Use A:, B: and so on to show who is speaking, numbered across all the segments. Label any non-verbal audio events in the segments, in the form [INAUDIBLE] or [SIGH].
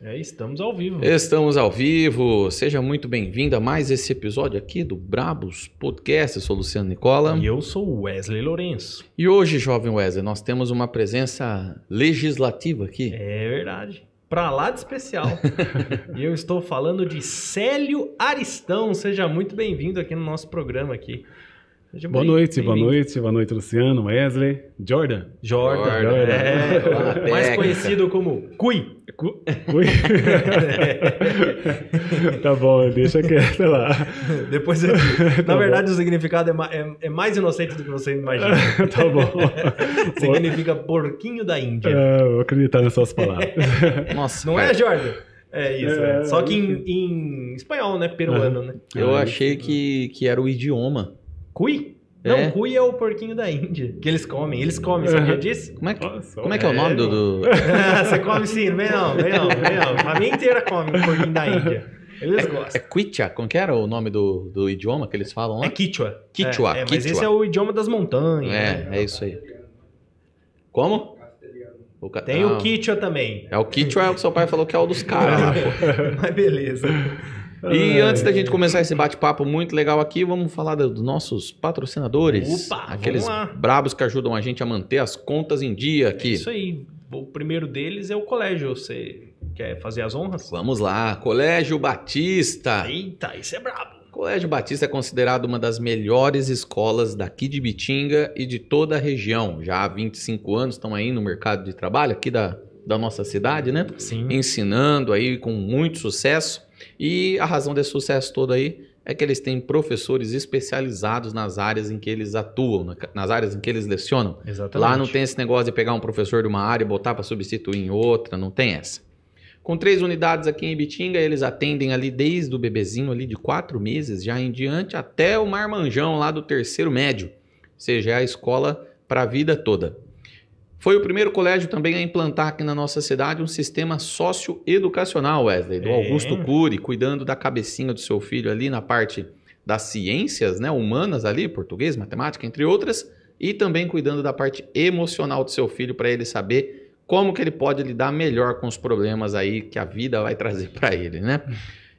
A: É, estamos ao vivo.
B: Estamos ao vivo. Seja muito bem-vindo a mais esse episódio aqui do Brabos Podcast. Eu sou o Luciano Nicola.
A: E eu sou o Wesley Lourenço.
B: E hoje, jovem Wesley, nós temos uma presença legislativa aqui.
A: É verdade. Pra lá de especial. e eu estou falando de Célio Aristão. Seja muito bem-vindo aqui no nosso programa aqui. Seja
C: Boa
A: bem-
C: noite, boa
A: bem-vindo.
C: noite, boa noite, Luciano, Wesley,
A: [LAUGHS]
C: Jordan.
A: Jordan.
B: Jordan.
A: É,
B: Lá na
A: [LAUGHS] mais
B: técnica.
A: conhecido como Cui. [LAUGHS]
C: Cu- Ui. [LAUGHS] tá bom, deixa quieto lá.
A: Depois eu... Na
C: [LAUGHS] Tá bom.
A: verdade, o significado é, ma- é- é mais inocente do que você imagina.
C: [LAUGHS] tá bom.
A: [LAUGHS] Significa porquinho da Índia.
C: Ah, vou acreditar nas suas palavras.
B: Nossa,
A: Não
B: cara,
A: é, Jordan? É isso.
C: É,
A: né? Só que em,
C: enfim.
A: em espanhol, né? Peruano, né?
B: eu
C: Ah,
B: achei que, que era o idioma.
A: Cui? Não,
B: É.
A: cui é o porquinho da Índia. Que eles comem. Eles comem, sabia disso? [LAUGHS]
B: Como é que,
C: Nossa,
B: como é, que é o nome
C: [LAUGHS]
B: do. do-
A: Você come sim, vem não, vem não, vem não. A família inteira come o porquinho da Índia. Eles
B: É
A: gostam.
B: Quichua? Como que era o nome do, do idioma que eles falam
A: É,
B: lá?
A: quichua. É,
B: Quichua,
A: é, Mas
B: quichua.
A: esse é o idioma das montanhas. né?
B: É, é isso aí. Como? O ca-
A: Tem
B: Ah,
A: o quichua também.
B: É o Quichua, é o que seu pai falou que é o dos
A: [LAUGHS]
B: caras lá, pô.
A: Mas beleza. [LAUGHS]
B: E antes da gente começar esse bate-papo muito legal aqui, vamos falar do- dos nossos patrocinadores.
A: Opa, vamos
B: aqueles
A: lá.
B: brabos que ajudam a gente a manter as contas em dia
A: É
B: aqui.
A: isso aí. O primeiro deles é o colégio. Você quer fazer as honras?
B: Vamos lá, Colégio Batista.
A: Eita, isso é brabo.
B: Colégio Batista é considerado uma das melhores escolas daqui de Bitinga e de toda a região. Já há 25 anos estão aí no mercado de trabalho aqui da, da nossa cidade, né?
A: Sim.
B: ensinando aí com muito sucesso. E a razão desse sucesso todo aí é que eles têm professores especializados nas áreas em que eles atuam, na- nas áreas em que eles lecionam.
A: Exatamente.
B: Lá não tem esse negócio de pegar um professor de uma área e botar para substituir em outra, não tem essa. Com três unidades aqui em Ibitinga, eles atendem ali desde o bebezinho ali de quatro meses já em diante até o marmanjão lá do terceiro médio. Ou seja, é a escola para a vida toda. Foi o primeiro colégio também a implantar aqui na nossa cidade um sistema socioeducacional, Wesley, do
A: É.
B: Augusto Cury, cuidando da cabecinha do seu filho ali na parte das ciências né, humanas ali, português, matemática, entre outras, e também cuidando da parte emocional do seu filho para ele saber como que ele pode lidar melhor com os problemas aí que a vida vai trazer para ele, né?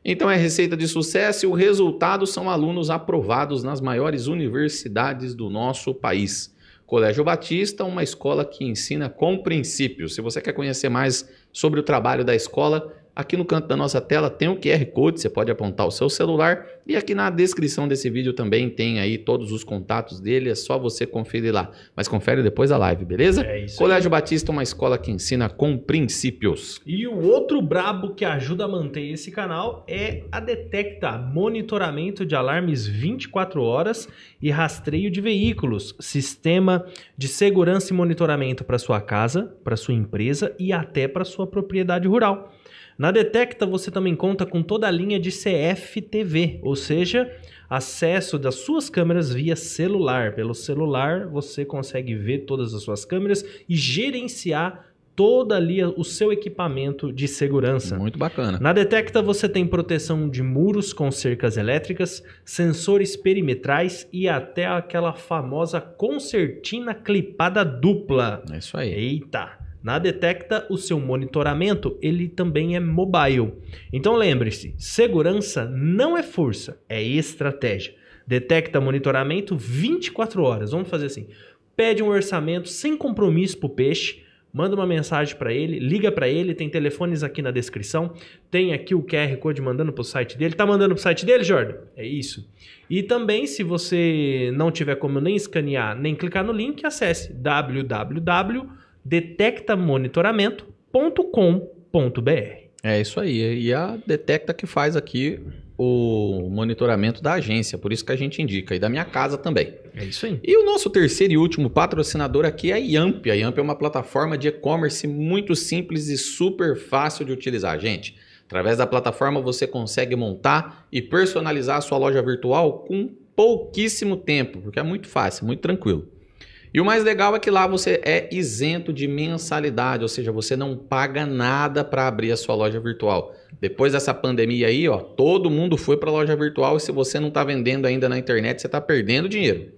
B: Então é receita de sucesso e o resultado são alunos aprovados nas maiores universidades do nosso país. Colégio Batista, uma escola que ensina com princípios. Se você quer conhecer mais sobre o trabalho da escola, aqui no canto da nossa tela tem o QR Code, você pode apontar o seu celular e aqui na descrição desse vídeo também tem aí todos os contatos dele, é só você conferir lá. Mas confere depois da live, beleza?
A: É isso aí.
B: Colégio Batista, uma escola que ensina com princípios.
A: E o outro brabo que ajuda a manter esse canal é a Detecta, monitoramento de alarmes 24 horas e rastreio de veículos, sistema de segurança e monitoramento para sua casa, para sua empresa e até para sua propriedade rural. Na Detecta você também conta com toda a linha de CFTV, ou seja, acesso das suas câmeras via celular. Pelo celular você consegue ver todas as suas câmeras e gerenciar todo ali o seu equipamento de segurança.
B: Muito bacana.
A: Na Detecta você tem proteção de muros com cercas elétricas, sensores perimetrais e até aquela famosa concertina clipada dupla.
B: É isso aí.
A: Eita! Na Detecta, o seu monitoramento, ele também é mobile. Então lembre-se, segurança não é força, é estratégia. Detecta monitoramento 24 horas. Vamos fazer assim. Pede um orçamento sem compromisso pro peixe, manda uma mensagem para ele, liga para ele, tem telefones aqui na descrição, tem aqui o QR Code mandando pro site dele. Tá mandando pro site dele, Jordan? É isso. E também, se você não tiver como nem escanear, nem clicar no link, acesse www.detectamonitoramento.com.br.
B: É isso aí. E a Detecta que faz aqui o monitoramento da agência, por isso que a gente indica, e da minha casa também.
A: É isso aí.
B: E o nosso terceiro e último patrocinador aqui é a Yamp. A Yamp é uma plataforma de e-commerce muito simples e super fácil de utilizar, gente. Através da plataforma você consegue montar e personalizar a sua loja virtual com pouquíssimo tempo, porque é muito fácil, muito tranquilo. E o mais legal é que lá você é isento de mensalidade, ou seja, você não paga nada para abrir a sua loja virtual. Depois dessa pandemia aí, ó, todo mundo foi para a loja virtual e se você não está vendendo ainda na internet, você está perdendo dinheiro.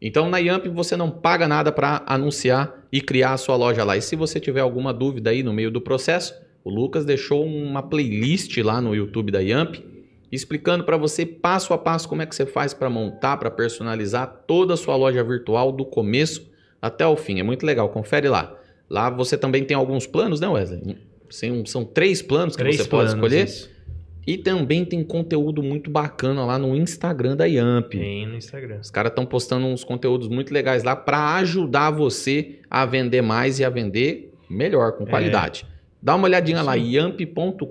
B: Então na Yamp você não paga nada para anunciar e criar a sua loja lá. E se você tiver alguma dúvida aí no meio do processo, O Lucas deixou uma playlist lá no YouTube da Yamp explicando para você passo a passo como é que você faz para montar, para personalizar toda a sua loja virtual do começo até o fim. É muito legal, confere lá. Lá você também tem alguns planos, né, Wesley? Sim, São três planos que
A: Três
B: você
A: planos,
B: pode escolher.
A: isso.
B: E também tem conteúdo muito bacana lá no Instagram da Yamp.
A: Tem no Instagram.
B: Os caras estão postando uns conteúdos muito legais lá para ajudar você a vender mais e a vender melhor, com qualidade. Dá uma olhadinha lá, yamp.com.br.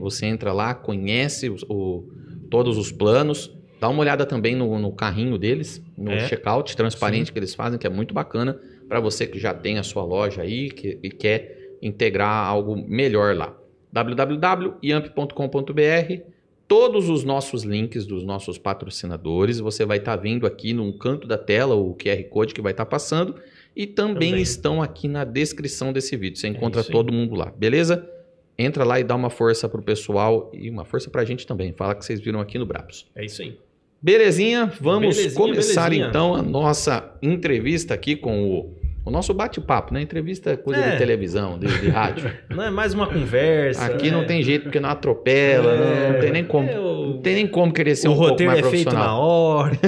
B: Você entra lá, conhece os- o- todos os planos. Dá uma olhada também no, no carrinho deles, no
A: É.
B: checkout transparente que eles fazem, que é muito bacana para você que já tem a sua loja aí que- e quer integrar algo melhor lá. www.yamp.com.br todos os nossos links dos nossos patrocinadores. Você vai estar vendo aqui num canto da tela o QR Code que vai estar passando. E também,
A: Também. É
B: estão aqui na descrição desse vídeo. Você encontra
A: isso aí.
B: todo mundo lá, beleza? Entra lá e dá uma força pro pessoal e uma força pra gente também. Fala que vocês viram aqui no Brabos.
A: É isso aí.
B: Belezinha, vamos
A: Belezinha,
B: começar
A: belezinha.
B: então a nossa entrevista aqui com o, o nosso bate-papo, né? Entrevista é coisa
A: É.
B: de televisão, de, de
A: [LAUGHS]
B: rádio.
A: Não é mais uma conversa.
B: aqui
A: né?
B: não tem jeito porque não atropela,
A: É.
B: não tem nem como.
A: É, o-
B: Não tem nem como querer ser
A: o
B: um pouco
A: roteiro
B: mais
A: é feito na
B: profissional.
A: hora,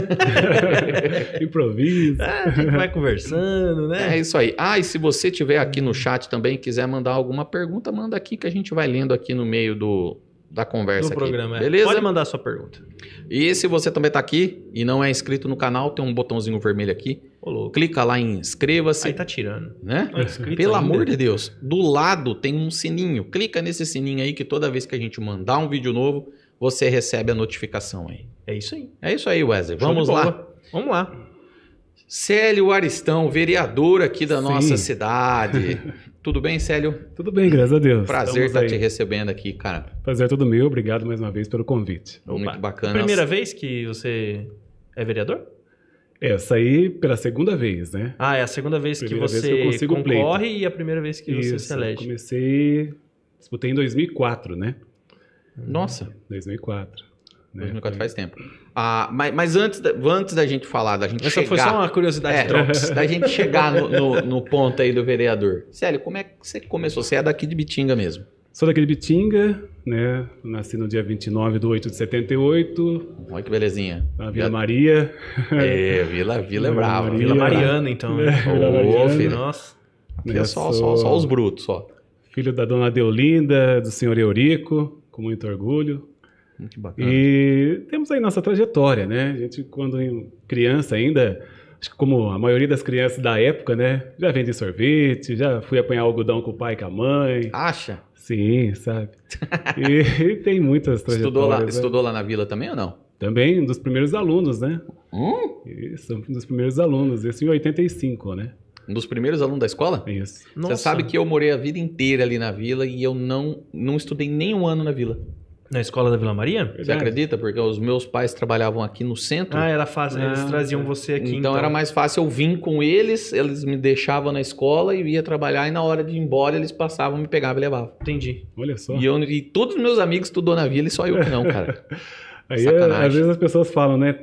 A: [LAUGHS]
C: Improvisa.
A: ah, a gente vai conversando, né?
B: É isso aí. Ah, e se você tiver aqui no chat também e quiser mandar alguma pergunta, manda aqui que a gente vai lendo aqui no meio do, da conversa.
A: do
B: aqui,
A: programa. é.
B: Beleza?
A: Pode mandar sua pergunta.
B: E se você também tá aqui e não é inscrito no canal, tem um botãozinho vermelho aqui.
A: Ô, louco.
B: Clica lá em inscreva-se,
A: Aí tá tirando.
B: né?
A: Não, inscrito
B: Pelo
A: ainda.
B: amor de Deus, do lado tem um sininho. Clica nesse sininho aí que toda vez que a gente mandar um vídeo novo, você recebe a notificação aí.
A: É isso aí.
B: É isso aí, Wesley.
A: Show
B: Vamos
A: de
B: lá.
A: bola. Vamos lá.
B: Célio Aristão, vereador aqui da
C: Sim.
B: nossa cidade. Tudo bem, Célio?
C: Tudo bem, graças a Deus.
B: Prazer
C: Estamos
B: estar
C: aí.
B: te recebendo aqui, cara.
C: Prazer todo meu, obrigado mais uma vez pelo convite.
A: Opa.
B: Muito bacana.
A: Primeira vez que você é vereador?
C: É, eu saí pela segunda vez, né?
A: Ah, é a segunda vez
C: Primeira
A: que
C: vez
A: você
C: que eu
B: um
C: consigo pleito.
A: concorre e a primeira vez que você se elege.
C: comecei, disputei em 2004, né?
B: Nossa,
C: É, 2004. Né?
B: 2004 faz tempo. Ah, mas mas antes, da, antes da gente falar, da gente
A: Essa
B: chegar...
A: foi só uma curiosidade.
B: É,
A: troca.
B: da gente chegar no, no- no ponto aí do vereador. Célio, como é que você começou? Você é daqui de Bitinga mesmo.
C: Sou daquele Bitinga, né? Nasci no dia 29 de 8 de 78,
B: Olha que belezinha.
C: [LAUGHS] na Vila Maria.
B: É, Vila, Vila é brava.
A: Vila
C: Vila
A: Mariana, então. né?
C: Vila Mariana.
B: filho.
A: Nossa.
B: Aqui é
C: né?
B: só, só,
C: Sou
B: só os brutos, só.
C: Filho da dona Deolinda, do senhor Eurico, com muito orgulho.
B: Hum, Que bacana.
C: E temos aí nossa trajetória, né? A gente, quando em- criança ainda, acho que como a maioria das crianças da época, né? Já vendi sorvete, já fui apanhar algodão com o pai e com a mãe.
B: Acha?
C: Sim, sabe? E, [LAUGHS] e tem muitas trajetórias.
B: Estudou lá,
C: né?
B: estudou lá na vila também ou não?
C: Também um dos primeiros alunos, né?
B: Hum?
C: Isso, um dos primeiros alunos. Isso em 85, né?
B: Um dos primeiros alunos da escola?
C: É Isso.
A: Nossa.
B: Você sabe que eu morei a vida inteira ali na vila e eu não, não estudei nem um ano na vila.
A: Na escola da Vila Maria?
B: Você acredita? Porque os meus pais trabalhavam aqui no centro.
A: Ah, era fácil. Eles
C: Ah,
A: traziam você aqui.
B: então,
A: Então,
B: era mais fácil eu vir com eles, eles me deixavam na escola e eu ia trabalhar, e na hora de ir embora eles passavam, me pegavam e levavam.
A: Entendi.
C: Olha só.
B: E, eu- e todos os meus amigos estudou na vila e só eu que não,
A: [LAUGHS]
B: cara.
C: Aí,
B: Sacanagem.
C: às vezes as pessoas falam, né,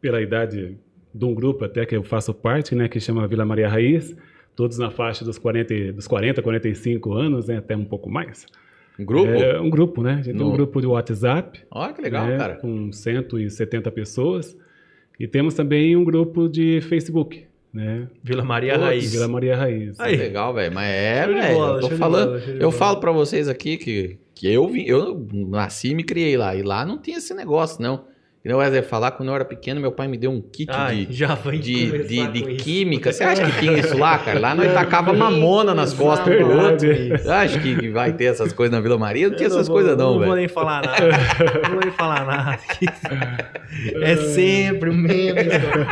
C: pela idade de um grupo até que eu faço parte, né, que chama Vila Maria Raiz, todos na faixa dos 40, e- dos 40 45 anos, né, até um pouco mais.
B: Um grupo?
C: É um grupo, né? A gente tem
B: No-
C: um grupo de WhatsApp,
B: Olha que legal,
A: É.
C: né,
B: cara.
C: com 170 pessoas, e temos também um grupo de Facebook, né?
A: Vila Maria
B: Putz,
A: Raiz.
C: Vila Maria Raiz.
A: Aí.
B: Legal, velho. Mas é,
A: Show de
B: velho.
A: bola,
B: Eu
A: show
B: tô
A: de
B: falando.
A: bola, show de
B: Eu
A: bola.
B: falo pra vocês aqui que, que eu vim, eu nasci e me criei lá. E lá não tinha esse negócio, não. E não vai falar, quando eu era pequeno, meu pai me deu um kit
A: Ai,
B: de,
A: já vai
B: de, de,
A: começar
B: de
A: com isso.
B: química. Você acha que tinha isso lá, cara? Lá nós [LAUGHS] tacava mamona nas costas um do outro. Você acha que vai ter essas coisas na Vila Maria? Não tinha
A: Eu
B: essas
A: vou-
B: coisas, não,
A: Não vou
B: velho.
A: nem falar nada. não vou nem falar nada. É sempre o mesmo.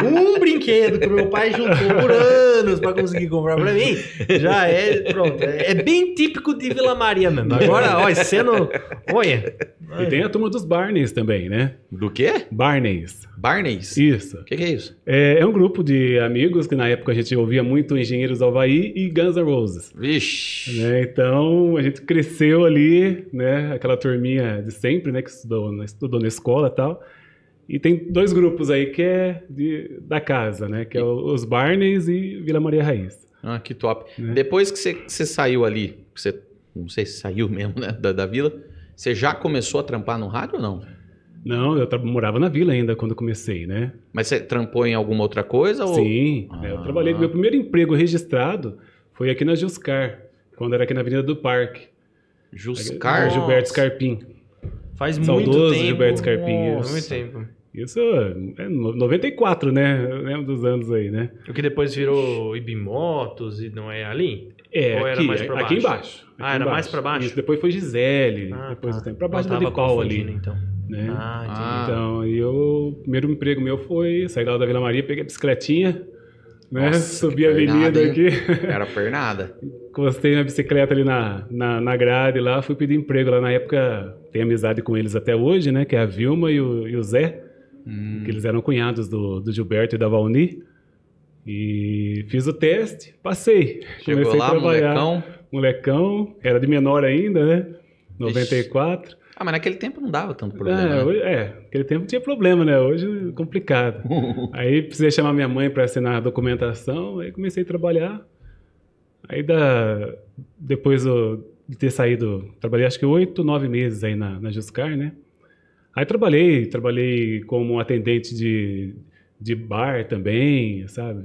A: Um brinquedo que meu pai juntou por anos pra conseguir comprar pra mim. Já é, pronto. É, é bem típico de Vila Maria mesmo. Agora, olha, sendo. Olha.
C: E tem a turma dos Barneys também, né?
B: Do quê?
C: Barneys.
B: Barneys? O
C: Isso.
B: que, que é isso?
C: É, é um grupo de amigos que na época a gente ouvia muito Engenheiros do Havaí e Guns N' Roses.
B: Vixe.
C: né? Então a gente cresceu ali, né? Aquela turminha de sempre, né? Que estudou, na- estudou na escola e tal. E tem dois grupos aí que é de- da casa, né? Que é o- os Barneys e Vila Maria Raiz.
B: Ah, que top.
C: Né?
B: Depois que você, que você saiu ali, que você não sei se saiu [LAUGHS] mesmo né, da, da vila, você já começou a trampar no rádio ou não?
C: Não, eu tra- morava na vila ainda quando eu comecei, né?
B: Mas você trampou em alguma outra coisa? ou-
C: Sim,
B: Ah.
C: né? eu trabalhei. Meu primeiro emprego registrado foi aqui na Juscar, quando era aqui na Avenida do Parque.
B: Juscar?
A: Nossa.
C: É, Gilberto Scarpim.
A: Faz
C: Saudoso
A: muito tempo.
C: Gilberto Scarpinha.
A: Nossa. Muito
C: Nossa.
A: tempo.
C: Isso é no- 94, né? Eu lembro dos anos aí, né?
A: O que depois virou Ibimotos e não é ali?
C: É,
A: Ou era
C: aqui,
A: mais pra
C: aqui
A: baixo?
C: embaixo.
A: Ah,
C: aqui
A: era mais pra baixo?
C: Isso, depois foi Gisele,
A: Ah,
C: depois
A: tá.
C: do tempo. Pra baixo
A: Eu
C: da
A: tava
C: Depal
A: confundindo,
C: ali,
A: Então.
C: né?
A: Ah, entendi.
B: Ah.
C: Então, e eu, o primeiro emprego meu foi sair lá da Vila Maria, peguei a bicicletinha, né?
B: Nossa, que
C: Subi a
B: pernada,
C: avenida
B: hein?
C: aqui,
B: Era pernada.
C: encostei na bicicleta ali na, na, na grade lá, fui pedir emprego lá na época. Tenho amizade com eles até hoje, né? Que é a Vilma e o, e o Zé,
B: Hum,
C: que eles eram cunhados do, do Gilberto e da Valni. E fiz o teste, passei.
B: chegou
C: comecei a
B: lá,
C: trabalhar.
B: molecão.
C: molecão, era de menor ainda, né? 94.
B: Ah, mas naquele tempo não dava tanto problema.
C: É,
B: né?
C: hoje, é, aquele tempo tinha problema, né? Hoje é complicado. Aí precisei chamar minha mãe para assinar a documentação, aí comecei a trabalhar. Aí da, depois eu- de ter saído, trabalhei acho que oito, nove meses aí na, na Juscar, né? Aí trabalhei, trabalhei como atendente de, de bar também, sabe?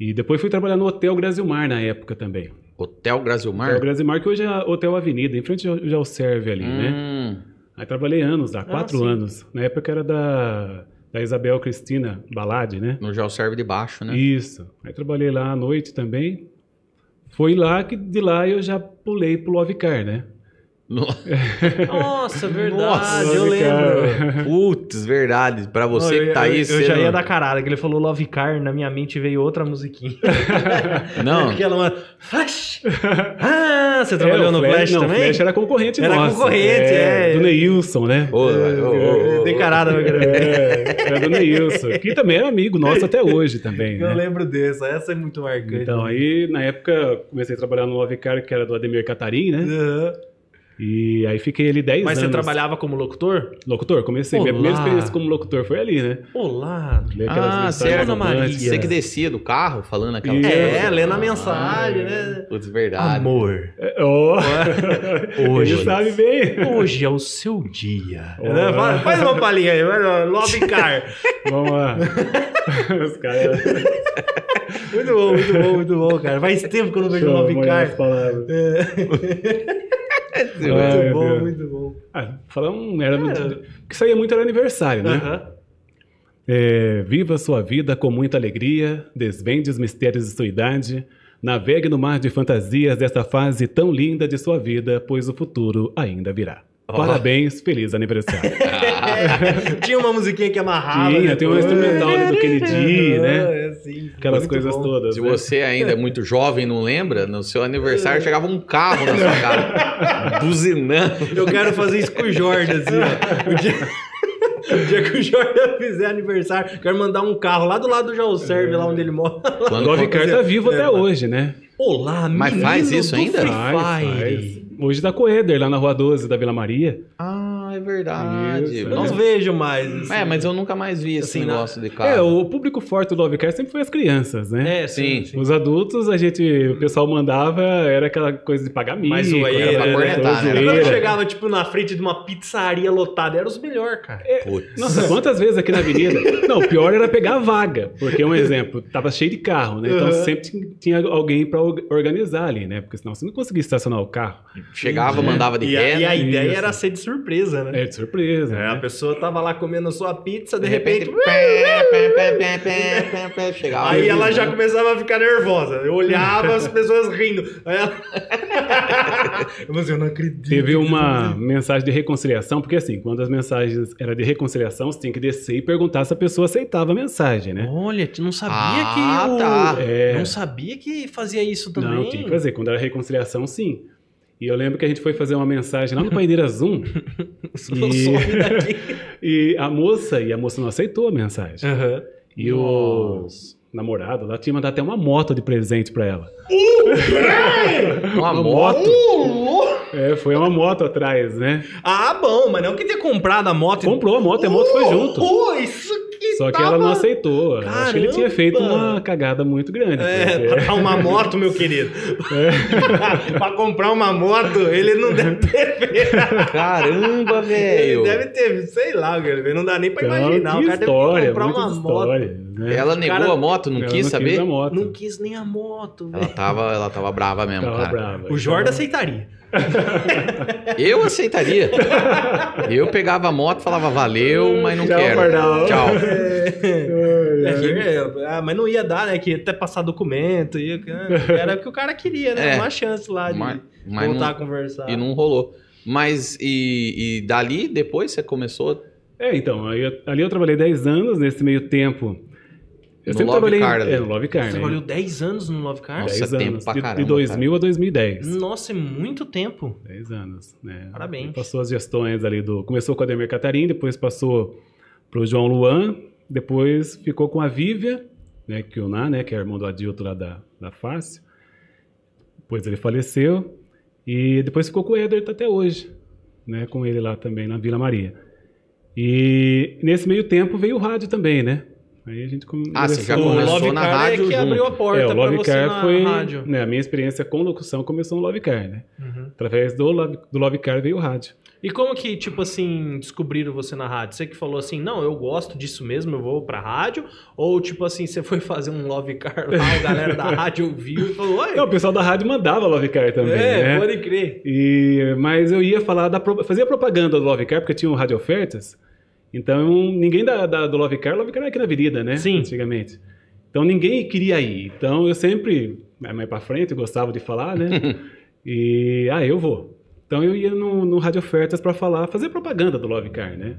C: E depois fui trabalhar no Hotel Brasilmar na época também.
B: [LAUGHS] Hotel Brasilmar?
C: Hotel Brasilmar, que hoje é Hotel Avenida, em frente ao ao Serve ali, né?
B: Hum,
C: Aí trabalhei anos lá, quatro
A: sim.
C: anos. Na época era da, da Isabel Cristina Balade, né?
B: No Gel Serve de Baixo, né?
C: Isso. Aí trabalhei lá à noite também. Foi lá que de lá eu já pulei pro Lovecar, né?
B: No-
A: Nossa, verdade,
B: Nossa,
A: Ah, eu lembro.
C: [LAUGHS]
B: Putz, verdade. Pra você
A: Não,
B: que tá
A: eu,
B: aí,
A: eu,
B: você
A: eu já ia
B: não-
A: dar caralho, que ele falou Love Car, na minha mente veio outra musiquinha.
C: [LAUGHS]
A: [LAUGHS]
B: Não,
A: Aquela uma... Flash! Ah, você trabalhou
C: É, o
A: no Flash,
C: não,
A: também? [LAUGHS]
C: Flash era concorrente
A: Era
C: nosso.
A: concorrente, é.
C: Do Neilson, né?
B: Ô, ô, ô, ô,
A: Tem carada, meu querido.
C: [LAUGHS] É, era do Neilson, que também era amigo nosso até hoje também, né?
A: Eu lembro dessa, essa é muito marcante.
C: Então, aí, na época, comecei a trabalhar no Lovecar, que era do Ademir Catarim, né?
A: Aham.
C: E aí fiquei ali 10
A: Mas
C: anos.
A: você trabalhava como locutor?
C: Locutor, comecei. Minha
A: Olá.
C: primeira experiência como locutor foi ali, né?
A: Olá!
C: Ler aquelas
B: Ah,
C: mensagens
B: você era
A: Ana
C: românticas.
A: Maria.
B: você que descia do carro falando aquela
C: Isso.
A: É, lendo a
B: Ah,
A: mensagem, né?
B: Putz, verdade.
A: Amor,
C: É, ó.
A: Hoje.
C: Ele sabe bem.
A: hoje é o seu dia.
C: Olá.
A: Né? Fa- Faz uma palhinha aí, vai lá, Love
C: [LAUGHS]
A: Car.
C: Vamos lá. [LAUGHS] Os caras... [LAUGHS]
A: Muito bom, muito bom, muito bom, cara. Faz tempo que eu não vejo
C: Deixa eu É.
A: Love
C: amanhã
A: Car.
C: as palavras.
B: Muito
C: Ah,
A: Muito
C: meu
A: bom,
C: Deus.
A: muito bom.
C: Ah, falar um... Era
B: É.
C: muito... O que saía muito era aniversário, né?
A: Aham.
C: É, viva sua vida com muita alegria, desvende os mistérios de sua idade, navegue no mar de fantasias desta fase tão linda de sua vida, pois o futuro ainda virá.
B: Ó. tá.
C: Parabéns, feliz aniversário. [LAUGHS]
A: É, [LAUGHS] tinha uma musiquinha que amarrava.
C: Tinha,
A: né?
C: tem um instrumental ali do Kennedy, né?
A: É, sim, sim.
C: Aquelas
A: Muito
C: coisas
A: bom.
C: todas.
B: Se
C: né?
B: você ainda é muito jovem e não lembra, no seu aniversário chegava um carro na sua cara, buzinando.
A: Eu quero fazer isso com o Jordan, assim, ó. O dia... o dia [LAUGHS] que o Jordan fizer aniversário, quero mandar um carro lá do lado do João Serve, lá onde ele mora.
C: O
B: Quando-
C: Lovecar tá vivo até hoje, né?
A: Olá,
B: Mas
A: menino
B: faz isso
A: do
B: É, ainda?
A: Free
C: Faz,
A: Fire.
C: faz. Hoje tá com o Éder lá na Rua 12 da Vila Maria.
B: Ah, é verdade.
C: Isso.
A: Eu não
B: Nossa,
A: vejo mais. assim.
B: É, mas eu nunca mais vi esse
A: Assim, na-
B: negócio de
C: É,
B: carro.
C: o público forte do Lovecar sempre foi as crianças, né?
A: É, sim.
B: Sim.
A: sim.
C: Os adultos, a gente, o pessoal mandava, era aquela coisa de pagar mico,
A: Mais zoeira,
C: era
B: né?
C: cornetar,
B: Era
A: Agora eu
C: zoeira.
A: chegava, tipo, na frente de uma pizzaria lotada, era os melhores, cara.
B: Putz.
C: Nossa, quantas vezes aqui na avenida? Não, o pior era pegar a vaga, porque um exemplo, tava cheio de carro, né? Então
A: Uhum.
C: sempre tinha- tinha alguém pra or- organizar ali, né? Porque senão você não conseguia estacionar o carro.
B: Chegava, mandava de
A: É. e, a, e
B: ré.
A: a
C: Isso.
A: ideia era ser de surpresa, né?
C: É de surpresa.
A: É,
C: né?
A: a pessoa tava lá comendo a sua pizza, de,
B: De
A: repente,
B: repente, pé, pé, pé, pé, pé, pé, pé, chegava.
A: Aí ela já
B: buzinando.
A: começava a ficar nervosa. Eu olhava
C: [LAUGHS]
A: as pessoas rindo. Aí ela... eu falei assim, eu não acredito.
C: Teve
A: que
C: uma mensagem de reconciliação, porque assim, quando as mensagens eram de reconciliação, você tinha que descer e perguntar se a pessoa aceitava a mensagem,
A: isso-
C: né?
A: Olha, tu não sabia
B: Ah,
A: que o...
B: tá.
C: É.
A: Não sabia que fazia isso também.
C: Não, tinha que fazer. Quando era reconciliação, sim. E eu lembro que a gente foi fazer uma mensagem lá no Paineira
A: [LAUGHS]
C: Zoom
A: Não
C: E-
A: some [LAUGHS] daqui.
C: e a moça, e a moça não aceitou a mensagem. E o namorado lá tinha mandado até uma moto de presente pra ela.
B: Uma moto.
C: É, foi uma moto atrás, né?
A: Ah, bom, mas não quer ter comprado a moto. Uh!
C: Comprou a moto, e a moto foi junto.
A: Oh, isso aqui
C: Só que ela não aceitou. Eu Acho que ele tinha
A: Caramba!
C: feito uma cagada muito grande.
A: É,
C: porque-
A: pra uma moto, meu querido.
C: É.
A: [LAUGHS] pra comprar uma moto, ele não deve ter feito.
B: Caramba,
A: Ele
B: velho.
A: deve ter, sei lá, cara, não dá nem pra
C: [LAUGHS] Então,
A: imaginar.
C: É, que
A: O cara
C: história,
A: deve ter que comprar
C: muitas
A: uma moto.
C: histórias, né?
B: Ela negou
A: cara-
B: a moto, não
C: Ela
B: quis saber?
C: a moto.
A: Não quis nem a moto,
B: Ela
A: velho.
B: tava, ela tava brava mesmo,
C: Tava
B: cara.
C: brava.
A: O Jordan aceitaria.
B: Eu aceitaria. Eu pegava a moto, falava valeu, mas não
C: Tchau,
B: quero.
C: Pardal.
B: Tchau.
A: É, é, ah, mas não ia dar, né? Que ia até passar documento. Ia, era o que o cara queria, né?
B: É.
A: Uma chance lá de
B: Mas, mas
A: voltar a
B: não,
A: conversar.
B: e não rolou. Mas e, e dali, depois você começou
C: É, então, aí eu- ali eu trabalhei 10 anos, nesse meio tempo. Eu
B: No
C: sempre
B: Love
C: trabalhei.
B: Car, ali.
C: é, no Love Car,
A: Você
C: né?
A: trabalhou 10 anos no Love Car?
B: Nossa, é
C: 10
B: tempo
C: anos.
B: pra
C: de,
B: caramba,
C: de 2000 a 2010.
A: Nossa, é muito tempo.
C: 10 anos, né?
A: Parabéns.
C: Ele Passou as gestões ali do. Começou com a Ademir Catarim, depois passou pro João Luan, depois ficou com a Vívia, né? Que o Ná, né? Que é irmão do Adilto lá da, da Fácil. Depois ele faleceu. E depois ficou com o Ederton até hoje, né? Com ele lá também na Vila Maria. E nesse meio tempo veio o rádio também, né? Aí a gente come-
B: Ah, você já
A: O
C: começou- né?
B: começou
A: Love
B: na
A: Car é
B: rádio
A: que
B: junto.
A: abriu a porta
C: é, o
A: pra
C: Love
A: você
C: Car
A: na
C: foi.
A: rádio.
C: Né, a minha experiência com locução começou no Love Car, né?
A: Uhum.
C: Através do Love, do Love Car veio o rádio.
A: E como que, tipo assim, descobriram você na rádio? Você que falou assim, não, eu gosto disso mesmo, eu vou pra rádio? Ou, tipo assim, você foi [LAUGHS] fazer um Love Car lá, a galera da rádio ouviu e falou, oi,
C: É, o pessoal da rádio mandava Love Car também,
A: é,
C: né?
A: pode crer.
C: E, mas eu ia falar da pro- fazia propaganda do Love Car porque tinha um rádio ofertas. Então ninguém da, da- do Love Car, Love Car era aqui na Avenida, né?
A: Sim.
C: Antigamente. Então ninguém queria ir. Então eu sempre mais mais pra frente eu gostava de falar, né? e ah, eu vou. Então eu ia no, no rádio ofertas para falar, fazer propaganda do Love Car, né?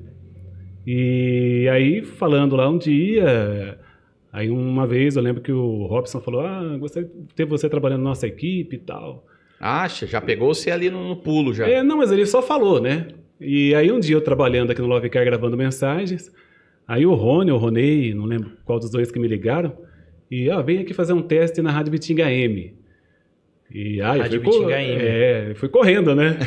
C: E aí falando lá um dia, aí uma vez eu lembro que o Robson falou, ah, gostaria de ter você trabalhando na nossa equipe e tal.
B: Acha, já pegou você ali no, no pulo já.
C: É, não, mas ele só falou, né? E aí um dia eu trabalhando aqui no Love Car gravando mensagens, aí o Rony, o Ronei, não lembro qual dos dois que me ligaram, e ó, vem aqui fazer um teste na Rádio Bitinga M. E aí
A: Rádio
C: eu fui,
A: Bitinga M.
C: É, eu fui
A: [LAUGHS]
C: correndo, né?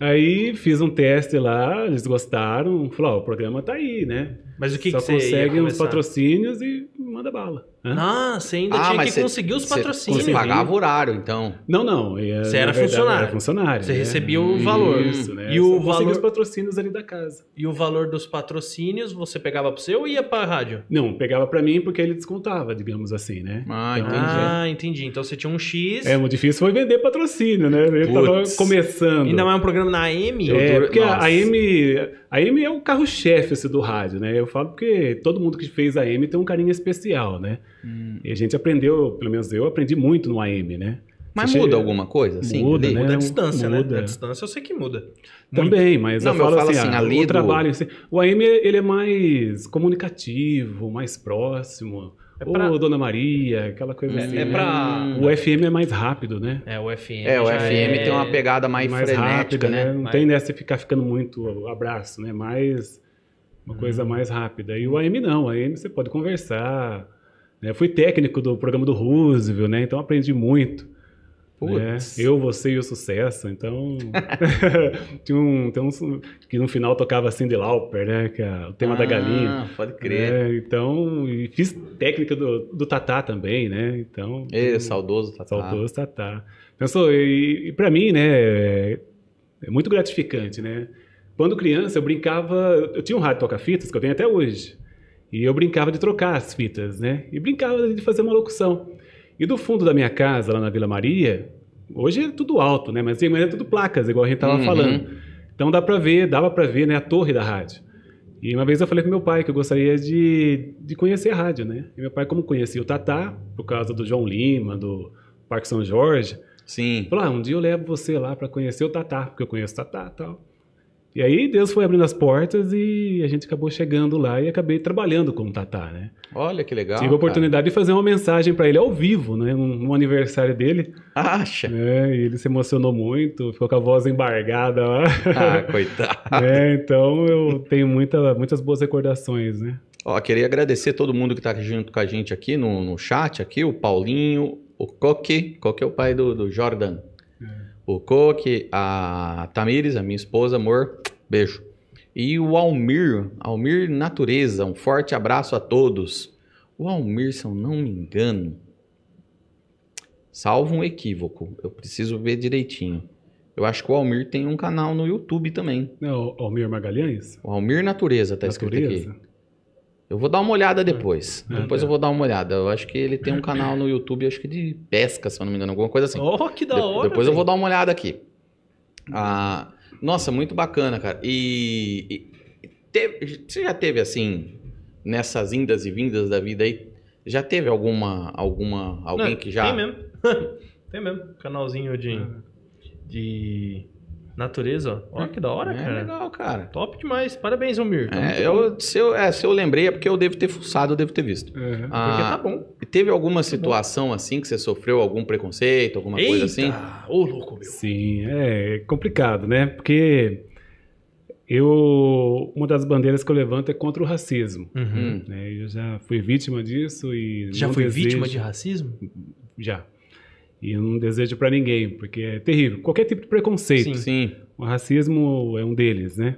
C: aí fiz um teste lá, eles gostaram, falou, ó, o programa tá aí, né?
A: Mas o que,
C: só
A: que você ia
C: consegue uns
A: começar?
C: patrocínios e manda bala. Hã?
A: Ah, você ainda
B: Ah,
A: tinha
B: mas
A: que
B: você-
A: conseguir os
B: Você-
A: patrocínios.
B: Você pagava horário, então.
C: Não, não. é,
A: Você era
C: na verdade,
A: funcionário.
C: Era funcionário.
A: Você
C: né?
A: recebia o valor.
C: Isso, né?
A: E
C: Só
A: o
C: conseguia
A: valor-
C: os patrocínios ali da casa.
A: E o valor dos patrocínios você pegava pro seu ou ia pra rádio?
C: Não, pegava pra mim porque ele descontava, digamos assim, né?
B: Ah,
C: Então,
B: entendi.
A: Ah, entendi. Então você tinha um X,
C: É, o difícil foi vender patrocínio, né? Eu tava
B: Putz.
C: começando.
A: ainda mais um programa na AM.
B: Eu-
C: É,
B: duro-
C: porque
B: Nossa.
C: a AM, a AM é o carro-chefe assim, do rádio, né? Eu falo porque todo mundo que fez a AM tem um carinho especial, né?
B: Hum.
C: E a gente aprendeu, pelo menos eu aprendi muito no AM, né?
B: Mas
C: Você
B: muda
C: chega-
B: alguma coisa, assim?
C: Muda,
B: ali?
C: né?
A: Muda a distância, né?
C: muda.
A: A distância eu sei que muda. Muito.
C: Também, mas
B: Não,
C: eu,
B: mas
C: falo assim, ah,
B: ali
C: o
B: do-
C: trabalho... em si- O AM, ele é mais comunicativo, mais próximo.
A: É
C: Ô,
A: pra-
C: Dona Maria, aquela coisa assim.
A: É
C: né?
A: pra-
C: O FM é mais rápido, né?
A: É, o FM.
B: Hum. É, o
A: já
B: FM
A: é-
B: tem uma pegada mais, frenética, né?
C: Não
A: Mais-
C: tem nessa de ficar ficando muito abraço, né? Mais uma
B: Uhum.
C: coisa mais rápida. E o AM não, o AM você pode conversar. né? Eu fui técnico do programa do Roosevelt, né? Então aprendi muito. né?
B: Putz.
C: Eu, você e o sucesso. Então. [LAUGHS] tinha um, tem uns que no final tocava Cindy Lauper, né? Que é o tema da
B: Ah,
C: galinha.
B: Pode crer.
C: né? Então, e fiz técnica do, do Tatá também, né? Então.
B: Ê, saudoso, tá,
C: Saudoso Tatá. Pensou, e, e para mim, né, é, é muito gratificante, né? Quando criança, eu brincava, eu tinha um rádio toca-fitas que eu tenho até hoje, e eu brincava de trocar as fitas, né? E brincava de fazer uma locução. E do fundo da minha casa, lá na Vila Maria, hoje é tudo alto, né? Mas antigamente era tudo placas, igual a gente tava
B: Uhum.
C: falando. Então dá para ver, dava para ver, né, a torre da rádio. E uma vez eu falei pro meu pai que eu gostaria de, de conhecer a rádio, né? E meu pai, como conhecia o Tatá, por causa do João Lima, do Parque São Jorge,
B: Sim.
C: falou: ah, um dia eu levo você lá para conhecer o Tatá, porque eu conheço o Tatá e tal. E aí Deus foi abrindo as portas e a gente acabou chegando lá e acabei trabalhando com o Tatá, né?
B: Olha que legal.
C: Tive a oportunidade de fazer uma mensagem para ele ao vivo, né? No, no aniversário dele,
B: cara.
C: [LAUGHS]
B: Acha?
C: né? E ele se emocionou muito, ficou com a voz embargada
B: [LAUGHS]
C: lá.
B: Ah, coitado.
C: né? Então eu tenho muita, muitas boas recordações, né?
B: Ó, queria agradecer todo mundo que tá junto com a gente aqui no, no chat, aqui, o Paulinho, o Coque, Coque é o pai do, do Jordan. O Coque, a Tamires, a minha esposa, amor, beijo. E o Almir, Almir Natureza, um forte abraço a todos. O Almir, se eu não me engano, salvo um equívoco, eu preciso ver direitinho. Eu acho que o Almir tem um canal no YouTube também.
C: É o Almir Magalhães?
B: O Almir Natureza tá escrito
C: Natureza?
B: aqui. Eu vou dar uma
A: É.
B: olhada depois.
C: Ah,
B: depois
C: tá.
B: eu vou dar uma olhada. Eu acho que ele tem um canal no YouTube, acho que de pesca, se eu não me engano, alguma coisa assim.
A: Oh, que da
B: De-
A: hora.
B: Depois eu vou
A: velho.
B: dar uma olhada aqui. Ah, nossa, muito bacana, cara. E, e teve- você já teve assim nessas indas e vindas da vida aí? Já teve alguma alguma alguém
A: Não,
B: que já
A: Tem mesmo. [LAUGHS] tem mesmo. Canalzinho de,
C: Ah.
A: de natureza, ó. Ó, que da hora,
B: é
A: cara. Então,
B: legal, cara.
A: Top demais. Parabéns, Almir.
B: É, eu, se eu, é, se eu lembrei é porque eu devo ter fuçado, eu devo ter visto.
C: É.
A: Porque tá
B: Ah,
A: bom.
B: e teve alguma situação assim que você sofreu algum preconceito, alguma coisa assim?
A: Ô, louco, meu.
C: Sim, é complicado, né? Porque eu uma das bandeiras que eu levanto é contra o racismo.
A: Uhum.
B: Hum.
C: né? Eu já fui vítima disso e
A: Já
C: não
A: foi
C: desejo-
A: vítima de racismo?
C: já. E eu não desejo pra ninguém, porque é terrível. Qualquer tipo de preconceito.
A: Sim.
B: Sim.
C: O racismo é um deles, né?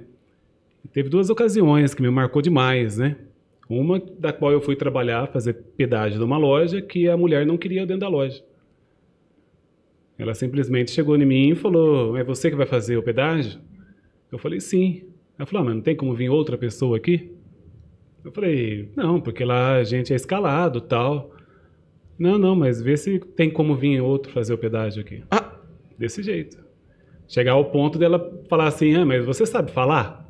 C: Teve duas ocasiões que me marcou demais, né? Uma da qual eu fui trabalhar, fazer pedágio de uma loja que a mulher não queria eu dentro da loja. Ela simplesmente chegou em mim e falou: "É você que vai fazer o pedágio?" Eu falei: "Sim". Ela falou: ah, "Mas não tem como vir outra pessoa aqui?" Eu falei: "Não, porque lá a gente é escalado, tal". "Não, não, mas vê se tem como vir outro fazer o pedágio aqui".
B: Ah.
C: Desse jeito. Chegar ao ponto dela falar assim: ah, mas você sabe falar?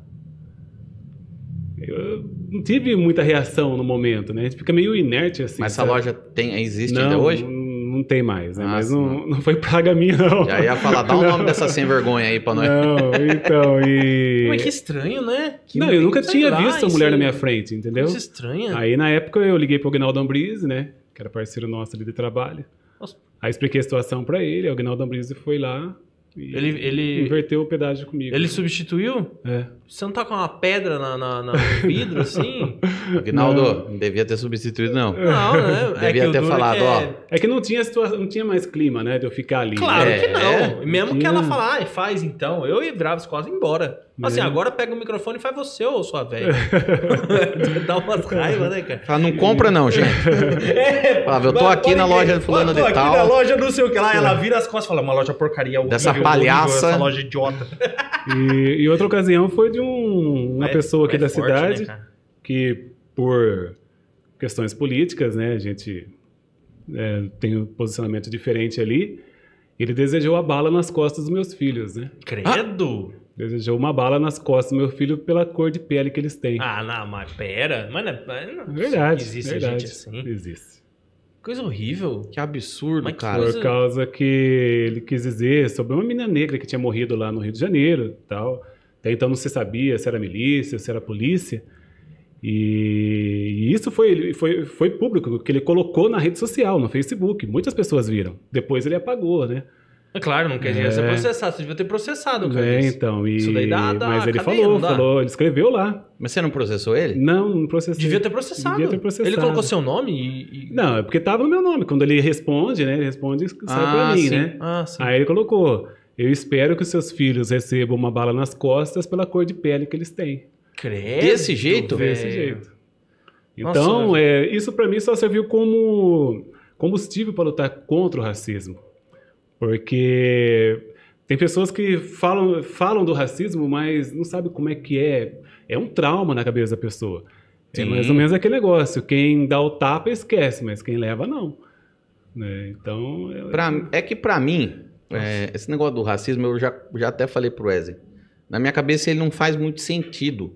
C: Eu não tive muita reação no momento, né? A gente fica meio inerte assim.
B: Mas essa
C: sabe?
B: loja tem, existe
C: não,
B: ainda hoje?
C: Não, não tem mais, né?
B: Ah,
C: mas
B: sim.
C: não, não foi praga minha, não.
B: Já é, ia falar, dá o
C: Não.
B: nome [LAUGHS] dessa sem vergonha aí pra nós.
C: Não, então, e.
A: Mas é que estranho, né? Que
C: não, eu nunca
A: sei
C: tinha
A: lá,
C: visto a
A: isso
C: mulher na
A: é
C: minha frente, entendeu?
A: Coisa estranha.
C: Aí na época eu liguei pro Agnaldo Ambriz, né? Que era parceiro nosso ali de trabalho.
A: Nossa.
C: Aí expliquei a situação pra ele, o Agnaldo Ambriz foi lá e
A: Ele- ele-
C: inverteu o pedágio comigo.
A: Ele substituiu?
C: É.
A: Você não tá com uma pedra na, na-
C: [LAUGHS]
A: na- no vidro, assim?
B: Aguinaldo, não devia ter substituído, não.
A: Não, né?
B: Devia
A: que o
B: ter
A: duro
B: falado,
A: que é-
B: ó.
C: É que não tinha situação, não tinha mais clima, né? De eu ficar ali.
A: Claro
C: né?
A: que não.
B: É.
A: Mesmo que
C: Tinha.
A: ela falar, ah, faz então. Eu e Bravos quase embora. Assim,
C: Hum. É.
A: agora pega o microfone e faz você, ô sua velha.
C: [LAUGHS]
A: [LAUGHS] Dá umas raivas, né, cara?
B: Fala, não compra não, [LAUGHS] gente.
A: É,
B: Falava, eu tô
A: mas
B: aqui
A: pode
B: na
A: crer.
B: loja do fulano
A: Eu tô
B: de
A: aqui
B: tal. É.
A: na loja não sei o que lá. Ela vira as costas e fala, uma loja porcaria. horrível,
B: Dessa
A: horrível,
B: palhaça."
A: Essa loja idiota.
C: E, e outra ocasião foi de um- uma
A: É-
C: pessoa aqui
A: é
C: da
A: forte,
C: cidade
A: né, cara?
C: que, por questões políticas, né? A gente é, tem um posicionamento diferente ali. Ele desejou a bala nas costas dos meus filhos, né?
A: Credo.
C: Desejou uma bala nas costas do meu filho pela cor de pele que eles têm.
A: Ah, não, mas pera. Mas não, mas não
C: verdade.
A: existe
C: verdade.
A: gente assim.
C: Existe.
A: Coisa horrível.
B: Que absurdo,
A: Mas que
B: cara.
A: coisa-
C: Por causa que ele quis dizer sobre uma menina negra que tinha morrido lá no Rio de Janeiro tal. Até então não se sabia se era milícia, se era polícia. E, e isso foi, foi, foi público, que ele colocou na rede social, no Facebook. Muitas pessoas viram. Depois ele apagou, né?
A: É claro, não quer
C: É.
A: dizer ser processado. Você devia ter processado, cara.
C: É,
A: isso.
C: então, e-
A: Isso daí dá- dá
C: mas ele
A: cadeia,
C: falou,
A: não dá?
C: falou, ele escreveu lá.
B: Mas você não processou ele?
C: Não, não processei.
A: Devia ter processado.
C: Devia ter processado.
A: Ele colocou seu nome e. e-
C: Não, é porque tava no meu nome. Quando ele responde, né? Ele responde e sai
B: Ah,
C: pra mim,
B: sim.
C: né?
A: Ah, sim.
C: Aí ele colocou: Eu espero que os seus filhos recebam uma bala nas costas pela cor de pele que eles têm.
A: Credo,
B: Desse jeito?
A: velho.
C: Desse jeito.
A: Nossa, eu-
C: Então, é, isso pra mim só serviu como combustível para lutar contra o racismo. Porque tem pessoas que falam, falam do racismo, mas não sabem como é que é. É um trauma na cabeça da pessoa. É
B: Sim.
C: mais ou menos aquele negócio: quem dá o tapa esquece, mas quem leva não. Né? Então. é-
B: Pra- é que pra mim, é, esse negócio do racismo, eu já, já até falei pro Wesley. Na minha cabeça ele não faz muito sentido.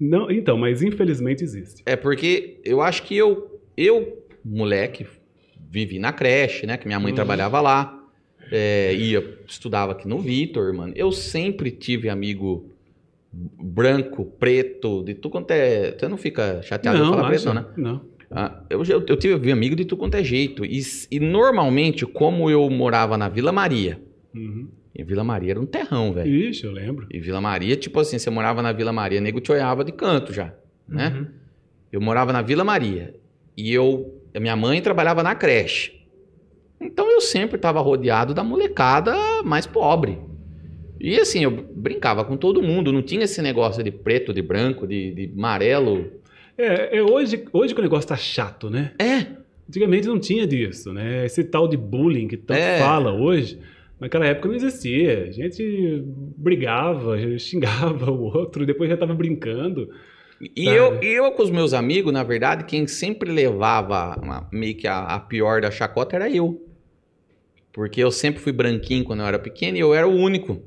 C: Não, então, mas infelizmente existe.
B: É porque eu acho que eu, eu moleque, vivi na creche, né? Que minha mãe
C: Uhum.
B: trabalhava lá. é, ia, estudava aqui no Vitor, mano. Eu sempre tive amigo branco, preto, de tudo quanto é. Você não fica chateado de eu falar preto, não,
C: acho-
B: né?
C: Não.
B: Ah, eu, já- eu tive amigo de tudo quanto é jeito. E, s- e normalmente, como eu morava na Vila Maria,
C: Uhum.
B: e Vila Maria era um terrão, velho.
C: Ixi, eu lembro.
B: E Vila Maria, tipo assim, você morava na Vila Maria, nego te olhava de canto já, né?
A: Uhum.
B: Eu morava na Vila Maria e eu, a minha mãe trabalhava na creche. Então eu sempre estava rodeado da molecada mais pobre. E assim, eu brincava com todo mundo, não tinha esse negócio de preto, de branco, de, de amarelo.
C: É, é hoje, hoje que o negócio tá chato, né?
B: É,
C: Antigamente não tinha disso, né? Esse tal de bullying que tanto
B: É.
C: fala hoje, naquela época não existia. A gente brigava, xingava [LAUGHS] o outro, depois já tava brincando.
B: E
C: Sabe?
B: eu, e eu com os meus amigos, na verdade, quem sempre levava uma- meio que a, a pior da chacota era eu. Porque eu sempre fui branquinho quando eu era pequeno e eu era o único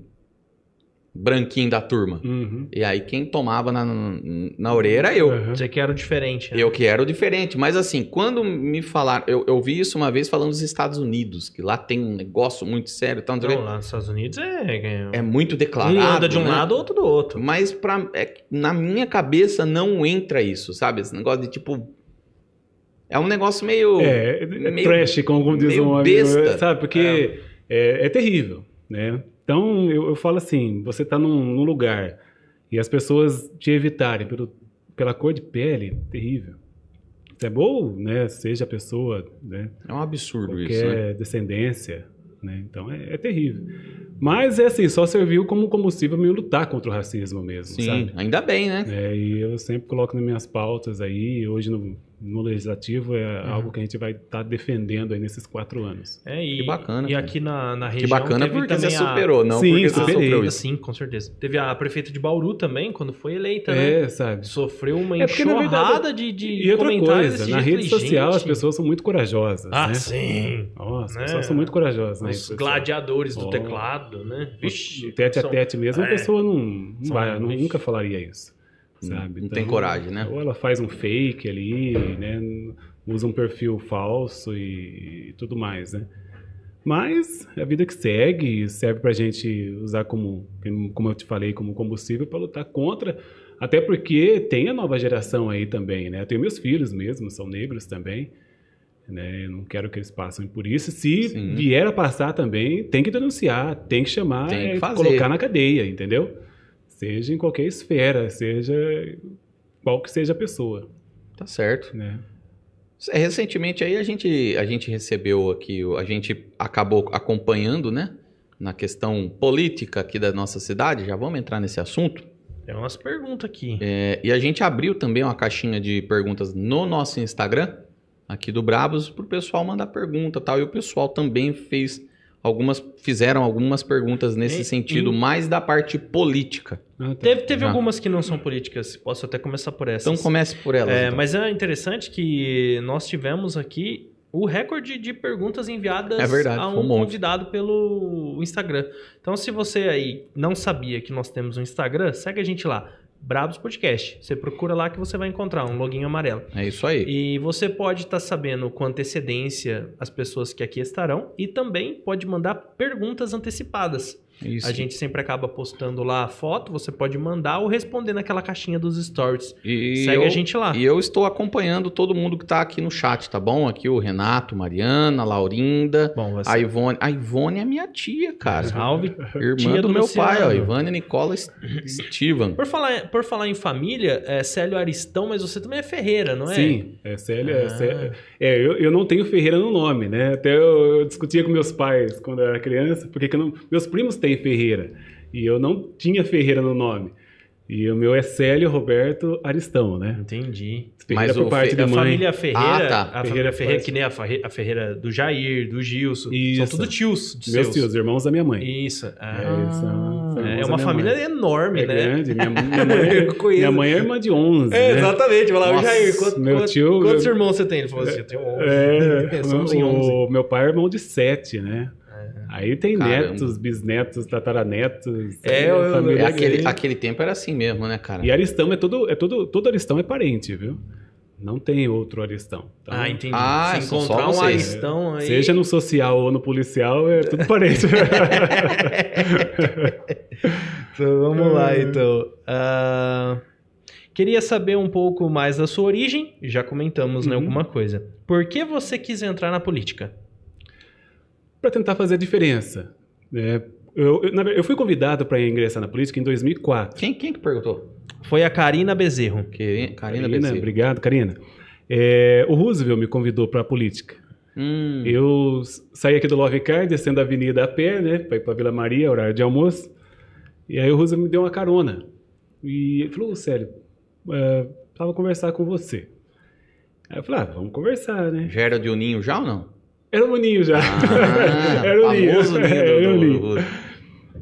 B: branquinho da turma.
C: Uhum.
B: E aí quem tomava na, na orelha era eu.
C: Aham.
A: Você que era o diferente. né?
B: Eu que era o diferente. Mas assim, quando me falaram... Eu, eu vi isso uma vez falando dos Estados Unidos, que lá tem um negócio muito sério. Então,
A: Não, lá nos Estados Unidos é.
B: é muito declarado.
A: um anda de um
B: né?
A: lado, outro do outro.
B: Mas pra, é que na minha cabeça não entra isso, sabe? Esse negócio de tipo. É um negócio meio.
C: É, é
B: meio-
C: trash, como algum diz
B: meio
C: um amigo,
B: besta.
C: sabe? Porque é, é terrível, né? Então, eu, eu falo assim, você tá num, num lugar e as pessoas te evitarem pelo, pela cor de pele, terrível. Isso é bom, né? Seja a pessoa, né?
B: É um absurdo
C: qualquer
B: isso,
A: é,
B: né?
C: descendência, né? Então, é, é terrível. Mas, é assim, só serviu como combustível para lutar contra o racismo mesmo,
B: Sim,
C: sabe?
B: ainda bem, né?
C: É, e eu sempre coloco nas minhas pautas aí, hoje no, no legislativo é
A: Uhum.
C: algo que a gente vai estar defendendo aí nesses quatro anos.
A: É, e,
B: Que bacana,
A: E
B: cara.
A: aqui na, na
B: Que
A: região.
B: bacana
A: teve
B: porque você
A: também a-
B: superou, não
C: Sim,
B: porque
A: Ah,
B: você
C: superei.
B: sofreu
A: sim,
B: isso.
A: sim, com certeza. Teve a prefeita de Bauru também, quando foi eleita, né?
C: É, sabe?
A: Sofreu uma
C: É porque, na
A: enxurrada de, de
C: E outra
A: comentários.
C: coisa,
A: desse
C: na
A: jeito.
C: rede
A: Falei,
C: social as
A: gente,
C: pessoas são muito corajosas,
A: Ah,
C: né?
A: sim.
C: Ó, as
A: Né?
C: pessoas são muito corajosas, né?
A: Os gladiadores do
C: Oh.
A: teclado, né? Vixe.
C: tete a
A: são-
C: tete mesmo, a
A: é.
C: pessoa não, não
A: São- Hum,
C: vai, não- nunca falaria isso,
B: Não-
C: sabe? Então,
B: não tem
A: Então,
B: coragem,
A: é
B: né?
C: Ou ela faz um fake ali, né? Usa um perfil falso e, e tudo mais, né? Mas é a vida que segue serve pra gente usar como, como eu te falei, como combustível para lutar contra. Até porque tem a nova geração aí também, né? Eu tenho meus filhos mesmo, são negros também. Né? Eu não quero que eles passem por isso. Se
B: Sim.
C: vier a passar também, tem que denunciar, tem que chamar,
B: Tem que
C: e
B: fazer.
C: É, colocar na cadeia, entendeu? Seja em qualquer esfera, seja qual que seja a pessoa,
B: Tá certo.
C: né?
B: É, Recentemente aí a gente, a gente recebeu aqui, o- a gente acabou acompanhando, né? Na questão política aqui da nossa cidade, já vamos entrar nesse assunto.
A: É umas perguntas aqui.
B: É, e a gente abriu também uma caixinha de perguntas no nosso Instagram, aqui do Brabos, pro pessoal mandar pergunta e tal. E o pessoal também fez algumas, fizeram algumas perguntas nesse
A: E-
B: sentido,
A: e-
B: mais da parte política.
C: Ah, tá.
A: Teve, teve
B: Já.
A: algumas que não são políticas. Posso até começar por essas.
B: Então comece por elas.
A: É,
B: então.
A: mas é interessante que nós tivemos aqui o recorde de perguntas enviadas
B: É verdade,
A: a
B: foi um
A: um,
B: monte.
A: convidado pelo Instagram. Então, se você aí não sabia que nós temos um Instagram, segue a gente lá, Brabos Podcast. Você procura lá que você vai encontrar um login amarelo.
B: É isso aí.
A: E você pode estar sabendo com antecedência as pessoas que aqui estarão e também pode mandar perguntas antecipadas.
B: Isso.
A: A gente sempre acaba postando lá a foto, você pode mandar ou responder naquela caixinha dos stories.
B: E
A: segue a
B: eu-
A: gente lá.
B: [LAUGHS] E eu estou acompanhando todo mundo que tá aqui no chat, tá bom? Aqui o Renato, Mariana, Laurinda,
A: Bom,
C: Tá
A: vai
B: a Ivone. A Ivone é minha tia, cara.
A: Salve.
B: Irmã
A: Tia
B: do,
A: do
B: meu
A: Luciano.
B: pai, ó. Ivane Nicola S- Steven.
A: Por falar, por falar em família, é Célio Aristão, mas você também é Ferreira, não é?
C: Sim, é Célia.
A: Ah.
C: É, Célia- é, eu, eu não tenho Ferreira no nome, né? Até eu, eu discutia com meus pais quando eu era criança, porque que eu não, meus primos têm Ferreira e eu não tinha Ferreira no nome. E o meu é Célio Roberto Aristão, né?
A: Entendi. É
C: Ferreira
B: Mas
C: por
B: o
C: parte
B: Fe-
A: A
C: da mãe.
A: família Ferreira,
B: Ah, tá.
A: a família
C: Ferreira
A: Ferreira,
C: faz-
A: que nem a, Farre- a Ferreira do Jair, do Gilson,
C: Isso.
A: são tudo tios de
C: meus
A: seus.
C: tios, irmãos da minha mãe.
A: Isso. Ah,
C: É, são- são
A: é uma
C: irmãos da minha
A: família
C: mãe.
A: enorme,
C: é
A: né? [LAUGHS]
C: grande. Minha, minha mãe,
A: Eu conheço.
C: minha mãe é irmã de 11.
A: É,
C: né?
A: exatamente. Vai lá, o
B: Nossa,
A: Jair, quanto-
C: meu
A: quanto-
C: tio-
A: quantos
C: meu-
A: irmãos você tem? Ele falou assim, eu tenho 11. [LAUGHS]
C: É,
A: Somos em
C: o-
A: 11.
C: meu pai é irmão de sete, né?
A: É.
C: Aí tem
B: Caramba.
C: netos, bisnetos, tataranetos.
A: É,
C: aí
A: eu- eu-
B: É,
C: família
B: aquele,
C: grande.
B: aquele tempo era assim mesmo, né, cara?
C: E Aristão é todo, é todo, todo Aristão é parente, viu? Não tem outro Aristão. Então,
A: Ah, entendi.
B: Ah,
A: Se
B: são só
A: encontrar um
B: vocês.
A: Aristão aí...
C: Seja no social ou no policial, é tudo parente.
A: [LAUGHS] Então, vamos lá, então. Ah, queria saber um pouco mais da sua origem. Já comentamos, né,
C: Uhum.
A: alguma coisa. Por que você quis entrar na política?
C: para tentar fazer a diferença. né? eu, eu- na verdade, eu fui convidado para ingressar na política em 2004.
B: Quem, quem que perguntou?
A: Foi a Karina Bezerro.
B: Que, Karina
C: Karina,
B: Bezerra.
C: obrigado, Karina. É, o Roosevelt me convidou para a política.
B: Hum,
C: Eu s- saí aqui do Love Car, descendo a avenida a pé, né? Pra ir pra Vila Maria, horário de almoço. E aí o Rusa me deu uma carona. E ele falou, "Ô, Célio, é, precisava conversar com você. Aí eu falei, ah, vamos conversar, né?
B: Já era de Uninho já ou
C: [LAUGHS]
B: não?
C: Era o Ninho já.
B: Ah,
C: era o Ninho. É,
B: famoso Ninho do-
C: Era o
B: do-
C: Ninho.
B: do-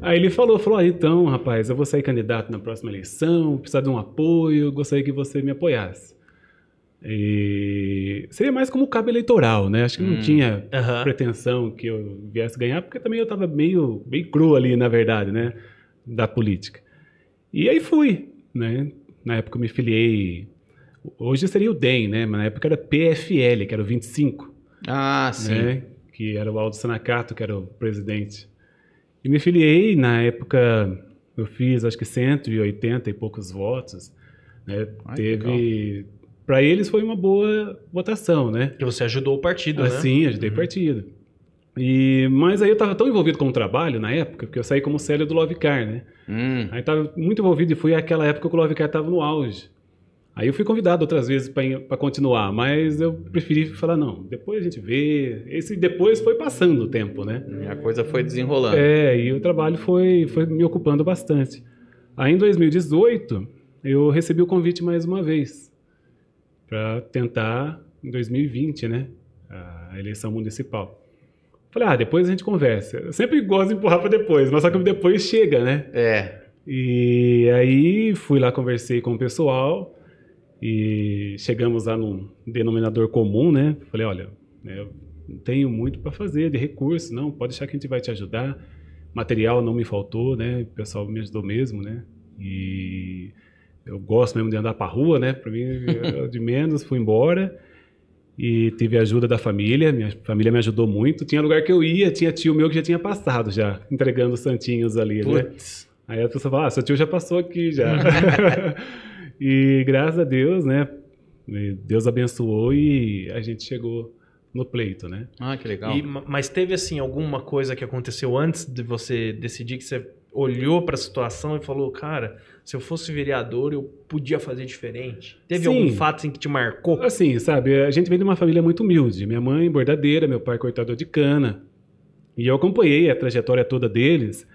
C: Aí ele falou, falou, "Ah, então, rapaz, eu vou sair candidato na próxima eleição, precisar de um apoio, gostaria que você me apoiasse. E seria mais como cabo eleitoral, né? Acho que
B: Hum.
C: não tinha
A: Aham.
C: pretensão que eu viesse ganhar, porque também eu estava meio bem cru ali, na verdade, né? Da política. E aí fui, né? Na época eu me filiei. Hoje seria o DEM, né? Mas na época era PFL, que era o 25
B: Ah, sim.
C: né, Que era o Aldo Sanacato, que era o presidente. E me filiei, na época, eu fiz acho que 180 e poucos votos. né,
B: Ai,
C: Teve. Para eles foi uma boa votação, né?
A: Que você ajudou o partido, né?
C: Assim, ajudei partido. E, mas aí eu estava tão envolvido com o trabalho na época, porque eu saí como Célio do Lovecar, né?
B: Hum.
C: Aí estava muito envolvido e foi aquela época que o Lovecar estava no auge. Aí eu fui convidado outras vezes para continuar, mas eu preferi falar não. Depois a gente vê. Esse depois foi passando o tempo, né?
B: A coisa foi desenrolando.
C: É, e o trabalho foi, foi me ocupando bastante. Aí em 2018, eu recebi o convite mais uma vez para tentar em 2020, né? A eleição municipal. Falei, ah, depois a gente conversa. Eu sempre gosto de empurrar para depois, mas só que depois chega, né?
B: É.
C: E aí fui lá, conversei com o pessoal e chegamos lá num denominador comum, né? Falei, olha, né, eu não tenho muito para fazer de recurso, não, pode deixar que a gente vai te ajudar. Material não me faltou, né? O pessoal me ajudou mesmo, né? E eu gosto mesmo de andar para rua, né? Para mim, eu de menos, fui embora. E tive a ajuda da família, minha família me ajudou muito. Tinha lugar que eu ia, tinha tio meu que já tinha passado já, entregando os santinhos ali, né?
B: Putz.
C: Aí a pessoa fala, ah, seu tio já passou aqui já. [LAUGHS] e graças a Deus, né? Deus abençoou e a gente chegou no pleito, né?
B: Ah, que legal.
A: E- ma- mas teve, assim, alguma coisa que aconteceu antes de você decidir que você olhou pra situação e falou, cara, se eu fosse vereador, eu podia fazer diferente? Teve
C: Sim.
A: algum fato assim, que te marcou?
C: Assim, sabe, a gente vem de uma família muito humilde. Minha mãe, bordadeira, meu pai, cortador de cana. E eu acompanhei a trajetória toda deles,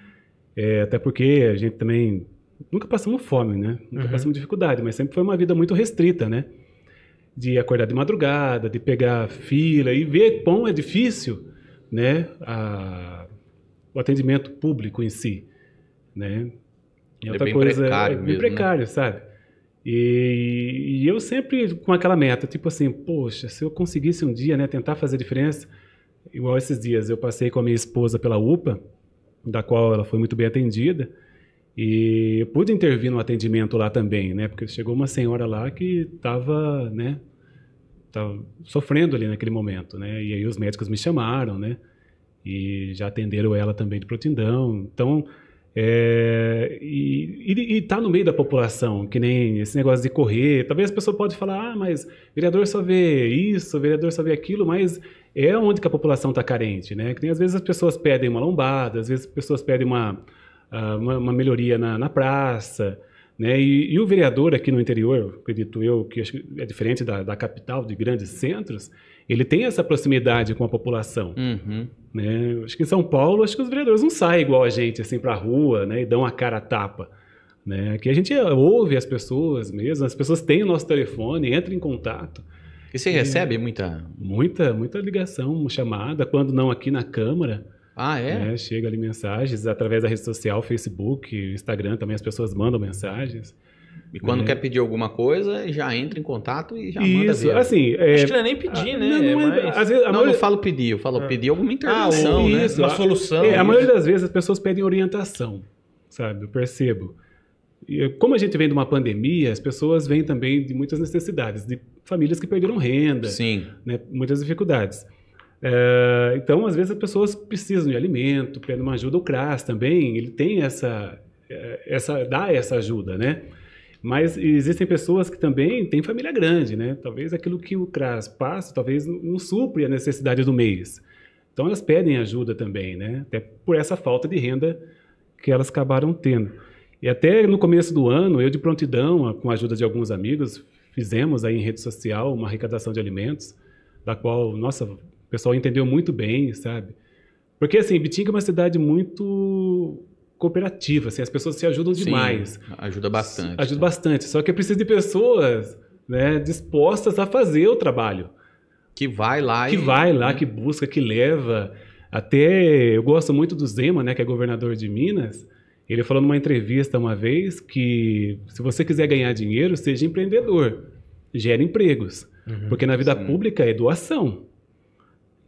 C: é, até porque a gente também nunca passamos fome, né? Nunca
A: Uhum.
C: passamos dificuldade, mas sempre foi uma vida muito restrita, né? De acordar de madrugada, de pegar fila e ver quão é difícil, né? a- o atendimento público em si, né? E
B: É
C: outra
B: bem
C: coisa
B: precário
C: é bem
B: mesmo, né?
C: precário, sabe? E, e eu sempre com aquela meta, tipo assim, poxa, se eu conseguisse um dia, né, tentar fazer diferença, igual esses dias eu passei com a minha esposa pela UPA, da qual ela foi muito bem atendida, e eu pude intervir no atendimento lá também, né, porque chegou uma senhora lá que estava, né, tava sofrendo ali naquele momento, né, e aí os médicos me chamaram, né, e já atenderam ela também de protindão, então é, e, e, e tá no meio da população, que nem esse negócio de correr. Talvez a pessoa pode falar, ah, mas vereador só vê isso, vereador só vê aquilo, mas é onde que a população está carente, né? Que nem às vezes as pessoas pedem uma lombada, às vezes as pessoas pedem uma, ah, uma, uma melhoria na, na praça, né? E, e o vereador aqui no interior, acredito eu, que acho que é diferente da, da capital, de grandes centros, ele tem essa proximidade com a população
B: Uhum.
C: né? Eu Acho que em São Paulo, acho que os vereadores não saem igual a gente, assim, pra rua, né? E dão a cara a tapa, né? Aqui a gente ouve as pessoas mesmo, as pessoas têm o nosso telefone, entram em contato.
B: E você recebe muita.
C: Muita, muita ligação, chamada, quando não aqui na Câmara,
B: Ah, é?
C: né? Chega ali mensagens através da rede social, Facebook, Instagram também, as pessoas mandam mensagens.
B: E quando
C: É.
B: quer pedir alguma coisa, já entra em contato e já manda
C: Isso,
B: ver. né?
C: assim... É,
A: Acho que não é nem pedir,
C: a-
A: né?
C: não, não é-
A: mas-
C: às vezes, a
B: Não,
C: maioria-
B: não falo pedir, eu falo
A: Ah.
B: pedir é alguma
A: Ah,
B: intervenção,
A: ou
B: né?
A: isso, uma
C: a-
A: solução.
C: É, a
A: isso.
C: maioria das vezes as pessoas pedem orientação, sabe? Eu percebo. E, eh, como a gente vem de uma pandemia, as pessoas vêm também de muitas necessidades, de famílias que perderam renda,
B: Sim.
C: né? muitas dificuldades. Eh, então, às vezes as pessoas precisam de alimento, pedem uma ajuda. O CRAS também, ele tem essa, eh, essa dá essa ajuda, né? Mas existem pessoas que também têm família grande, né? Talvez aquilo que o CRAS passa, talvez não- não supre a necessidade do mês. Então elas pedem ajuda também, né? Até por essa falta de renda que elas acabaram tendo. E até no começo do ano, eu de prontidão, a- com a ajuda de alguns amigos, fizemos aí em rede social uma arrecadação de alimentos, da qual, nossa, o pessoal entendeu muito bem, sabe? Porque assim, Bitinga é uma cidade muito cooperativa, assim, as pessoas se ajudam
B: Sim,
C: demais.
B: Ajuda bastante.
C: Ajuda bastante. Só que precisa de pessoas né, dispostas a fazer o trabalho.
B: Que vai lá
C: que
B: e.
C: vai lá, que busca, que leva. Até eu gosto muito do Zema, né, que é governador de Minas. Ele falou numa entrevista uma vez que se você quiser ganhar dinheiro, seja empreendedor, gere empregos,
A: Uhum.
C: porque na vida
B: Sim.
C: pública é doação.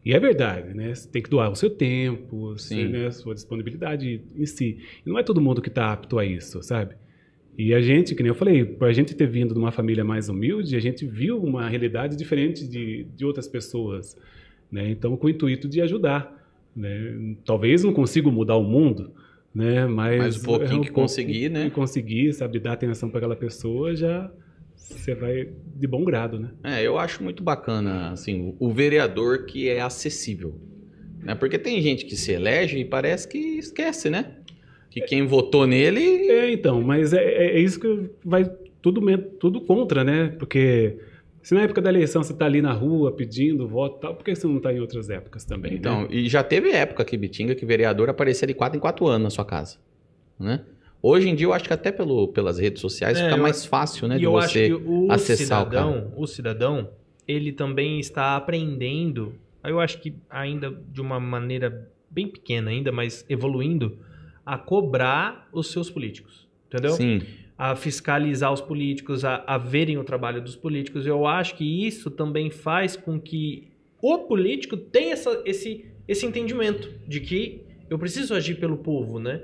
C: E é verdade, né? Você tem que doar o seu tempo,
B: Sim.
C: seu, né, sua disponibilidade em si. E não é todo mundo que está apto a isso, sabe? E a gente, que nem eu falei, por a gente ter vindo de uma família mais humilde, a gente viu uma realidade diferente de, de outras pessoas, né? Então, com o intuito de ajudar, né? Talvez não consigo mudar o mundo, né? Mas,
B: Mas o um pouquinho que conseguir, né?
C: Que conseguir, sabe, dar atenção para aquela pessoa, já você vai de bom grado, né?
B: É, eu acho muito bacana, assim, o o vereador que é acessível. Né? Porque tem gente que se elege e parece que esquece, né? Que quem votou nele.
C: É, então, mas é, é- é isso que vai tudo, men- tudo contra, né? Porque se na época da eleição você tá ali na rua pedindo voto e tal, por que você não tá em outras épocas também?
B: Então,
C: né?
B: e já teve época aqui, em Bitinga, que vereador aparecia de 4 em 4 anos na sua casa, né? Hoje em dia, eu acho que até pelo, pelas redes sociais
A: É,
B: fica
A: eu-
B: mais fácil, né?
A: e
B: de
A: eu acho
B: você...
A: que o
B: acessar o
A: cidadão, o, cidadão, ele também está aprendendo. Eu acho que ainda de uma maneira bem pequena ainda, mas evoluindo a cobrar os seus políticos, entendeu?
B: Sim,
A: A fiscalizar os políticos, a, a verem o trabalho dos políticos. Eu acho que isso também faz com que o político tenha essa- esse, esse entendimento de que eu preciso agir pelo povo, né?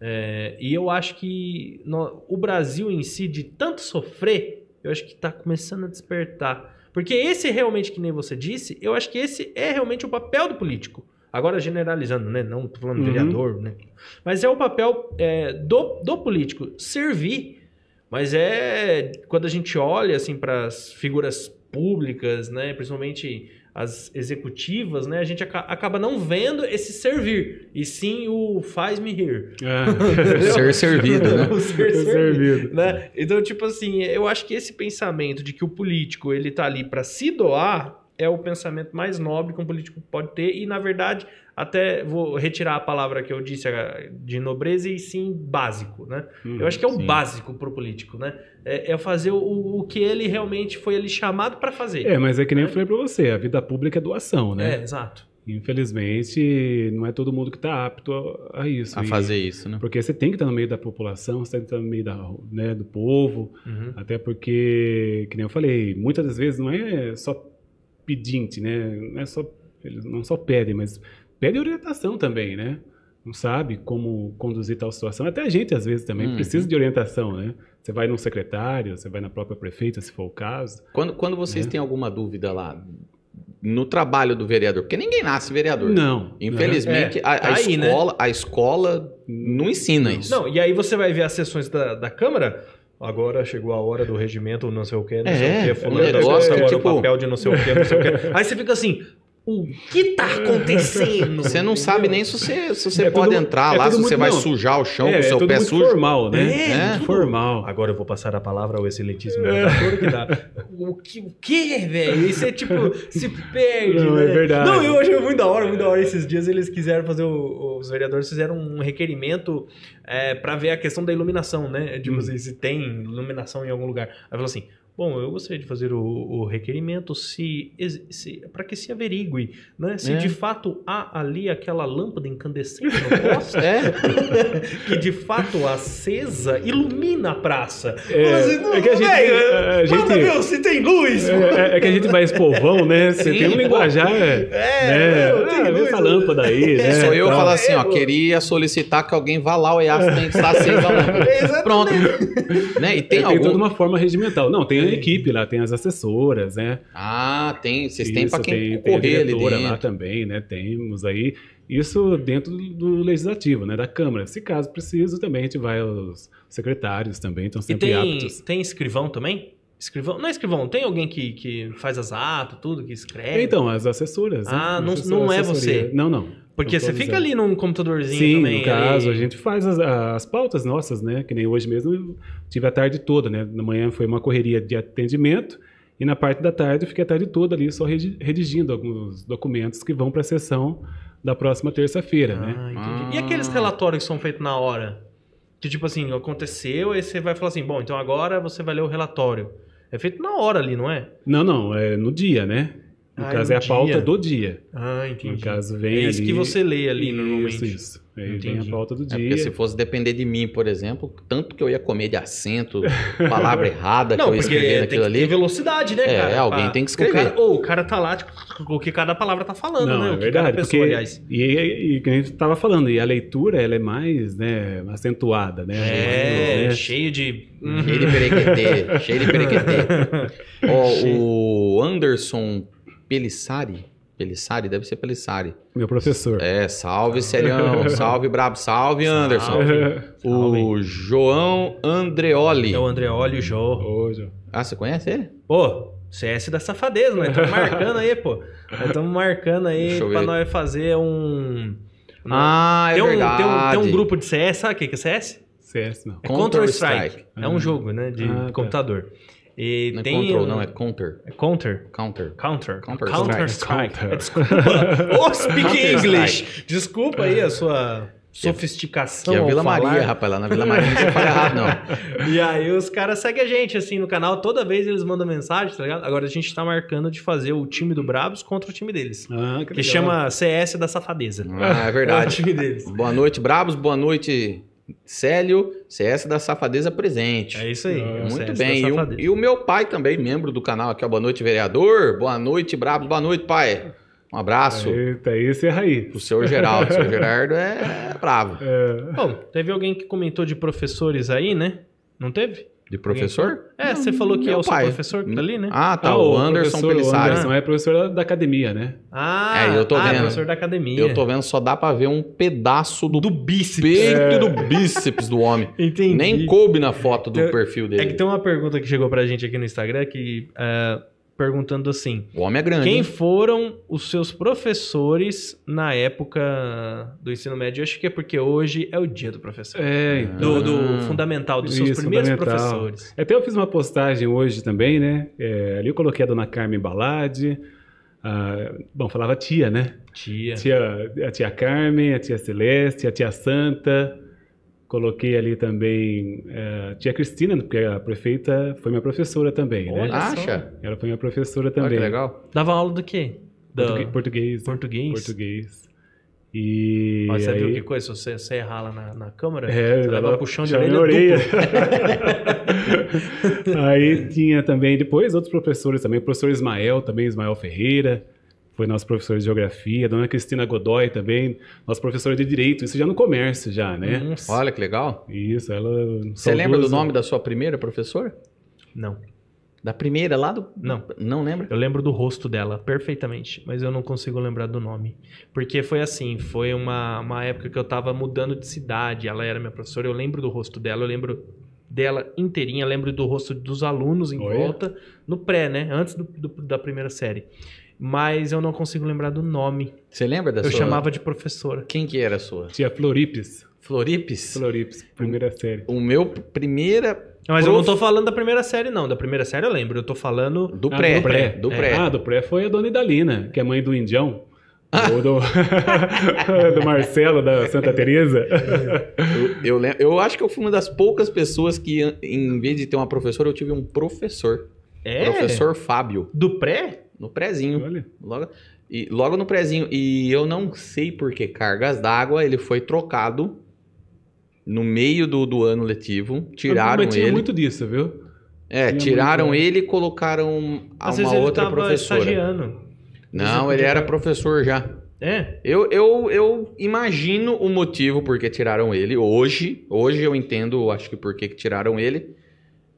A: É, e eu acho que no- o Brasil em si, de tanto sofrer, eu acho que tá começando a despertar. Porque esse é realmente, que nem você disse, eu acho que esse é realmente o papel do político. Agora generalizando, né? Não tô falando
C: Uhum.
A: vereador, né? Mas é o papel é, do, do político servir. Mas é quando a gente olha assim para as figuras públicas, né? Principalmente as executivas, né? A gente aca- acaba não vendo esse servir e sim o faz-me rir. [LAUGHS]
C: Ah,
B: [LAUGHS] ser servido, né?
A: O ser servido,
C: servido.
A: né? Então, tipo assim, eu acho que esse pensamento de que o político ele tá ali para se doar é o pensamento mais nobre que um político pode ter e na verdade até vou retirar a palavra que eu disse a- de nobreza e sim básico, né? Eu acho que é o
B: Sim.
A: básico pro político, né? É, é fazer o, o que ele realmente foi ali chamado para fazer.
C: É, mas é que nem eu falei pra você, a vida pública é doação, né?
A: É, exato.
C: Infelizmente, não é todo mundo que tá apto a, a isso.
B: A
C: E-
B: fazer isso, né?
C: Porque você tem que estar no meio da população, você tem que estar no meio da, ru- né, do povo,
A: Uhum.
C: Até porque, que nem eu falei, muitas das vezes não é só pedinte, né? Não é só, eles não só pedem, mas pedem orientação também, né? Não sabe como conduzir tal situação. Até a gente, às vezes, também
B: Uhum.
C: precisa de orientação, né? Você vai num secretário, você vai na própria prefeita, se for o caso.
B: Quando, quando vocês
C: Né?
B: têm alguma dúvida lá no trabalho do vereador, porque ninguém nasce vereador.
C: Não.
B: Infelizmente, a, a
A: Tá aí, né?
B: escola, a escola não ensina
C: Não.
B: isso.
A: Não, e aí você vai ver as sessões da, da Câmara. Agora chegou a hora do regimento, não sei o que, não sei
B: É,
A: o que,
B: é
A: fulano da
B: um negócio
A: Costa,
B: que,
A: agora o
B: tipo-
A: papel de não sei o que, não sei o que. Aí você fica assim, o que
B: [LAUGHS]
A: tá acontecendo?
B: Você não sabe nem se você, se você
C: É
B: pode
C: tudo-
B: entrar
C: é
B: lá,
C: tudo
B: se você
C: muito-
B: vai
C: não.
B: sujar o chão
C: É,
B: com o
C: é
B: então, seu
C: tudo
B: pé
C: muito
B: sujo.
C: formal, né?
A: É,
B: É.
A: tudo.
C: Formal.
A: Agora eu vou passar a palavra ao excelentíssimo
C: É.
A: doutor que dá. O que, o que velho? Isso é tipo, se perde,
C: Não,
A: né?
C: é verdade.
A: Não, eu achei muito da hora, muito da hora. Esses dias eles quiseram fazer, o- os vereadores fizeram um requerimento é, pra ver a questão da iluminação, né? Tipo
C: Hum.
A: assim, se tem iluminação em algum lugar. Aí falou assim, bom, eu gostaria de fazer o, o requerimento se, ex- se para que se averigue, né? Se
B: É.
A: de fato há ali aquela lâmpada incandescente no poste
B: É,
A: que de fato acesa ilumina a praça.
C: É,
A: Mas, não,
C: é que a gente-
A: velho,
C: a- a
A: manda
C: gente-
A: ver se tem luz.
C: É, é- é que a gente vai espovão, né? Você
B: Sim,
C: tem um
B: pô.
C: linguajar. É,
A: É, não, tem
C: ah, vê
A: luz.
C: essa lâmpada aí, né?
B: É, sou eu
C: Tal.
B: falar assim, ó,
A: É,
B: queria solicitar que alguém vá lá olhar se tem que estar acesa ou não.
A: [LAUGHS] Exatamente.
C: [LAUGHS]
B: Pronto. né? E
C: É, Tem,
B: tem algum...
C: toda uma forma regimental. Não, tem a equipe lá, tem as assessoras, né?
B: Ah, tem. Vocês têm
C: Isso,
B: pra quem
C: tem, tem a
B: correr ali
C: diretora
B: dentro.
C: lá também, né? Temos aí. Isso dentro do legislativo, né? Da Câmara. Se caso preciso, também a gente vai aos secretários também, estão
A: E
C: sempre
A: tem,
C: aptos.
A: tem escrivão também? Escrivão? Não é escrivão, tem alguém que, que faz as atas, tudo, que escreve.
C: Então, as assessoras. né?
A: É. Ah, não-
C: Assessora-
A: não é
C: assessoria.
A: você.
C: Não, não.
A: Porque
C: não
A: você
C: todos
A: fica
C: é.
A: ali num computadorzinho
C: Sim,
A: também.
C: no caso,
A: ali.
C: a gente faz as, as pautas nossas, né? Que nem hoje mesmo eu tive a tarde toda, né? Na manhã foi uma correria de atendimento e na parte da tarde eu fiquei a tarde toda ali só redi- redigindo alguns documentos que vão para a sessão da próxima terça-feira,
A: Ah,
C: né?
A: entendi. E
B: Ah.
A: aqueles relatórios que são feitos na hora? Que tipo assim, aconteceu, aí você vai falar assim, bom, então agora você vai ler o relatório. É feito na hora ali, não é?
C: Não, não, é no dia, né? No
A: Ah, é
C: caso,
A: no
C: é a pauta
A: dia.
C: do dia.
A: Ah,
C: No
A: entendi.
C: caso,
A: É
C: vem
A: isso
C: ali-
A: que você lê ali normalmente.
C: Isso, isso. Aí vem
A: Entendi.
C: a pauta do
B: É
C: dia.
B: porque se fosse depender de mim, por exemplo, tanto que eu ia comer de acento,
C: [LAUGHS]
B: palavra errada que
A: Não,
B: eu ia
A: porque
B: escrever
A: tem que
B: naquilo
A: ter
B: ali.
A: velocidade, né,
B: É,
A: cara?
B: alguém
A: Pra-
B: tem que escrever.
A: O cara, ou o cara tá lá, tipo, o que cada palavra tá falando,
C: Não,
A: né? O
C: é
A: que
C: verdade.
A: cada pessoa,
C: porque,
A: aliás.
C: E, e, e que a gente estava falando, e a leitura ela é mais né, acentuada, né?
A: É, Uhum.
C: Né?
A: cheio de.
B: Cheio de perequetê, cheio de perequetê.
C: [LAUGHS]
B: Ó, o Anderson Pelissari, Pelissari, deve ser Pelissari.
C: Meu professor.
B: É, salve, Celião, salve, brabo, salve, Anderson.
C: [LAUGHS]
B: O João Andreoli.
A: É o André Olho, o Jô.
C: Hoje.
B: Ah, você conhece ele?
A: Pô, CS da safadeza, né? Estamos marcando aí, pô. Estamos marcando aí
B: Deixa eu
A: pra
B: ver.
A: nós fazer um.
B: Ah, é
A: tem, um tem,
B: verdade.
A: um, tem um grupo de CS, sabe o que que é CS?
C: CS não.
A: É
B: Counter
A: Counter-Strike.
B: Strike.
A: é um jogo, né? De
C: Ah, tá.
A: computador. E
B: Não é
A: tem.
B: control, não, é counter.
A: é Counter.
B: Counter.
A: Counter.
B: Counter
A: Counter-Strike.
C: Counter.
A: É,
B: [LAUGHS]
A: Desculpa. Ô, speak
B: Counter
A: English. Desculpa aí a sua sofisticação.
B: Que é a
A: ao
B: Vila
A: falar.
B: Maria, rapaz. Lá na Vila Maria não se fala errado, não.
A: [LAUGHS] E aí os caras seguem a gente, assim, no canal. Toda vez eles mandam mensagem, tá ligado? Agora a gente tá marcando de fazer o time do Brabos contra o time deles.
C: Ah,
A: Que
C: legal.
A: chama CS da Safadeza.
B: Ah, é verdade.
A: É o time
B: [LAUGHS]
A: deles.
B: Boa noite, Brabos. Boa noite, Célio. CS da Safadeza presente.
A: É isso aí. é
C: Ah,
A: o
B: Muito
A: CS da
B: bem. E o,
A: Safadeza.
B: e o meu pai também, membro do canal aqui, ó. Boa noite, vereador. Boa noite, Brabos. Boa noite, pai. Um abraço.
C: Eita, esse é aí.
B: O senhor Geraldo. O senhor Gerardo é bravo.
C: É,
A: Bom, teve alguém que comentou de professores aí, né? Não teve?
B: De professor?
A: É, você falou que é
B: meu
A: o seu
B: pai.
A: professor que tá ali, né?
B: Ah, tá.
C: Ah,
B: o Anderson
C: professor- O
B: Pelissari.
C: Anderson é professor da academia, né?
A: Ah,
B: É, eu tô
A: ah,
B: vendo.
A: professor da academia.
B: Eu tô vendo, só dá pra ver um pedaço do,
A: Do bíceps. É.
B: peito e do bíceps do homem.
A: Entendi.
B: Nem coube na foto do
A: Eu-
B: perfil
A: É que
B: dele.
A: tem uma pergunta que chegou pra gente aqui no Instagram que é, perguntando assim:
B: O homem é grande.
A: Quem
B: hein?
A: foram os seus professores na época do ensino médio? Eu acho que é porque hoje é o dia do professor.
C: É,
A: Do,
B: Ah.
A: do fundamental, dos seus
C: Isso,
A: primeiros
C: fundamental.
A: professores.
C: Até eu fiz uma postagem hoje também, né? É, ali eu coloquei a dona Carmen Balade. a- bom, falava tia, né?
A: Tia.
C: Tia, a tia Carmen, a tia Celeste, a tia Santa. Coloquei ali também é, a tia Cristina, porque a prefeita foi minha professora também, né?
A: Olha.
B: Acha?
C: Ela foi minha professora
B: Olha que
C: também.
B: legal.
A: Dava aula do quê? Da-
C: Portugue- Português. né?
A: Português.
C: Português. E.
A: Ó, você
C: aí...
A: viu que coisa? Se você, você errar lá na, na câmara,
C: É,
A: você leva
C: dava
A: puxão de
C: puxão
A: orelha,
C: na
A: orelha. [LAUGHS]
C: Aí tinha também, depois, outros professores também. O professor Ismael, também, Ismael Ferreira, foi nosso professor de geografia. Dona Cristina Godoy também, nosso professor de direito. Isso já no comércio, já, né?
A: Nossa.
B: Olha que legal.
C: Isso, ela.
B: Você lembra do nome da sua primeira professora?
A: Não,
B: Da primeira lá do.
A: não.
B: Não lembra?
A: Eu lembro do rosto dela perfeitamente, mas eu não consigo lembrar do nome. Porque foi assim, foi uma, uma época que eu tava mudando de cidade, ela era minha professora, eu lembro do rosto dela, eu lembro dela inteirinha, eu lembro do rosto dos alunos em
C: Olha.
A: volta, no pré, né? Antes do- do- da primeira série. Mas eu não consigo lembrar do nome.
B: Você lembra da
A: eu
B: sua?
A: chamava de professora.
B: Quem que era a sua?
C: Tia Floripes.
B: Floripes?
C: Floripes, primeira série.
B: O meu primeira
A: Mas eu
B: Prof-
A: não tô falando da primeira série, não. Da primeira série eu lembro, eu tô falando.
B: do
C: Ah,
B: pré.
C: do pré.
B: Do
A: É.
B: pré.
C: Ah, do pré foi a dona Idalina, que é mãe do Indião.
A: Ah.
C: Ou do, [LAUGHS] do Marcelo, da Santa Teresa.
B: Eu, eu, lem- eu acho que eu fui uma das poucas pessoas que, em vez de ter uma professora, eu tive um professor.
A: É?
B: Professor Fábio.
A: Do pré?
B: No prézinho.
C: Olha.
B: Logo, e, logo no prézinho. E eu não sei por que cargas d'água, ele foi trocado no meio do, do ano letivo. Tiraram
C: Mas tinha
B: ele.
C: muito disso, viu?
B: É,
C: tinha
B: tiraram
C: muito-
B: ele e colocaram a
A: Às
B: uma
A: vezes ele
B: outra
A: tava
B: professora.
A: estagiando.
B: Não, ele era professor já.
A: É?
B: Eu, eu, eu imagino o motivo porque tiraram ele. Hoje, hoje eu entendo, acho que por que que tiraram ele.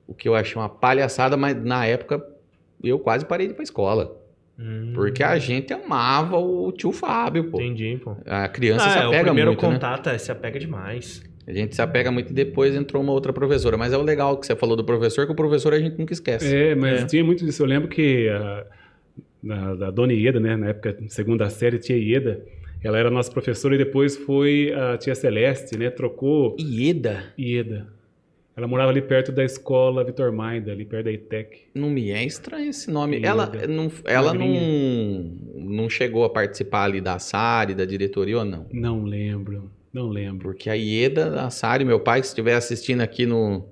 B: O que eu achei uma palhaçada, mas na época eu quase parei de ir pra escola.
A: Hum,
B: Porque a gente amava o tio Fábio, pô.
A: Entendi, pô.
B: A criança
A: Ah,
B: se
A: é, o
B: apega
A: primeiro
B: muito, né?
A: contato é, se apega demais.
B: A gente se apega muito e depois entrou uma outra professora. Mas é o legal que você falou do professor, que o professor a gente nunca esquece.
C: É, mas
A: É.
C: tinha muito disso. Eu lembro que a, na- da dona Ieda, né? Na época, segunda série, tia Ieda, ela era nossa professora e depois foi a tia Celeste, né? Trocou
B: Ieda.
C: Ieda. Ela morava ali perto da escola Vitor Maida, ali perto da ITEC.
B: Não me é estranho esse nome.
C: Linda.
B: Ela, não, ela não,
C: Magrinha.
B: não chegou a participar ali da SARI, da diretoria ou não?
C: Não lembro, não lembro.
B: Porque a Ieda, da SARI, meu pai, que estiver assistindo aqui no,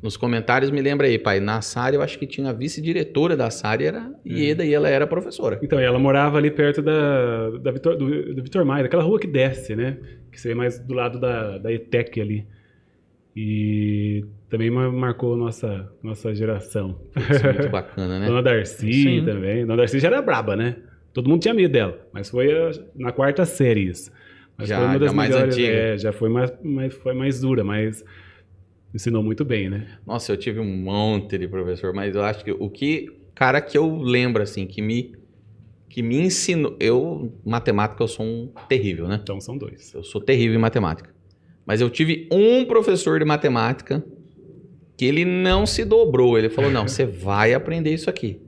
B: nos comentários, me lembra aí, pai. Na SARI, eu acho que tinha a vice-diretora da SARI, era
C: Hum.
B: a Ieda, e ela era professora.
C: Então, e ela morava ali perto da, da Vitor, do, do Vitor Maia, aquela rua que desce, né? Que seria mais do lado da, da ETEC ali. E também mar- marcou nossa, nossa geração.
B: Isso é muito
C: [LAUGHS]
B: bacana, né?
C: Dona Darcy
A: Sim.
C: também. Dona Darcy já era braba, né? Todo mundo tinha medo dela, mas foi a- na quarta série isso. Mas
B: Já-
C: foi uma das
B: já mais
C: melhores,
B: antiga.
C: é, já foi mais, mais, foi mais dura, mas ensinou muito bem, né?
B: Nossa, eu tive um monte de professor, mas eu acho que o que cara que eu lembro assim, que me que me ensinou, eu matemática eu sou um terrível, né?
C: Então são dois.
B: Eu sou terrível em matemática. Mas eu tive um professor de matemática que ele não se dobrou, ele falou: "Não,
A: [LAUGHS]
B: você vai aprender isso aqui".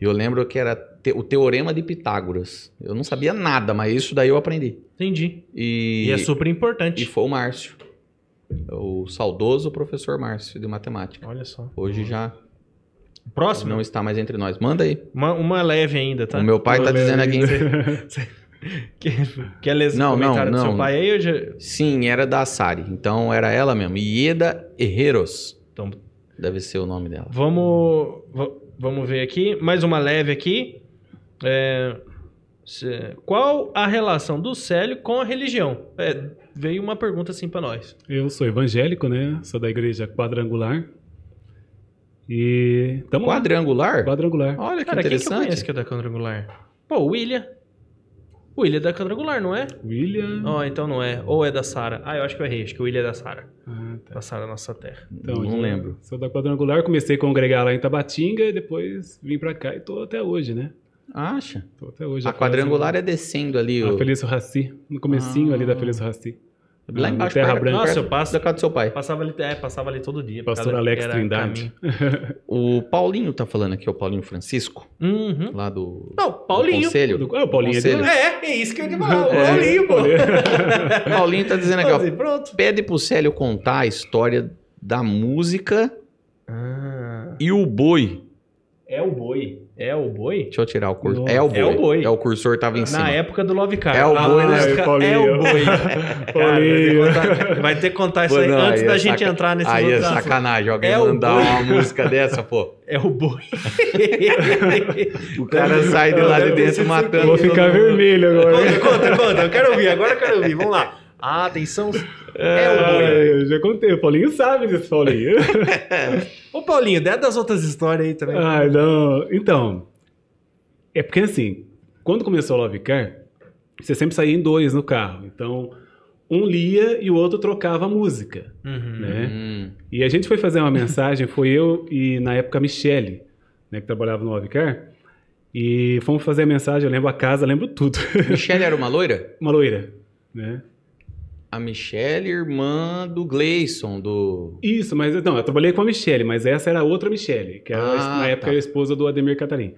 B: Eu lembro que era te- o teorema de Pitágoras. Eu não sabia nada, mas isso daí eu aprendi.
A: Entendi.
B: E,
A: E, é super
B: e
A: importante.
B: foi o Márcio. O saudoso professor Márcio de matemática.
A: Olha só.
B: Hoje já
A: Próximo?
B: não está mais entre nós. Manda aí.
A: Uma, uma leve ainda, tá?
B: O meu pai tá dizendo aqui.
A: Que, que é les...
B: Não,
A: comentário
B: não,
A: do seu
B: não.
A: pai aí? Eu já...
B: Sim, era da Sari. Então era ela mesmo. Ieda Herreros.
A: Então,
B: Deve ser o nome dela.
A: Vamos, va- vamos ver aqui. Mais uma leve aqui. É, se- qual a relação do Célio com a religião? É, veio uma pergunta assim pra nós.
C: [LAUGHS] Eu sou evangélico, né? Sou da igreja quadrangular. E tamo lá.
B: Quadrangular?
C: Quadrangular.
B: Olha que
A: Cara, quem que eu
B: interessante.
A: conheço que é da quadrangular? Pô, o William. O William é da quadrangular, não é?
C: William.
B: Hum.
A: Ó, então não é. Ou é da Sara. Ah, eu acho que eu errei. Acho que o William é da Sara.
C: Ah, tá.
A: Da Sara Nossa Terra.
C: Então,
B: Não
C: eu
B: lembro.
C: Sou da quadrangular, comecei a congregar lá em Tabatinga e depois vim pra cá e tô até hoje, né?
B: Acha?
C: Tô até hoje.
B: A quadrangular é descendo ali.
A: Ah,
C: A
B: O...
C: Ah, Feliz Raci, no comecinho
B: Ah.
C: ali da Feliz Raci.
B: Lá
C: na
B: embaixo.
C: Terra
B: perto-
C: Branca.
A: Nossa,
B: perto
A: eu passo.
B: Da casa do seu pai.
A: Passava ali, é, passava ali todo dia.
C: Pastor
A: Cada-
C: Alex
A: era
C: Trindade.
B: O Paulinho tá falando aqui, o Paulinho Francisco,
A: caminho. Uhum.
B: lá do, do
A: Não, Paulinho.
B: conselho.
C: Do- Ah, o Paulinho né? é de
B: Conselho.
C: lá.
A: É, é isso que eu ia
C: [LAUGHS]
A: falar. O
B: É.
A: Paulinho, pô.
B: Paulinho tá dizendo aqui,
A: Fazer,
B: ó.
A: pronto.
B: Pede pro Célio contar a história da música
A: Ah,
B: e o boi.
A: é o boi. É o boi?
B: Deixa eu tirar o cursor.
C: Nossa.
B: É o boi.
A: É o boi.
B: É o cursor tava em
A: Na
B: cima.
A: época do Love Car.
B: É o
A: Ah,
B: boi, né?
A: música
C: Aí, Paulinho.
A: É o
C: [LAUGHS]
A: boi.
C: Paulinho.
A: Cara, vai ter que contar- vai ter que contar isso
B: Pô,
A: aí
B: não,
A: antes
B: aí
A: da
B: é
A: gente
B: saca-
A: entrar nesse
B: Aí é
A: outro assunto.
B: sacanagem, alguém
A: É o
B: mandar
A: boi.
B: uma música dessa, pô.
A: É o boi.
B: O cara sai [LAUGHS] de lá de
A: Deve ter sido
B: dentro matando.
C: Vou ficar
B: todo mundo.
C: vermelho agora.
A: conta, conta, conta. Eu quero ouvir, agora eu quero ouvir. Vamos lá. Ah, atenção. É o
C: Ah,
A: boi.
C: eu já contei, o Paulinho sabe
A: [LAUGHS]
C: disso, Paulinho.
A: Ô, Paulinho, dê das outras histórias aí também.
C: Ai, não. Ah, Então, é porque assim, quando começou o Love Car, você sempre saía em dois no carro. Então, um lia e o outro trocava a música,
A: Uhum.
C: né?
B: Hum,
C: E a gente foi fazer uma mensagem, foi eu e na época a Michele, né, que trabalhava no Lovecar, e fomos fazer a mensagem, eu lembro a casa, lembro tudo. [LAUGHS]
B: Michelle era uma loira?
C: uma loira, né?
B: A Michelle, é irmã do Gleison, do.
C: Isso, mas não, eu trabalhei com a Michele, mas essa era a outra Michele, que era,
B: Ah,
C: na época
B: tá.
C: era a esposa do Ademir Catarim.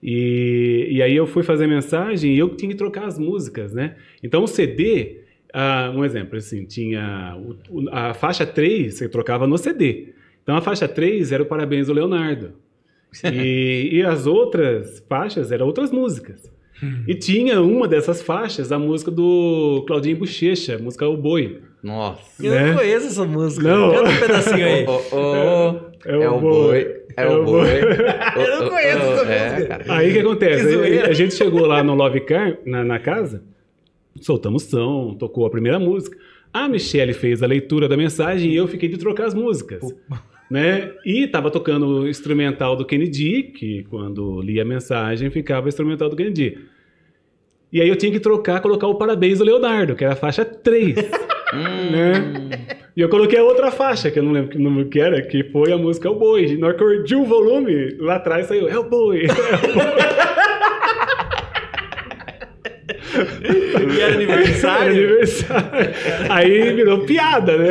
C: E, e aí eu fui fazer a mensagem e eu tinha que trocar as músicas, né? Então o CD, ah, um exemplo, assim, tinha o- o- a faixa 3, você trocava no CD. Então a faixa 3 era o Parabéns do
B: [LAUGHS]
C: Leonardo. E, e as outras faixas eram outras músicas. E tinha uma dessas faixas, a música do Claudinho Bochecha, a música O Boi.
B: Nossa.
A: Eu
C: Né?
A: não conheço essa música.
C: Não.
A: Canta um pedacinho aí.
B: Ô, ô, ô, É o boi. É o boi. [LAUGHS]
A: Eu não conheço
B: Ô, ô,
A: essa
B: é,
A: música.
B: cara.
C: Aí o que acontece?
A: Que zoeira.
C: a, a gente chegou lá no Love Car, na, na casa, soltamos som, tocou a primeira música. A Michelle fez a leitura da mensagem e eu fiquei de trocar as músicas. Né? E tava tocando o instrumental do Kennedy, que quando lia a mensagem ficava o instrumental do Kennedy. E aí eu tinha que trocar, colocar o parabéns do Leonardo, que era a faixa 3.
B: Hum,
C: Né? e eu coloquei a outra faixa, que eu não lembro que número que era, que foi a música É o Boi. Na hora que eu ergui o volume, lá atrás saiu É o Boi.
A: E era
C: Era
A: aniversário.
C: aniversário. Aí virou piada, né?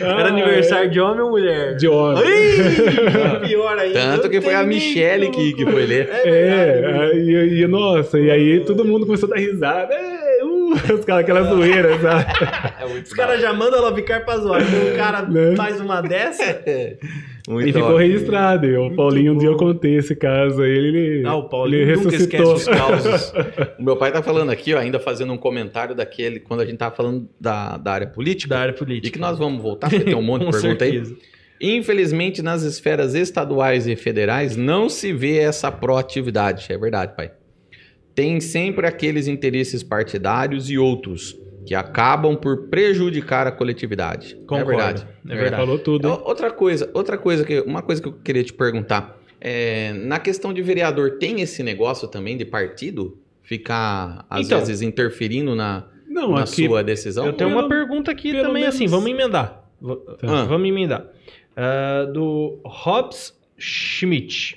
A: É. Era aniversário de homem ou mulher?
C: Ah, é. de homem.
A: Ih, pior ainda.
B: Tanto que foi a Michelle que, que foi ler.
C: É, aí, e, nossa, e aí todo mundo começou a dar risada. É, uh. Os caras, aquela zoeira, sabe?
B: É muito
A: Os caras já mandam a Lovecar pra zoar. Então o cara
C: Né?
A: faz uma dessa.
B: Muito
C: E ficou
B: ótimo.
C: registrado. E o Paulinho, um dia eu contei esse caso aí, ele.
A: Ah, o Paulinho
C: ele
A: nunca
C: ressuscitou.
A: esquece
B: Os causos. O meu pai tá falando aqui, ó, ainda fazendo um comentário daquele, quando a gente tava falando da, da área política.
A: Da área
B: E
A: política. né?
B: que nós vamos voltar, porque tem um monte
A: [LAUGHS]
B: de
A: Com
B: pergunta aí.
A: certeza.
B: Infelizmente, nas esferas estaduais e federais, não se vê essa proatividade. É verdade, pai. Tem sempre aqueles interesses partidários e outros que acabam por prejudicar a coletividade.
A: Concordo.
B: É verdade.
A: É verdade.
C: Falou tudo. hein?
B: O- Outra coisa, outra coisa que uma coisa que eu queria te perguntar é, na questão de vereador tem esse negócio também de partido ficar às
A: Então.
B: vezes interferindo na,
C: Não,
B: na
C: aqui.
B: sua decisão?
A: Eu tenho uma
C: Pelo-
A: pergunta aqui
C: pelo
A: também,
C: menos-
A: assim, vamos emendar. V-
C: Tá.
A: Vamos emendar. Ah, do Hobbs Schmidt.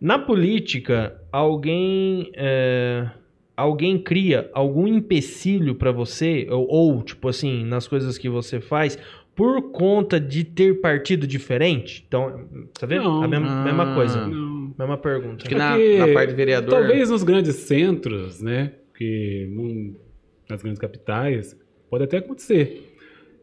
A: Na política, alguém. eh, Alguém cria algum empecilho pra você, ou, ou, tipo assim, nas coisas que você faz, por conta de ter partido diferente? Então, tá vendo?
C: Não.
A: a mesma, mesma
B: Ah.
A: coisa.
C: Não.
A: Mesma pergunta.
B: Acho que na,
C: Porque
B: na parte de vereador
C: Talvez nos grandes centros, né? Que hum, nas grandes capitais pode até acontecer.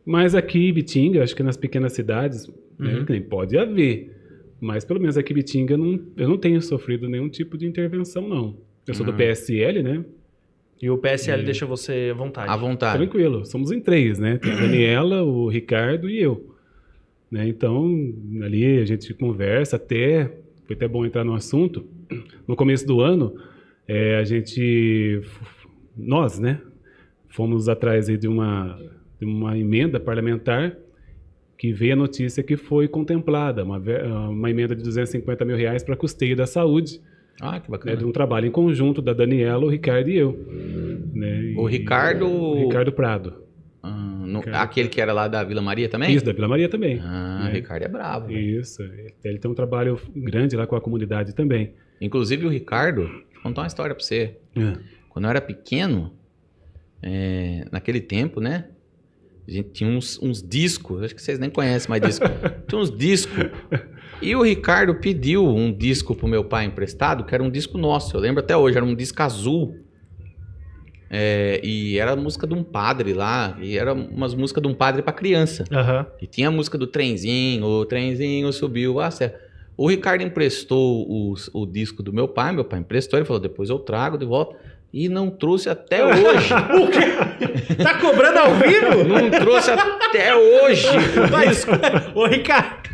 C: Mas aqui em Bitinga, acho que nas pequenas cidades, né,
A: Uhum.
C: que nem pode haver. Mas pelo menos aqui em Bitinga eu não, eu não tenho sofrido nenhum tipo de intervenção, não. Eu sou
B: Ah.
C: do PSL, né?
A: E o PSL
C: E-
A: deixa você à vontade.
B: à vontade.
C: Tranquilo, somos em três,
B: [CLEARS THROAT]
C: né? Tem a Daniela, o Ricardo e eu. Né? Então, ali a gente conversa até. Foi até bom entrar no assunto. No começo do ano, eh, a gente. Nós, né? Fomos atrás aí de, uma, de uma emenda parlamentar que veio a notícia que foi contemplada uma, ve- ah, uma emenda de 250 mil reais para custeio da saúde,
B: Ah, que
C: né,
B: bacana.
C: de um trabalho em conjunto da Daniela, o Ricardo e eu. né?
B: O
C: E-
B: Ricardo,
C: o Ricardo Prado.
B: ah, no-
C: Ricardo.
B: aquele que era lá da Vila Maria também?
C: Isso, da Vila Maria também.
B: Ah,
C: É.
B: o Ricardo é bravo. velho.
C: Isso. Ele- Ele tem um trabalho grande lá com a comunidade também.
B: Inclusive o Ricardo, vou contar uma história pra você. Quando eu era pequeno, é, naquele tempo, né? A gente tinha uns, uns discos, acho que vocês nem conhecem mais
C: [LAUGHS]
B: disco. tinha uns discos. E o Ricardo pediu um disco pro meu pai emprestado, que era um disco nosso, eu lembro até hoje, era um disco azul. É, e era a música de um padre lá, e era umas músicas de um padre pra criança.
A: Aham.
B: E tinha a música do trenzinho, o trenzinho subiu a serra. O Ricardo emprestou o, o disco do meu pai, meu pai emprestou, ele falou, depois eu trago de volta. E não trouxe até hoje.
C: [LAUGHS]
A: O quê? Tá cobrando ao
B: [LAUGHS]
A: vivo?
B: não trouxe até hoje.
A: Vai, ô Ricardo,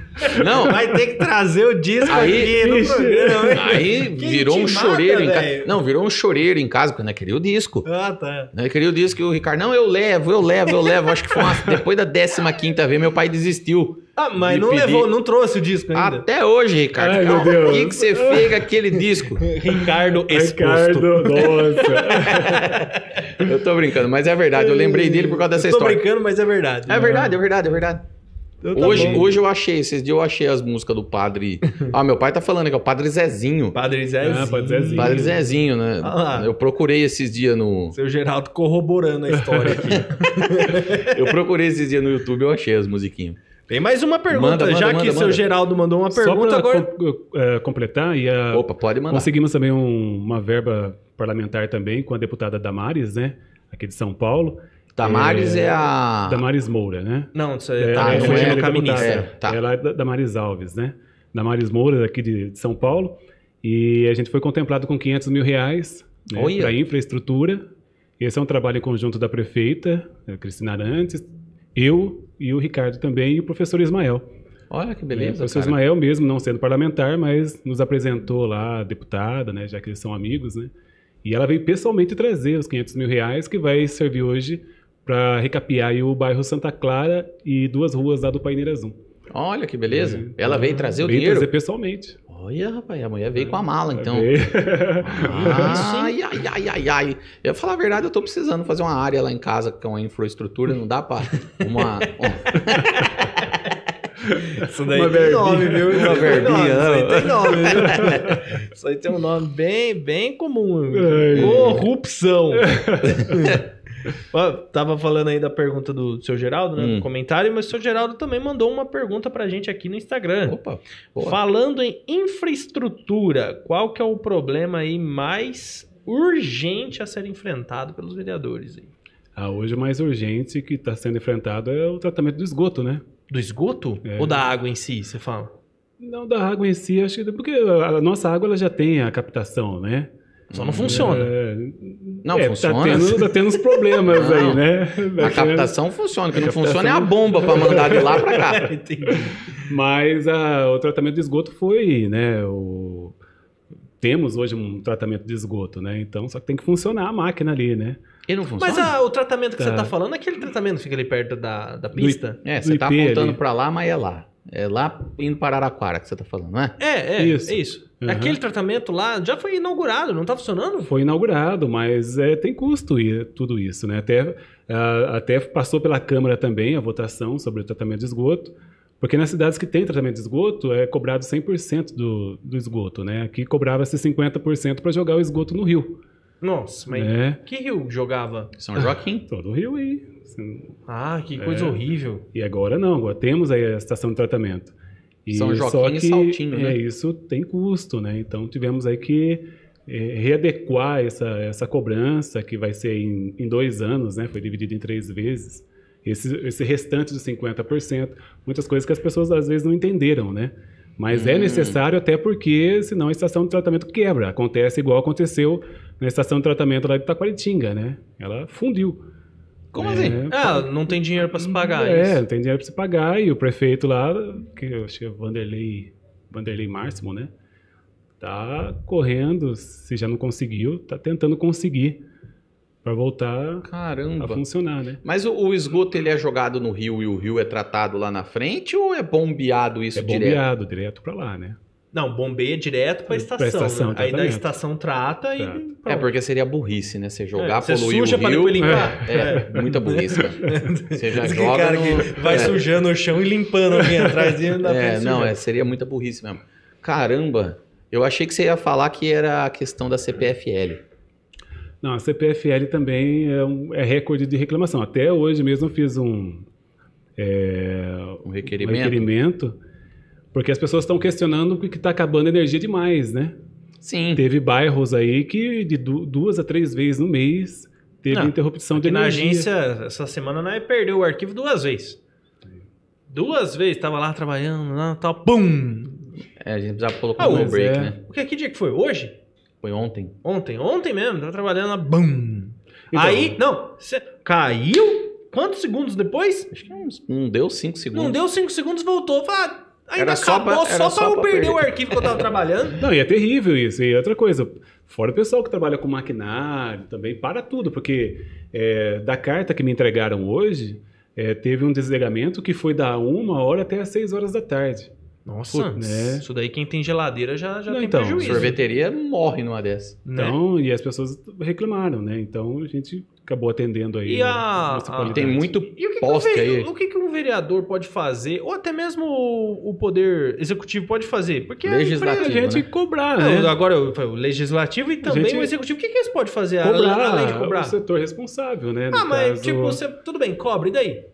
B: Não,
A: vai ter que trazer o disco
B: Aí-
A: aqui no
C: Ixi.
A: programa, hein?
B: aí
A: Que
B: virou um
A: intimada,
B: choreiro em casa.
A: velho.
B: Não, virou um choreiro em casa, porque não é queria o disco. é
A: Ah, tá.
B: Ele queria o disco e o Ricardo, não, eu levo, eu levo, eu levo. Acho que foi uma, depois da 15 quinta vez, meu pai desistiu.
A: Ah, mas
B: Me
A: não
B: pedi-
A: levou, não trouxe o disco ainda.
B: Até hoje, Ricardo.
C: Ai, meu
B: Cara, O que,
C: Deus.
B: que você fez com aquele disco?
A: Ricardo
C: Ricardo, nossa.
B: Eu tô brincando, mas é verdade. Eu lembrei dele por causa dessa
A: Eu tô
B: história.
A: brincando, mas é verdade.
B: É verdade, é verdade, é verdade.
A: Então tá
B: hoje,
A: bom.
B: hoje eu achei, esses dias eu achei as músicas do padre. ah, meu pai tá falando que é o padre Zezinho.
A: Padre Zezinho.
C: Ah, Padre Zezinho.
B: Padre Zezinho, né?
A: Ah lá.
B: eu procurei esses dias no.
A: Seu Geraldo corroborando a história [LAUGHS] aqui.
B: Eu procurei esses dias no YouTube, eu achei as musiquinhas.
A: Tem mais uma pergunta,
B: Manda, manda,
A: já que
B: manda,
A: seu
B: manda.
A: Geraldo mandou uma
C: Só
A: pergunta
C: para
A: agora.
C: é, completar, e a-
B: Opa, pode mandar.
C: conseguimos também um- uma verba parlamentar também com a deputada Damares, né? Aqui de São Paulo.
B: Damares é, a.
C: Damares Moura, né?
A: Não, isso aí
C: É,
A: tá,
B: ela
A: não
B: foi
A: é,
B: deputada.
A: caminista.
B: É, tá.
C: Ela é da, da Maris Alves, né? Da Maris Moura, aqui de, de São Paulo. E a gente foi contemplado com 500 mil reais né,
B: Olha.
C: para infraestrutura. Esse é um trabalho em conjunto da prefeita, a Cristina Arantes, eu e o Ricardo também, e o professor Ismael.
B: Olha que
C: Né, o
B: beleza.
C: professor
B: cara.
C: Ismael mesmo, não sendo parlamentar, mas nos apresentou lá a deputada, né, já que eles são amigos, né? E ela veio pessoalmente trazer os 500 mil reais que vai servir hoje para recapear aí o bairro Santa Clara e duas ruas lá do Paineira Azul.
B: Olha que beleza.
C: Uhum.
B: Ela veio trazer o
C: Veio
B: dinheiro.
C: trazer pessoalmente.
B: Olha, rapaz, a mulher veio com a mala, então.
C: Veio. [LAUGHS]
B: Ah, ai, ai, ai, ai, ai. Eu ia falar a verdade, eu tô precisando fazer uma área lá em casa com uma infraestrutura, não dá pra. Uma,
A: [LAUGHS] Isso daí
C: Uma
A: tem
C: verbinha.
A: nome, viu? Isso
B: Uma
A: aí tem nome,
B: verbinha,
A: Isso aí
B: [LAUGHS]
A: tem
B: não.
A: nome, viu? né? [LAUGHS] Isso aí tem um nome É, bem, bem comum. viu? [LAUGHS]
C: Ai.
A: Corrupção. Ó, Tava falando aí da pergunta do, seu Geraldo, né?
B: Hum.
A: Do comentário, mas o seu Geraldo também mandou uma pergunta pra gente aqui no Instagram.
B: Opa, boa.
A: Falando em infraestrutura, qual que é o problema aí mais urgente a ser enfrentado pelos vereadores? aí?
C: Ah, hoje o mais urgente que está sendo enfrentado é o tratamento do esgoto, né?
A: Do esgoto?
C: É.
A: Ou da água em si, você fala?
C: Não da água em si, acho que porque a a nossa água ela já tem a captação, né?
A: Só
B: Hum.
A: não funciona.
C: É,
B: Não
C: Tá
B: funciona.
C: tendo, tá tendo uns
B: [LAUGHS]
C: problemas
B: Não.
C: aí, né? Tá
B: A
C: tendo-
B: captação funciona. O que
C: A
B: não
C: captação-
B: funciona é a bomba pra mandar de lá pra
A: [LAUGHS]
B: cá.
A: Entendi.
C: Mas ah, o tratamento de esgoto foi, né? o- Temos hoje um tratamento de esgoto, né? Então só que tem que funcionar a máquina ali, né?
B: E não funciona.
A: Mas a- o tratamento que
C: Tá.
A: você tá falando é aquele tratamento que fica ali perto da, da pista?
B: É,
C: do
B: você tá
C: IP
B: apontando
C: ali.
B: pra lá, mas é lá. É lá indo para Araraquara que você tá falando, não é?
A: É, é,
C: Isso.
A: é isso.
C: Uhum.
A: Aquele tratamento lá já foi inaugurado, não tá funcionando?
C: Foi inaugurado, mas é, tem custo e tudo isso, né? Até, ah, até passou pela Câmara também a votação sobre o tratamento de esgoto, porque nas cidades que tem tratamento de esgoto é cobrado 100% do, do esgoto, né? Aqui cobrava-se 50% para jogar o esgoto no rio,
A: Nossa, mas
C: né?
A: que rio jogava?
B: São Joaquim.
C: Todo o rio aí. assim.
A: Ah, que coisa
C: É.
A: horrível.
C: E agora não, agora temos aí a estação de tratamento.
B: São Joaquim
C: só
B: e
C: que,
B: Saltinho,
C: é,
B: né?
C: Isso tem custo, né? Então tivemos aí que é, readequar essa, essa cobrança que vai ser em, em dois anos, né? Foi dividido em três vezes. Esse, esse restante dos 50%, muitas coisas que as pessoas às vezes não entenderam, né? Mas é
B: Hum.
C: necessário até porque senão a estação de tratamento quebra. Acontece igual aconteceu na estação de tratamento lá de Taquaritinga, né? Ela fundiu.
B: Como
C: É,
B: assim?
A: Ah, não tem dinheiro pra se pagar
C: é,
A: isso.
C: não tem dinheiro pra se pagar. E o prefeito lá, que eu acho que é Vanderlei, Vanderlei Máximo, né? Tá correndo, se já não conseguiu, tá tentando conseguir pra voltar a
B: Caramba.
C: funcionar, né?
B: Mas o, o esgoto ele é jogado no rio e o rio é tratado lá na frente ou é bombeado isso
C: é
B: direto?
C: bombeado direto pra lá, né?
A: Não, bombeia direto pra
C: Pra
A: estação.
C: estação,
A: né? Aí da
C: tratamento.
A: estação trata e.
C: Trata.
A: pronto.
B: É porque seria burrice, né? Você jogar,
A: É, você
B: poluir o
A: suja pra
B: rio.
A: depois limpar.
B: É, muita burrice. cara.
A: [LAUGHS]
B: Você já
A: Esse
B: joga
A: cara
B: no-
A: que vai
B: É.
A: sujando o chão e limpando alguém atrás dele na
B: É,
A: frente
B: não,
A: suja.
B: é, seria muita burrice mesmo. Caramba, eu achei que você ia falar que era a questão da CPFL.
C: Não, a CPFL também é, um- é recorde de reclamação. Até hoje mesmo eu fiz um,
B: Um
C: um
B: requerimento.
C: requerimento, porque as pessoas estão questionando que está acabando energia demais, né?
B: Sim.
C: Teve bairros aí que de du- duas a três vezes no mês teve
A: Não,
C: interrupção de
A: Ah, Aqui na
C: energia.
A: agência, essa semana, nós perdeu o arquivo duas vezes. Duas vezes, tava lá trabalhando, lá, tal, pum!
B: É, a gente precisava colocar
A: Ah,
B: um
A: mas
B: break,
C: é.
B: né?
A: O que, que dia que foi? Hoje?
B: Foi ontem.
A: Ontem, ontem mesmo, tava trabalhando lá, bum!
C: Então,
A: Aí, não, cê- caiu? Quantos segundos depois?
B: Acho que é uns- não deu cinco segundos.
A: Não deu cinco segundos, voltou. Fala, ah, ainda
B: Era só
A: acabou só
B: pra-
A: pra,
B: era só
A: eu
B: pra
A: perder,
B: perder.
A: o arquivo que eu tava trabalhando.
C: Não, e é terrível isso. E outra coisa, fora o pessoal que trabalha com maquinário também, para tudo, porque é, da carta que me entregaram hoje, é, teve um desligamento que foi da uma hora até as seis horas da tarde.
A: Nossa,
C: Putz, né?
A: isso daí quem tem geladeira já, já
C: Não,
A: tem
C: então,
A: prejuízo.
B: Sorveteria morre numa dessa.
A: né?
C: Então, e as pessoas reclamaram, né? Então a gente acabou atendendo aí.
A: E a-
C: municipalidade.
B: Tem muito
A: E o que, que, um
B: poste
A: vere-
B: aí.
A: o que que um vereador pode fazer, ou até mesmo o, o poder executivo pode fazer? Porque a
B: Legislativo,
C: a gente
B: né?
C: cobrar,
A: empresa-
C: né?
A: agora eu falei, É, o legislativo e também
C: gente-
A: o executivo, o que, que eles podem fazer a-
C: Cobrar,
A: além de cobrar?
C: o setor responsável, né?
B: tá
A: Ah,
C: No
A: mas
C: caso,
A: tipo, você, tudo bem, cobra, e daí?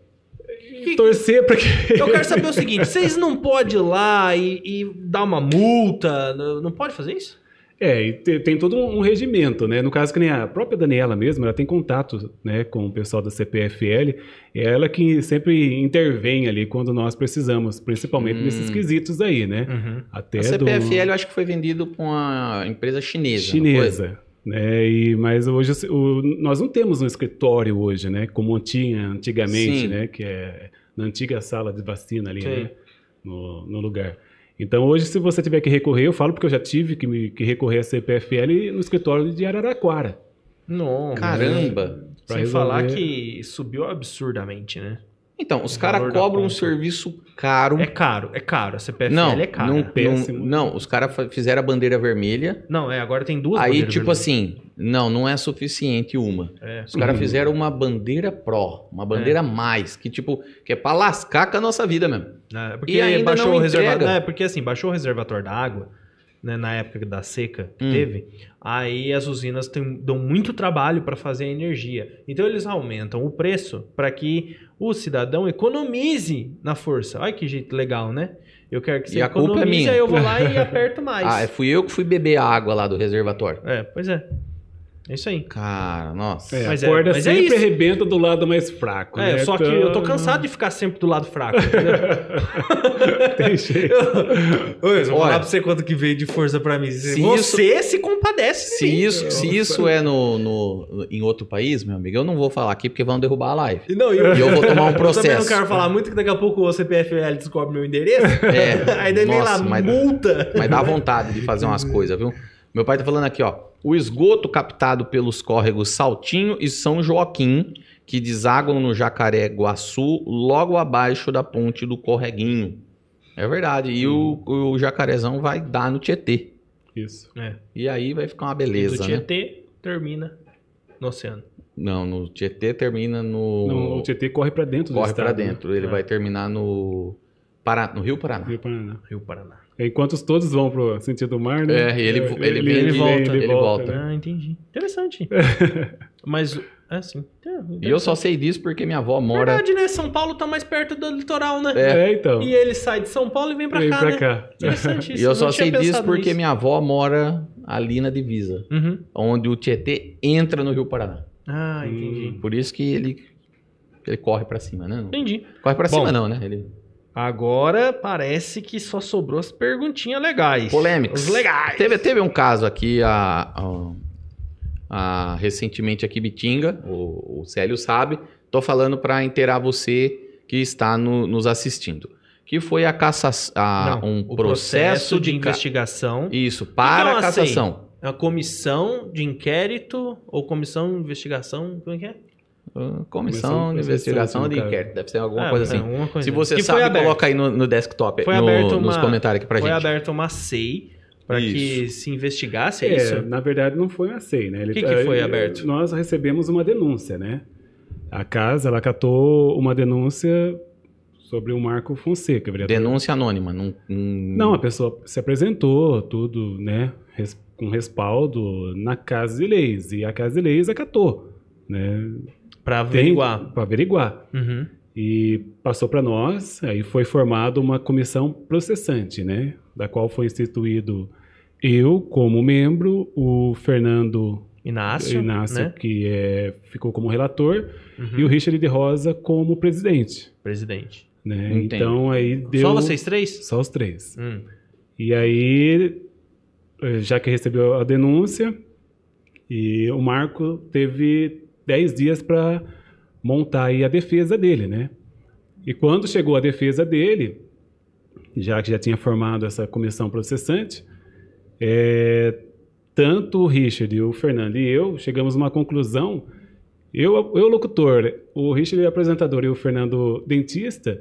A: que-
C: torcer para que [LAUGHS]
A: Eu quero saber o seguinte, vocês não podem ir lá e, e dar uma multa, não não pode fazer isso?
C: É, e te- tem todo um um regimento, né? No caso, que nem a própria Daniela mesmo, ela tem contato né, com o pessoal da CPFL, é ela que sempre intervém ali quando nós precisamos, principalmente
B: Hum.
C: nesses quesitos aí, né?
A: Uhum.
C: Até
B: é A
C: do-
B: CPFL eu acho que foi vendido pra uma empresa chinesa. não foi?
C: chinesa. Né? E, mas hoje assim, o- nós não temos um escritório hoje, né? Como tinha antigamente,
B: Sim.
C: né? Que é na antiga sala de vacina ali,
A: Sim.
C: né? No, no lugar. Então hoje, se você tiver que recorrer, eu falo porque eu já tive que, me- que recorrer à CPFL no escritório de Araraquara.
A: Não.
B: Caramba.
C: pra
A: Sem falar
C: resolver.
A: que subiu absurdamente, né?
B: Então, os
A: O
B: caras
A: valor da
B: cobram um
A: conta.
B: serviço caro.
A: É caro, é caro. A CPFL
B: não,
A: é cara.
B: não,
A: Não,
C: péssimo.
B: não, não, os caras fa- fizeram a bandeira vermelha.
A: é, agora tem duas
B: aí,
A: bandeiras
B: tipo
A: vermelhas.
B: assim, não, não é suficiente uma.
A: É.
B: Os caras
C: Uhum.
B: fizeram uma bandeira pró, uma bandeira mais, que tipo, que é pra lascar com a nossa vida mesmo.
A: É, porque
B: E ainda
A: baixou
B: não
A: o reservatório.
B: entrega.
A: É, porque assim, baixou o reservatório da água, né, na época da seca que
B: Hum.
A: teve. Aí as usinas têm- dão muito trabalho para fazer a energia. Então eles aumentam o preço para que o cidadão economize na força. Olha que jeito legal, né? Eu quero que
B: E
A: você
B: a culpa é
A: economize,
B: minha. [LAUGHS] é
A: aí eu vou lá e aperto mais.
B: Ah, fui eu que fui beber a água lá do reservatório.
A: É, pois é. É isso aí.
B: Cara, nossa.
C: É,
A: Mas é-
C: acorda
A: mas é
C: sempre
A: isso.
C: arrebenta do lado mais fraco.
A: É,
C: né?
A: só que
C: Então,
A: eu tô cansado de ficar sempre do lado fraco. [LAUGHS] entendeu?
C: Tem jeito.
A: [LAUGHS] Oi, eu vou
B: Olha.
A: falar pra você quanto que veio de força pra mim.
B: Se
A: você se compadece de
B: Se
A: mim.
B: isso, se isso é no, no- no- em outro país, meu amigo, eu não vou falar aqui porque vão derrubar a live.
A: E Não,
B: E eu vou tomar um
A: [LAUGHS] Eu também não
B: processo.
A: quero falar muito, que daqui a pouco o CPFL descobre meu endereço.
B: É,
A: [LAUGHS] Aí daí vem lá,
B: nossa, mas-
A: multa.
B: Mas dá vontade de fazer umas coisas, viu? Meu pai tá falando aqui, ó. O esgoto captado pelos córregos Saltinho e São Joaquim, que desaguam no Jacaré Guaçu, logo abaixo da ponte do Correguinho. É verdade. E o,
C: Hum.
B: o jacarezão vai dar no Tietê.
C: Isso.
B: E aí vai ficar uma
A: É, do
B: beleza, né?
A: Tietê termina no oceano.
B: Não, no Tietê termina no...
C: Não, o Tietê corre pra dentro do
B: corre
C: estado. né?
B: pra dentro. Ele
A: É.
B: vai terminar no... Pará, no Rio Paraná.
C: Rio Paraná.
A: Rio Paraná.
C: É, Enquanto os todos vão pro sentido do mar, né?
B: É, ele- ele vem,
A: ele volta,
B: ele volta.
C: né?
A: Ah, entendi.
B: [LAUGHS]
A: Interessante. Mas, é assim. é,
B: E eu só sei disso porque minha avó mora...
A: Verdade, né? São Paulo tá mais perto do litoral, né?
B: É.
C: É, então.
A: E ele sai de São Paulo e vem pra
C: Vem
A: cá,
C: pra
A: né?
C: cá.
A: Interessante isso.
B: [LAUGHS] E eu
A: não
B: só
A: tinha
B: sei disso
A: pensado
B: porque
A: nisso.
B: minha avó mora ali na divisa,
A: Uhum.
B: onde o Tietê entra no Rio Paraná.
A: Ah, entendi.
B: Por isso que ele, ele corre pra cima, né? Não-
A: Entendi.
B: corre pra
A: Bom.
B: cima não, né? Ele,
A: Agora parece que só sobrou as perguntinhas legais.
B: polêmicas.
A: Os legais.
B: Teve, teve um caso aqui, a, a- a- recentemente aqui em Bitinga, o, o Célio sabe. Tô falando pra inteirar você que está no- nos assistindo. Que foi a cassação,
A: Não,
B: um
A: o
B: processo, de, ca-
A: investigação.
B: Isso, para
A: Então,
B: a
A: assim,
B: cassação.
A: A comissão de inquérito ou comissão de investigação, como é que é?
B: Ah,
C: Comissão
B: Comissão de
C: de
B: investigação de
C: investigação, cara.
B: inquérito, deve ser alguma
A: Ah,
B: coisa
A: é,
B: assim.
A: alguma coisa.
B: Se você
A: Que
B: sabe,
A: foi aberto,
B: coloca aí no, no desktop,
A: Foi
B: no-
A: aberta
B: nos
A: uma-
B: comentários aqui pra
A: Foi
B: gente.
A: aberta uma SEI para que se investigasse, é,
C: É,
A: isso?
C: na verdade não foi uma SEI, né? Ele-
A: O que que foi
C: ele-
A: aberto?
C: Nós recebemos uma denúncia, né? A casa, ela catou uma denúncia sobre o Marco Fonseca, vereador.
B: Denúncia anônima. Não, hum, não-
C: Não, a pessoa se apresentou, tudo, né? res- com respaldo na Casa de Leis. E a Casa de Leis acatou, né?
A: Para averiguar.
C: Para averiguar.
A: Uhum.
C: E passou para nós, aí foi formada uma comissão processante, né? Da qual foi instituído eu como membro, o Fernando
A: Inácio,
C: Inácio,
A: né?
C: que é, ficou como relator,
A: Uhum.
C: e o Richard de Rosa como presidente.
A: presidente.
C: Né?
B: Entendo.
C: Então aí deu.
A: Só vocês três?
C: Só os três.
A: Hum.
C: E aí, eh, já que recebeu a denúncia, e o Marco teve 10 dias para montar aí a defesa dele, né? E quando chegou a defesa dele, já que já tinha formado essa comissão processante, eh, tanto o Richard, o Fernando e eu chegamos a uma conclusão. Eu, eu locutor, o Richard apresentador e o Fernando dentista,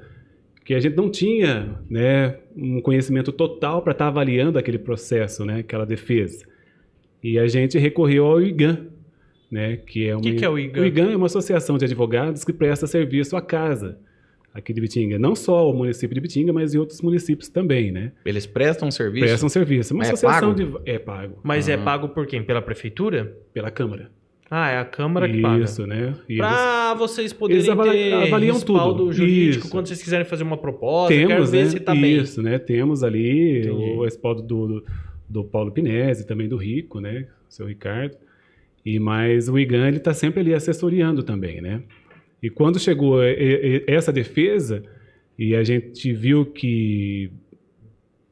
C: que a gente não tinha né, um conhecimento total para estar avaliando aquele processo, né, aquela defesa. E a gente recorreu ao IGAN, né, que é uma
A: O que, que é o IGAN?
C: o IGAN é uma associação de advogados que presta serviço à casa aqui de Bitinga. Não só ao município de Bitinga, mas em outros municípios também, né?
B: Eles prestam um serviço?
C: Prestam serviço. Uma
B: Mas é
C: associação
B: pago?
C: de. É pago.
A: Mas é
B: Ah.
A: pago por quem? Pela prefeitura?
C: Pela Câmara.
A: Ah, é a Câmara que paga.
C: Isso, né? E eles-
A: Pra vocês poderem
C: eles avali-
A: ter
C: avaliam tudo.
A: respaldo jurídico
C: Isso.
A: quando vocês quiserem fazer uma proposta. eu quero
C: Temos,
A: ver
C: né?
A: se tá bem.
C: Isso, né? Temos ali
A: Entendi.
C: o respaldo do, do, do Paulo Pinese, também do Rico, né? Seu Ricardo. E mas o Igan ele está sempre ali assessoriando também, né? E quando chegou e- e- essa defesa e a gente viu que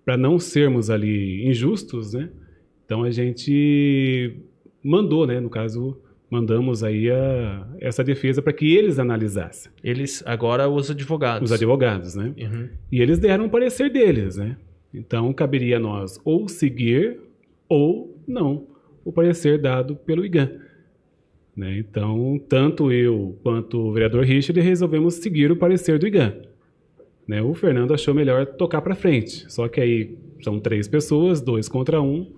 C: para não sermos ali injustos, né? Então a gente mandou, né? No caso mandamos aí a, essa defesa para que eles analisassem,
A: Eles, agora, os advogados.
C: os advogados, né?
A: Uhum.
C: E eles deram o parecer deles, né? Então caberia a nós ou seguir ou não o parecer dado pelo IGAN. Né? Então, tanto eu quanto o vereador Richard resolvemos seguir o parecer do IGAN. Né? O Fernando achou melhor tocar para frente, só que aí são três pessoas, dois contra um.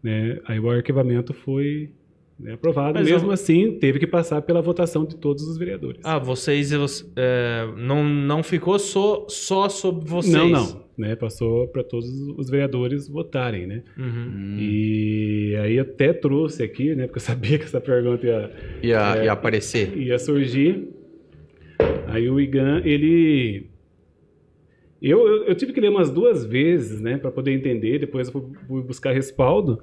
C: Né? Aí o arquivamento foi né, aprovado.
A: Mas
C: Mesmo
A: eu-
C: assim, teve que passar pela votação de todos os vereadores.
A: Ah, vocês. eles, é, não, não ficou só, só sobre vocês.
C: Não, não. Né? Passou para todos os vereadores votarem, né?
A: Uhum.
B: Hum, e,
C: E aí eu até trouxe aqui, né? Porque eu sabia que essa pergunta ia,
B: a-
C: É.
B: e aparecer?
C: ia surgir. Aí o Igan, ele... Eu, eu, eu tive que ler umas duas vezes, né? Para poder entender. Depois eu fui fui buscar respaldo.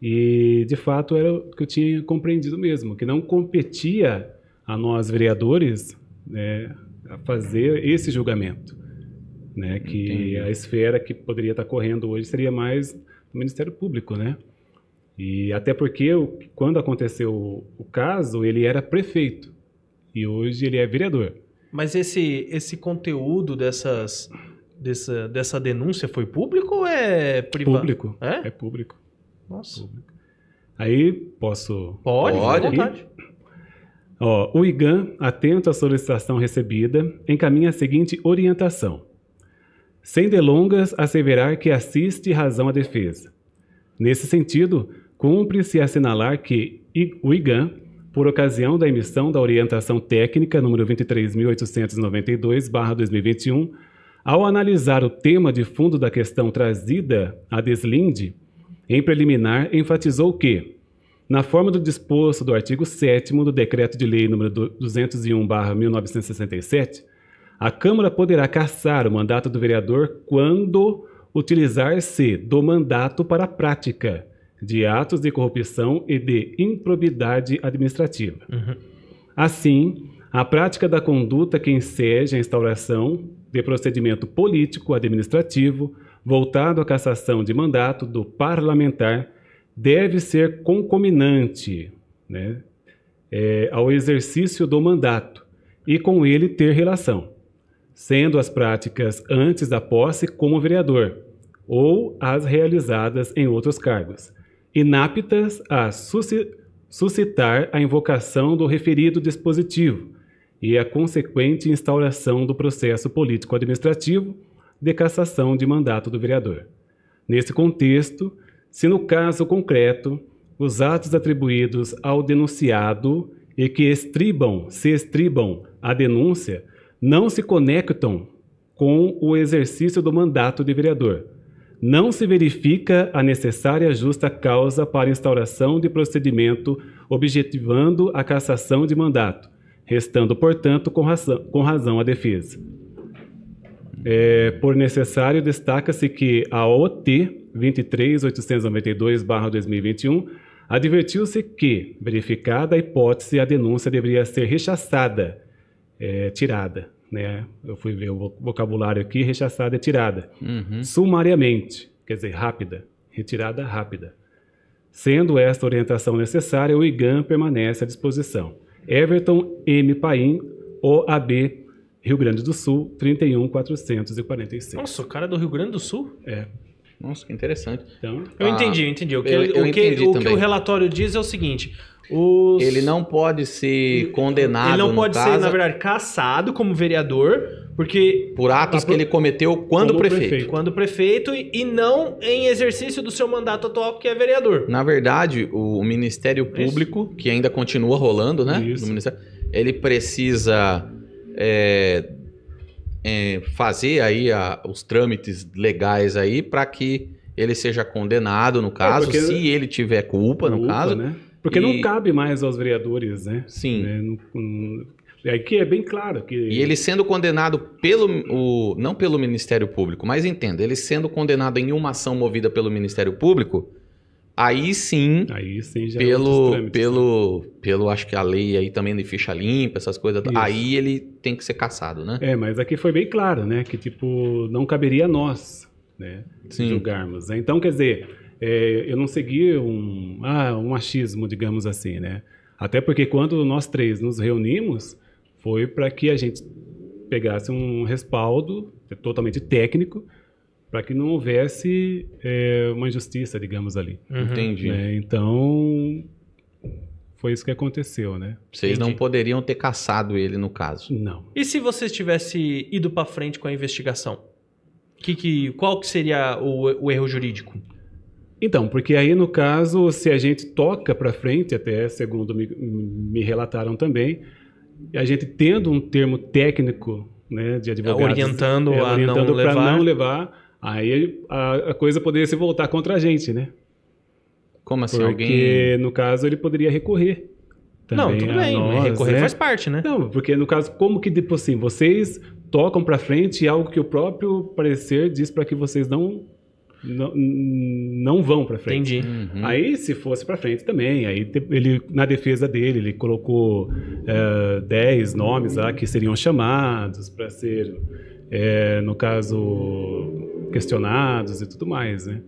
C: E, de fato, era o que eu tinha compreendido mesmo, que não competia a nós, vereadores, né, a fazer esse julgamento. Né, que
B: Entendi.
C: a esfera que poderia estar correndo hoje seria mais do Ministério Público, né? E até porque, o- quando aconteceu o- o caso, ele era prefeito e hoje ele é vereador.
A: Mas esse, esse conteúdo dessas, dessa, dessa denúncia foi público ou é privado?
C: Público.
A: É?
C: É público.
A: Nossa.
C: Aí posso.
A: Pode,
B: Pode.
A: Pode. vontade.
C: Ó, o IGAN, atento à solicitação recebida, encaminha a seguinte orientação. Sem delongas, asseverar que assiste razão à defesa. Nesse sentido, cumpre-se assinalar que I- o IGAN, por ocasião da emissão da Orientação Técnica número 23.892-2021, ao analisar o tema de fundo da questão trazida a deslinde, em preliminar enfatizou que, na forma do disposto do artigo 7 do Decreto de Lei nº 201/1967, a Câmara poderá cassar o mandato do vereador quando utilizar-se do mandato para a prática de atos de corrupção e de improbidade administrativa.
A: Uhum.
C: Assim, a prática da conduta que enseja a instauração de procedimento político administrativo voltado à cassação de mandato do parlamentar deve ser concominante né, é, ao exercício do mandato e com ele ter relação, sendo as práticas antes da posse como vereador ou as realizadas em outros cargos, inaptas a suscitar suscitar a invocação do referido dispositivo e a consequente instauração do processo político-administrativo de cassação de mandato do vereador. Nesse contexto, se no caso concreto os atos atribuídos ao denunciado e que estribam, se estribam a denúncia, não se conectam com o exercício do mandato de vereador, não se verifica a necessária justa causa para instauração de procedimento objetivando a cassação de mandato, restando, portanto, com razão, com razão a defesa. É, por necessário, destaca-se que a OT 23892-2021 advertiu-se que, verificada a hipótese, a denúncia deveria ser rechaçada, é, tirada. Né? Eu fui ver o vo- vocabulário aqui, rechaçada é tirada
B: Uhum.
C: sumariamente, quer dizer, rápida, retirada rápida. Sendo esta orientação necessária, o IGAM permanece à disposição. Everton M. Paim, OAB, Rio Grande do Sul, 31446.
A: Nossa, o cara é do Rio Grande do Sul?
B: Nossa, que interessante.
C: Então,
A: Eu
B: Ah,
A: entendi, eu entendi. O que,
B: eu-
A: o,
B: eu
A: que,
B: entendi
A: o, que
B: também.
A: o relatório diz é o seguinte: os-
B: Ele não pode ser condenado
A: ele não
B: no
A: pode
B: caso,
A: ser, na verdade, caçado como vereador, porque
B: por atos que ele cometeu quando
C: Como
B: prefeito.
C: prefeito.
A: quando prefeito e e não em exercício do seu mandato atual, porque é vereador.
B: Na verdade, o Ministério Público, que ainda continua rolando, né?
C: Isso.
B: No Ministério, ele precisa é, é, fazer aí a- os trâmites legais aí para que ele seja condenado, no caso,
C: É, porque-
B: se ele tiver culpa, no
C: culpa,
B: caso.
C: né? Porque não
B: e-
C: cabe mais aos vereadores, né?
B: Sim.
C: Né, não- não- é que é bem claro que
B: E ele sendo condenado pelo. O, não pelo Ministério Público, mas entenda, ele sendo condenado em uma ação movida pelo Ministério Público, aí sim,
C: aí sim já é outros
B: pelo,
C: trâmites.
B: pelo, pelo. Acho que a lei aí também de ficha limpa, essas coisas.
C: Isso.
B: Aí ele tem que ser caçado, né?
C: É, mas aqui foi bem claro, né? Que tipo não caberia a nós, né? julgarmos. né? Então, quer dizer, é, eu não segui um, ah, um achismo, digamos assim, né? Até porque quando nós três nos reunimos, foi para que a gente pegasse um respaldo totalmente técnico para que não houvesse é, uma injustiça, digamos, ali.
B: Uhum. Entendi.
C: né? Então, foi isso que aconteceu, né?
B: Vocês não
A: Entendi.
B: poderiam ter caçado ele no caso.
C: Não.
A: E se você tivesse ido pra frente com a investigação? Que, que, qual que seria o, o erro jurídico?
C: Então, porque aí no caso, se a gente toca para frente, até segundo me, me relataram também, a gente tendo um termo técnico né, de advogado
A: orientando a não
C: para
A: levar.
C: não levar, aí a, a coisa poderia se voltar contra a gente, né?
B: Como assim?
C: Porque
B: Alguém.
C: no caso ele poderia recorrer.
A: não,
C: também
A: tudo
C: a
A: bem,
C: nós,
A: recorrer
C: né?
A: faz parte, né?
C: Não, porque no caso, como que, tipo assim, vocês tocam para frente algo que o próprio parecer diz para que vocês não não, não vão para frente.
A: Entendi.
B: Uhum.
C: Aí, se fosse pra frente também, aí te- ele, na defesa dele, ele colocou eh, 10 nomes lá que seriam chamados para ser, eh, no caso, questionados e tudo mais, né?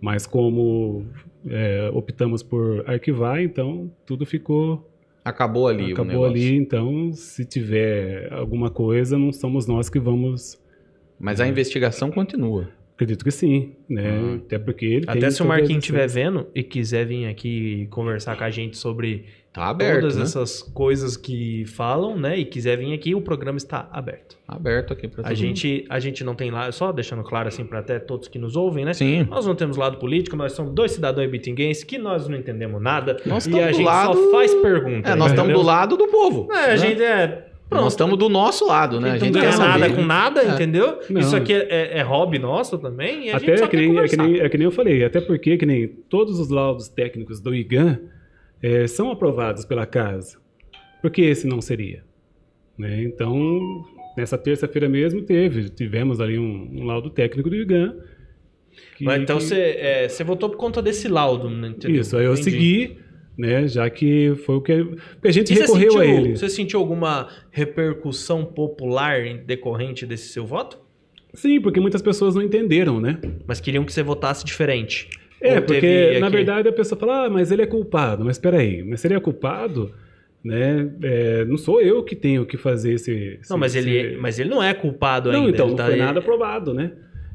C: Mas como eh, optamos por arquivar, então tudo ficou,
B: Acabou ali o
C: acabou
B: negócio.
C: ali. Então, se tiver alguma coisa, não somos nós que vamos...
B: Mas a investigação continua.
C: Acredito que sim, né?
B: Ah.
C: Até porque ele
A: Hum. Até
C: tem
A: se o
C: todas
A: Marquinhos
C: essas-
A: estiver vendo e quiser vir aqui conversar com a gente sobre
B: Tá aberto,
A: todas
B: né?
A: essas coisas que falam, né? E quiser vir aqui, o programa está aberto.
B: Aberto aqui pra
A: A
B: todo
A: gente, a gente não tem lá, só deixando claro assim para até todos que nos ouvem, né?
B: mundo. Sim.
A: Nós não temos lado político, nós somos dois cidadãos ibitinguenses que nós não entendemos nada
B: Nós
A: e a
B: estamos do
A: gente
B: lado...
A: só faz pergunta.
B: É, nós estamos do
A: entendeu?
B: lado do povo.
A: É, a
B: né?
A: gente é. Pronto.
B: Nós estamos do nosso lado, né? A gente
A: não
B: quer
A: ganha nada
B: saber.
A: com nada,
B: É.
A: entendeu?
C: Não.
A: Isso aqui é, é- é hobby nosso também e a
C: até
A: gente só
C: é que,
A: quer
C: nem, é, que
A: conversar.
C: nem, é que nem eu falei, até porque que nem todos os laudos técnicos do IGAN eh, são aprovados pela casa. Por que esse não seria? Né? Então, nessa terça-feira mesmo teve, tivemos ali um, um laudo técnico do IGAN. que-
A: Mas então
C: que-
A: você é, você votou por conta desse laudo, né, entendeu?
C: Isso, aí eu
A: Entendi.
C: segui, né, já que foi o que... Porque a gente
A: E você
C: recorreu
A: sentiu,
C: a ele.
A: Você sentiu alguma repercussão popular em- decorrente desse seu voto?
C: Sim, porque muitas pessoas não entenderam, né?
A: Mas queriam que você votasse diferente.
C: É,
A: Ou
C: porque
A: teve
C: na
A: aqui-
C: verdade a pessoa fala, ah, mas ele é culpado. Mas peraí, mas se ele é culpado, né? é, não sou eu que tenho que fazer esse. esse-
A: Não, mas ele,
C: esse-
A: mas ele não é culpado
C: não,
A: ainda.
C: então
A: ele
C: não
A: tá-
C: foi nada aprovado, né?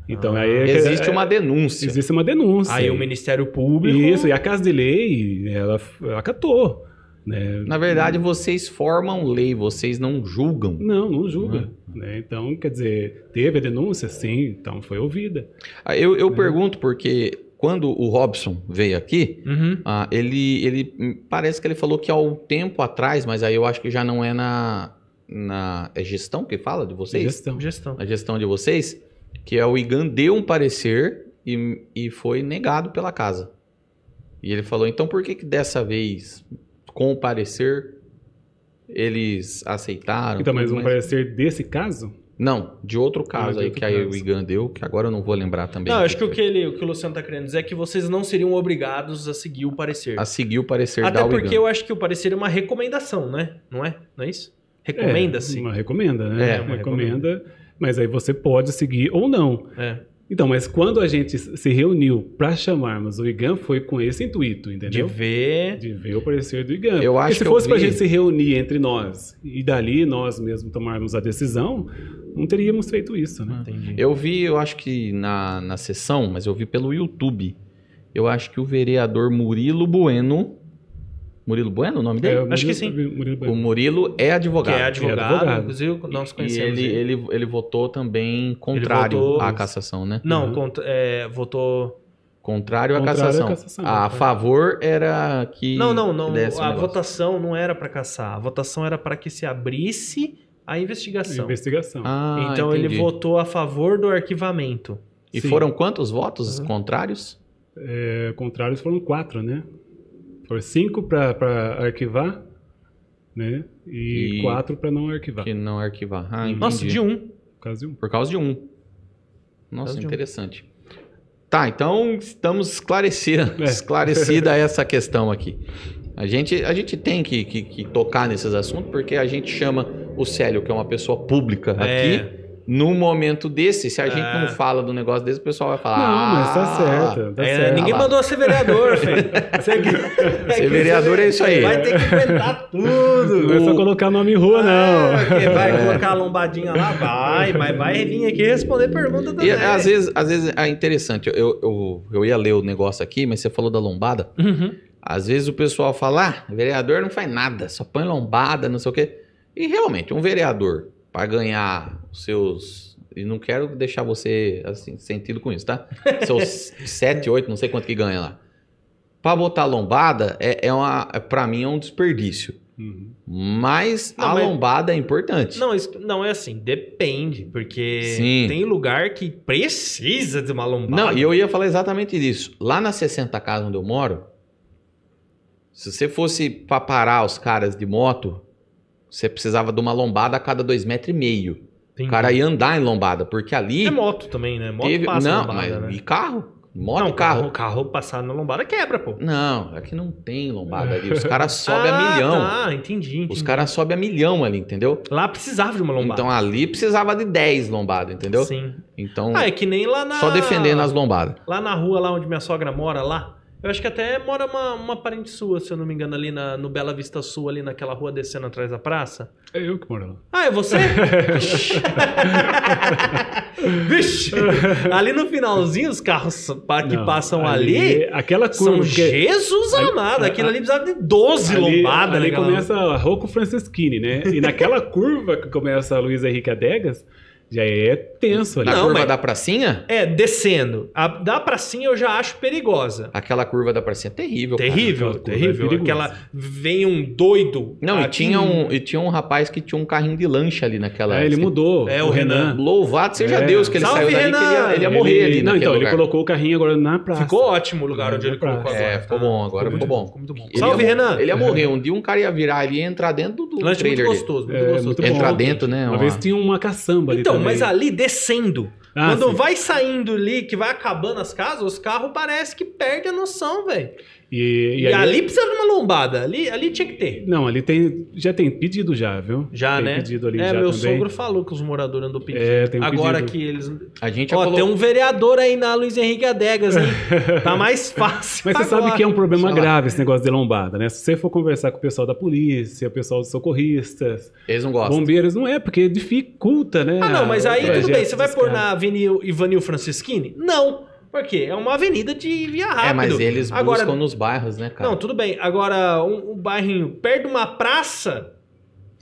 C: Então aí é que-
B: Existe
C: é-
B: uma denúncia.
C: existe uma denúncia.
A: Aí o Ministério Público.
C: Isso e a casa de lei ela, ela acatou, né?
B: Na verdade, vocês formam lei, vocês não julgam.
C: Não, não julga.
A: é?
C: né? Então quer dizer teve a denúncia, sim, então foi ouvida.
B: Ah, Eu, eu pergunto porque quando o Robson veio aqui,
A: Uhum.
B: ah, ele, ele hum, parece que ele falou que há um tempo atrás, mas aí eu acho que já não é na, na é gestão que fala de vocês,
C: Gestão.
A: Gestão.
B: na gestão de vocês, que é o IGAN deu um parecer e, e foi negado pela casa. E ele falou, então por que que dessa vez com o parecer eles aceitaram?
C: Então, mas
B: tudo
C: um
B: mais?
C: parecer desse caso?
B: Não, de outro
C: Ah,
B: caso
C: de
B: aí
C: outro
B: que aí o
C: caso.
B: Igan deu, que agora eu não vou lembrar também.
A: Não, acho que o que, ele, o que o Luciano tá querendo dizer é que vocês não seriam obrigados a seguir o parecer.
B: A seguir o parecer
A: Até
B: da
A: porque
B: Wigan.
A: eu acho que o parecer é uma recomendação, né? Não é? Não é isso? Recomenda-se.
C: É, uma recomenda, né?
B: É,
A: uma
C: recomenda. Mas aí você pode seguir ou não.
A: É.
C: Então, mas quando a gente se reuniu para chamarmos o IGAN, foi com esse intuito,
A: De
C: entendeu?
A: ver.
C: De ver o parecer do IGAN.
B: Eu acho
C: Porque se
B: que eu
C: fosse para a
B: vi-
C: gente se reunir entre nós e dali nós mesmos tomarmos a decisão, não teríamos feito isso, né?
A: Entendi.
B: Eu vi, eu acho que na, na sessão, mas eu vi pelo YouTube. Eu acho que o vereador Murilo Bueno. Murilo Bueno é o nome
C: É,
B: dele?
C: o
A: acho que
C: Murilo-
A: sim.
C: Murilo
B: O
C: Bueno.
B: Murilo é
A: que
B: advogado.
A: é advogado,
C: que é advogado.
A: inclusive nós
B: E
A: conhecemos.
B: ele, é
A: ele.
B: ele, ele votou também contrário
A: votou-
B: à cassação, né?
A: Não,
C: Uhum.
A: cont- é, votou.
B: Contrário, à
C: Contrário à
B: cassação.
C: cassação,
B: a
C: né?
B: favor era que.
A: não, não, não.
B: que desse o
A: A
B: negócio.
A: votação não era pra caçar. A votação era pra que se abrisse a investigação.
C: Investigação.
B: Ah,
A: então ele
B: entendi.
A: votou a favor do arquivamento.
B: E
C: Sim.
B: foram quantos votos
A: Uhum.
B: contrários?
C: É, contrários foram quatro, né? Foram cinco para arquivar, né? E,
B: E-
C: quatro para não arquivar.
B: Que não arquivar. Ah, entendi.
A: Nossa, de um.
C: Por causa de um.
B: Por causa de um. Nossa,
A: causa de um.
B: interessante. Tá, então estamos esclarecida,
C: É.
B: esclarecida essa questão aqui. A gente, a gente tem que, que- que tocar nesses assuntos, porque a gente chama o Célio, que é uma pessoa pública aqui,
A: É,
B: num momento desse, se a gente
A: É.
B: não fala do negócio desse, o pessoal vai falar.
C: não, mas tá
B: "Ah,
C: certo. Tá
A: é,
C: certo.
A: ninguém
B: Ah lá.
A: mandou ser
B: [LAUGHS]
A: vereador, filho. Você que-
B: Ser vereador é isso aí.
A: Vai ter que aguentar tudo.
C: Não é só colocar nome em rua, não.
A: Ah, que vai
B: É.
A: colocar a lombadinha lá, vai, mas vai vir aqui responder pergunta também.
B: E às vezes, às vezes é interessante, eu, eu, eu ia ler o negócio aqui, mas você falou da lombada.
A: Uhum.
B: Às vezes o pessoal fala, ah, vereador não faz nada, só põe lombada, não sei o quê. E realmente, um vereador, para ganhar os seus. E não quero deixar você assim, sentido com
A: [LAUGHS]
B: isso, tá? Seus 7, 8, não sei quanto que ganha lá. Para botar lombada, é, é uma. Para mim é um desperdício.
C: [LAUGHS] Uhum.
B: Mas
A: Não,
B: a
A: mas-
B: lombada é importante.
A: Não, isso, não é assim, depende, porque
B: Sim.
A: tem lugar que precisa de uma lombada.
B: Não, e eu ia falar exatamente disso. Lá na 60 Casa, onde eu moro, se você fosse pra parar os caras de moto, você precisava de uma lombada a cada dois metros e meio.
A: Tem-
B: O cara ia andar em lombada, porque ali
A: É moto também, né? Moto
B: teve...
A: passa
B: Não,
A: lombada, né?
B: mas e carro? Moto
A: não,
B: e carro.
A: O carro passar na lombada quebra, pô.
B: Não, é que não tem lombada
A: [LAUGHS]
B: ali. Os caras sobem a milhão.
A: Ah, entendi. entendi.
B: Os caras sobem a milhão ali, entendeu?
A: Lá precisava de uma lombada.
B: Então ali precisava de 10 lombadas, entendeu?
A: Sim.
B: Então,
A: Ah, é que nem lá na.
B: só defendendo as lombadas.
A: Lá na rua, lá onde minha sogra mora, lá. Eu acho que até mora uma, uma parente sua, se eu não me engano, ali na, no Bela Vista Sul, ali naquela rua descendo atrás da praça.
C: É eu que moro lá.
A: Ah, é
C: [LAUGHS]
A: você? [LAUGHS] Vixe! Ali no finalzinho, os carros pa- que
C: Não,
A: passam ali,
C: Aquela curva.
A: são
C: porque
A: Jesus
C: ali-
A: amado. Aquilo ali precisava de né,
C: ali-
A: 12 lombadas.
C: ali
A: naquela-
C: começa a Rocco Franceschini, né? E naquela curva que começa a Luiz Henrique Adegas, já é tenso ali.
B: Na
A: Não,
B: curva
A: mas-
B: da pracinha?
A: É, descendo. A, da pracinha eu já acho perigosa.
B: Aquela curva da pracinha é terrível. cara.
A: Terrível,
C: aquela curva é
A: terrível.
C: perigosa.
A: Aquela vem um doido.
B: Não, e
A: aqui-
B: tinha, um, e tinha um rapaz que tinha um carrinho de lancha ali naquela.
C: Aí ele
B: esque-
C: mudou.
A: É, o Renan.
B: Louvado seja
C: É.
B: Deus que ele
A: Salve,
B: saiu dali, que ele ia,
A: Renan!
B: ele ia morrer ali.
C: Não,
B: naquele
C: então, ele
B: lugar.
C: colocou o carrinho agora na praça.
A: Ficou ótimo o lugar onde ele
C: Pra-
A: colocou agora.
B: É, ficou bom agora, ficou
A: muito
B: bom.
A: Ficou muito bom.
B: Ele
A: Salve,
B: ia,
A: Renan.
B: Ele ia morrer. Um dia um cara ia virar ali e entrar dentro do
A: Lanche muito
B: trailer dele.
A: gostoso, muito
C: É,
A: gostoso.
C: muito bom.
B: Entrar dentro, né?
C: Uma
B: uma-
C: vez tinha uma caçamba ali
A: Então,
C: também.
A: mas ali descendo.
C: Ah,
A: quando
C: sim.
A: vai saindo ali, que vai acabando as casas, os carros parece que perdem a noção, velho.
C: E, é-
A: E,
C: e ali...
A: ali precisa de uma lombada. Ali, ali tinha que ter.
C: Não, ali tem, já tem pedido já, viu?
A: Já,
C: tem
A: né?
C: pedido ali
A: é,
C: já
A: meu
C: também.
A: sogro falou que os moradores andam pedindo.
C: É, tem um
A: Agora
C: pedido.
A: que eles.
B: A gente
A: Ó,
B: já
A: tem
B: colocou.
A: um vereador aí na Luiz Henrique Adegas,
C: [LAUGHS]
A: hein? Tá mais fácil.
C: Mas você
A: agora.
C: sabe que é um problema
B: Sei lá.
C: grave esse negócio de lombada, né? Se você for conversar com o pessoal da polícia, o pessoal dos socorristas,
B: Eles não gostam.
C: bombeiros, não é, porque dificulta, né?
A: Ah, não, mas
B: É,
C: o
A: aí tudo
C: trajeto
A: bem. Você vai
C: dos
A: pôr
C: caras.
A: na Avenida Ivanil Franceschini? Não. Por quê? É uma avenida de via rápida.
B: É, mas eles buscam
A: Agora,
B: nos bairros, né, cara?
A: Não, tudo bem. Agora, um, um bairrinho perto de uma praça,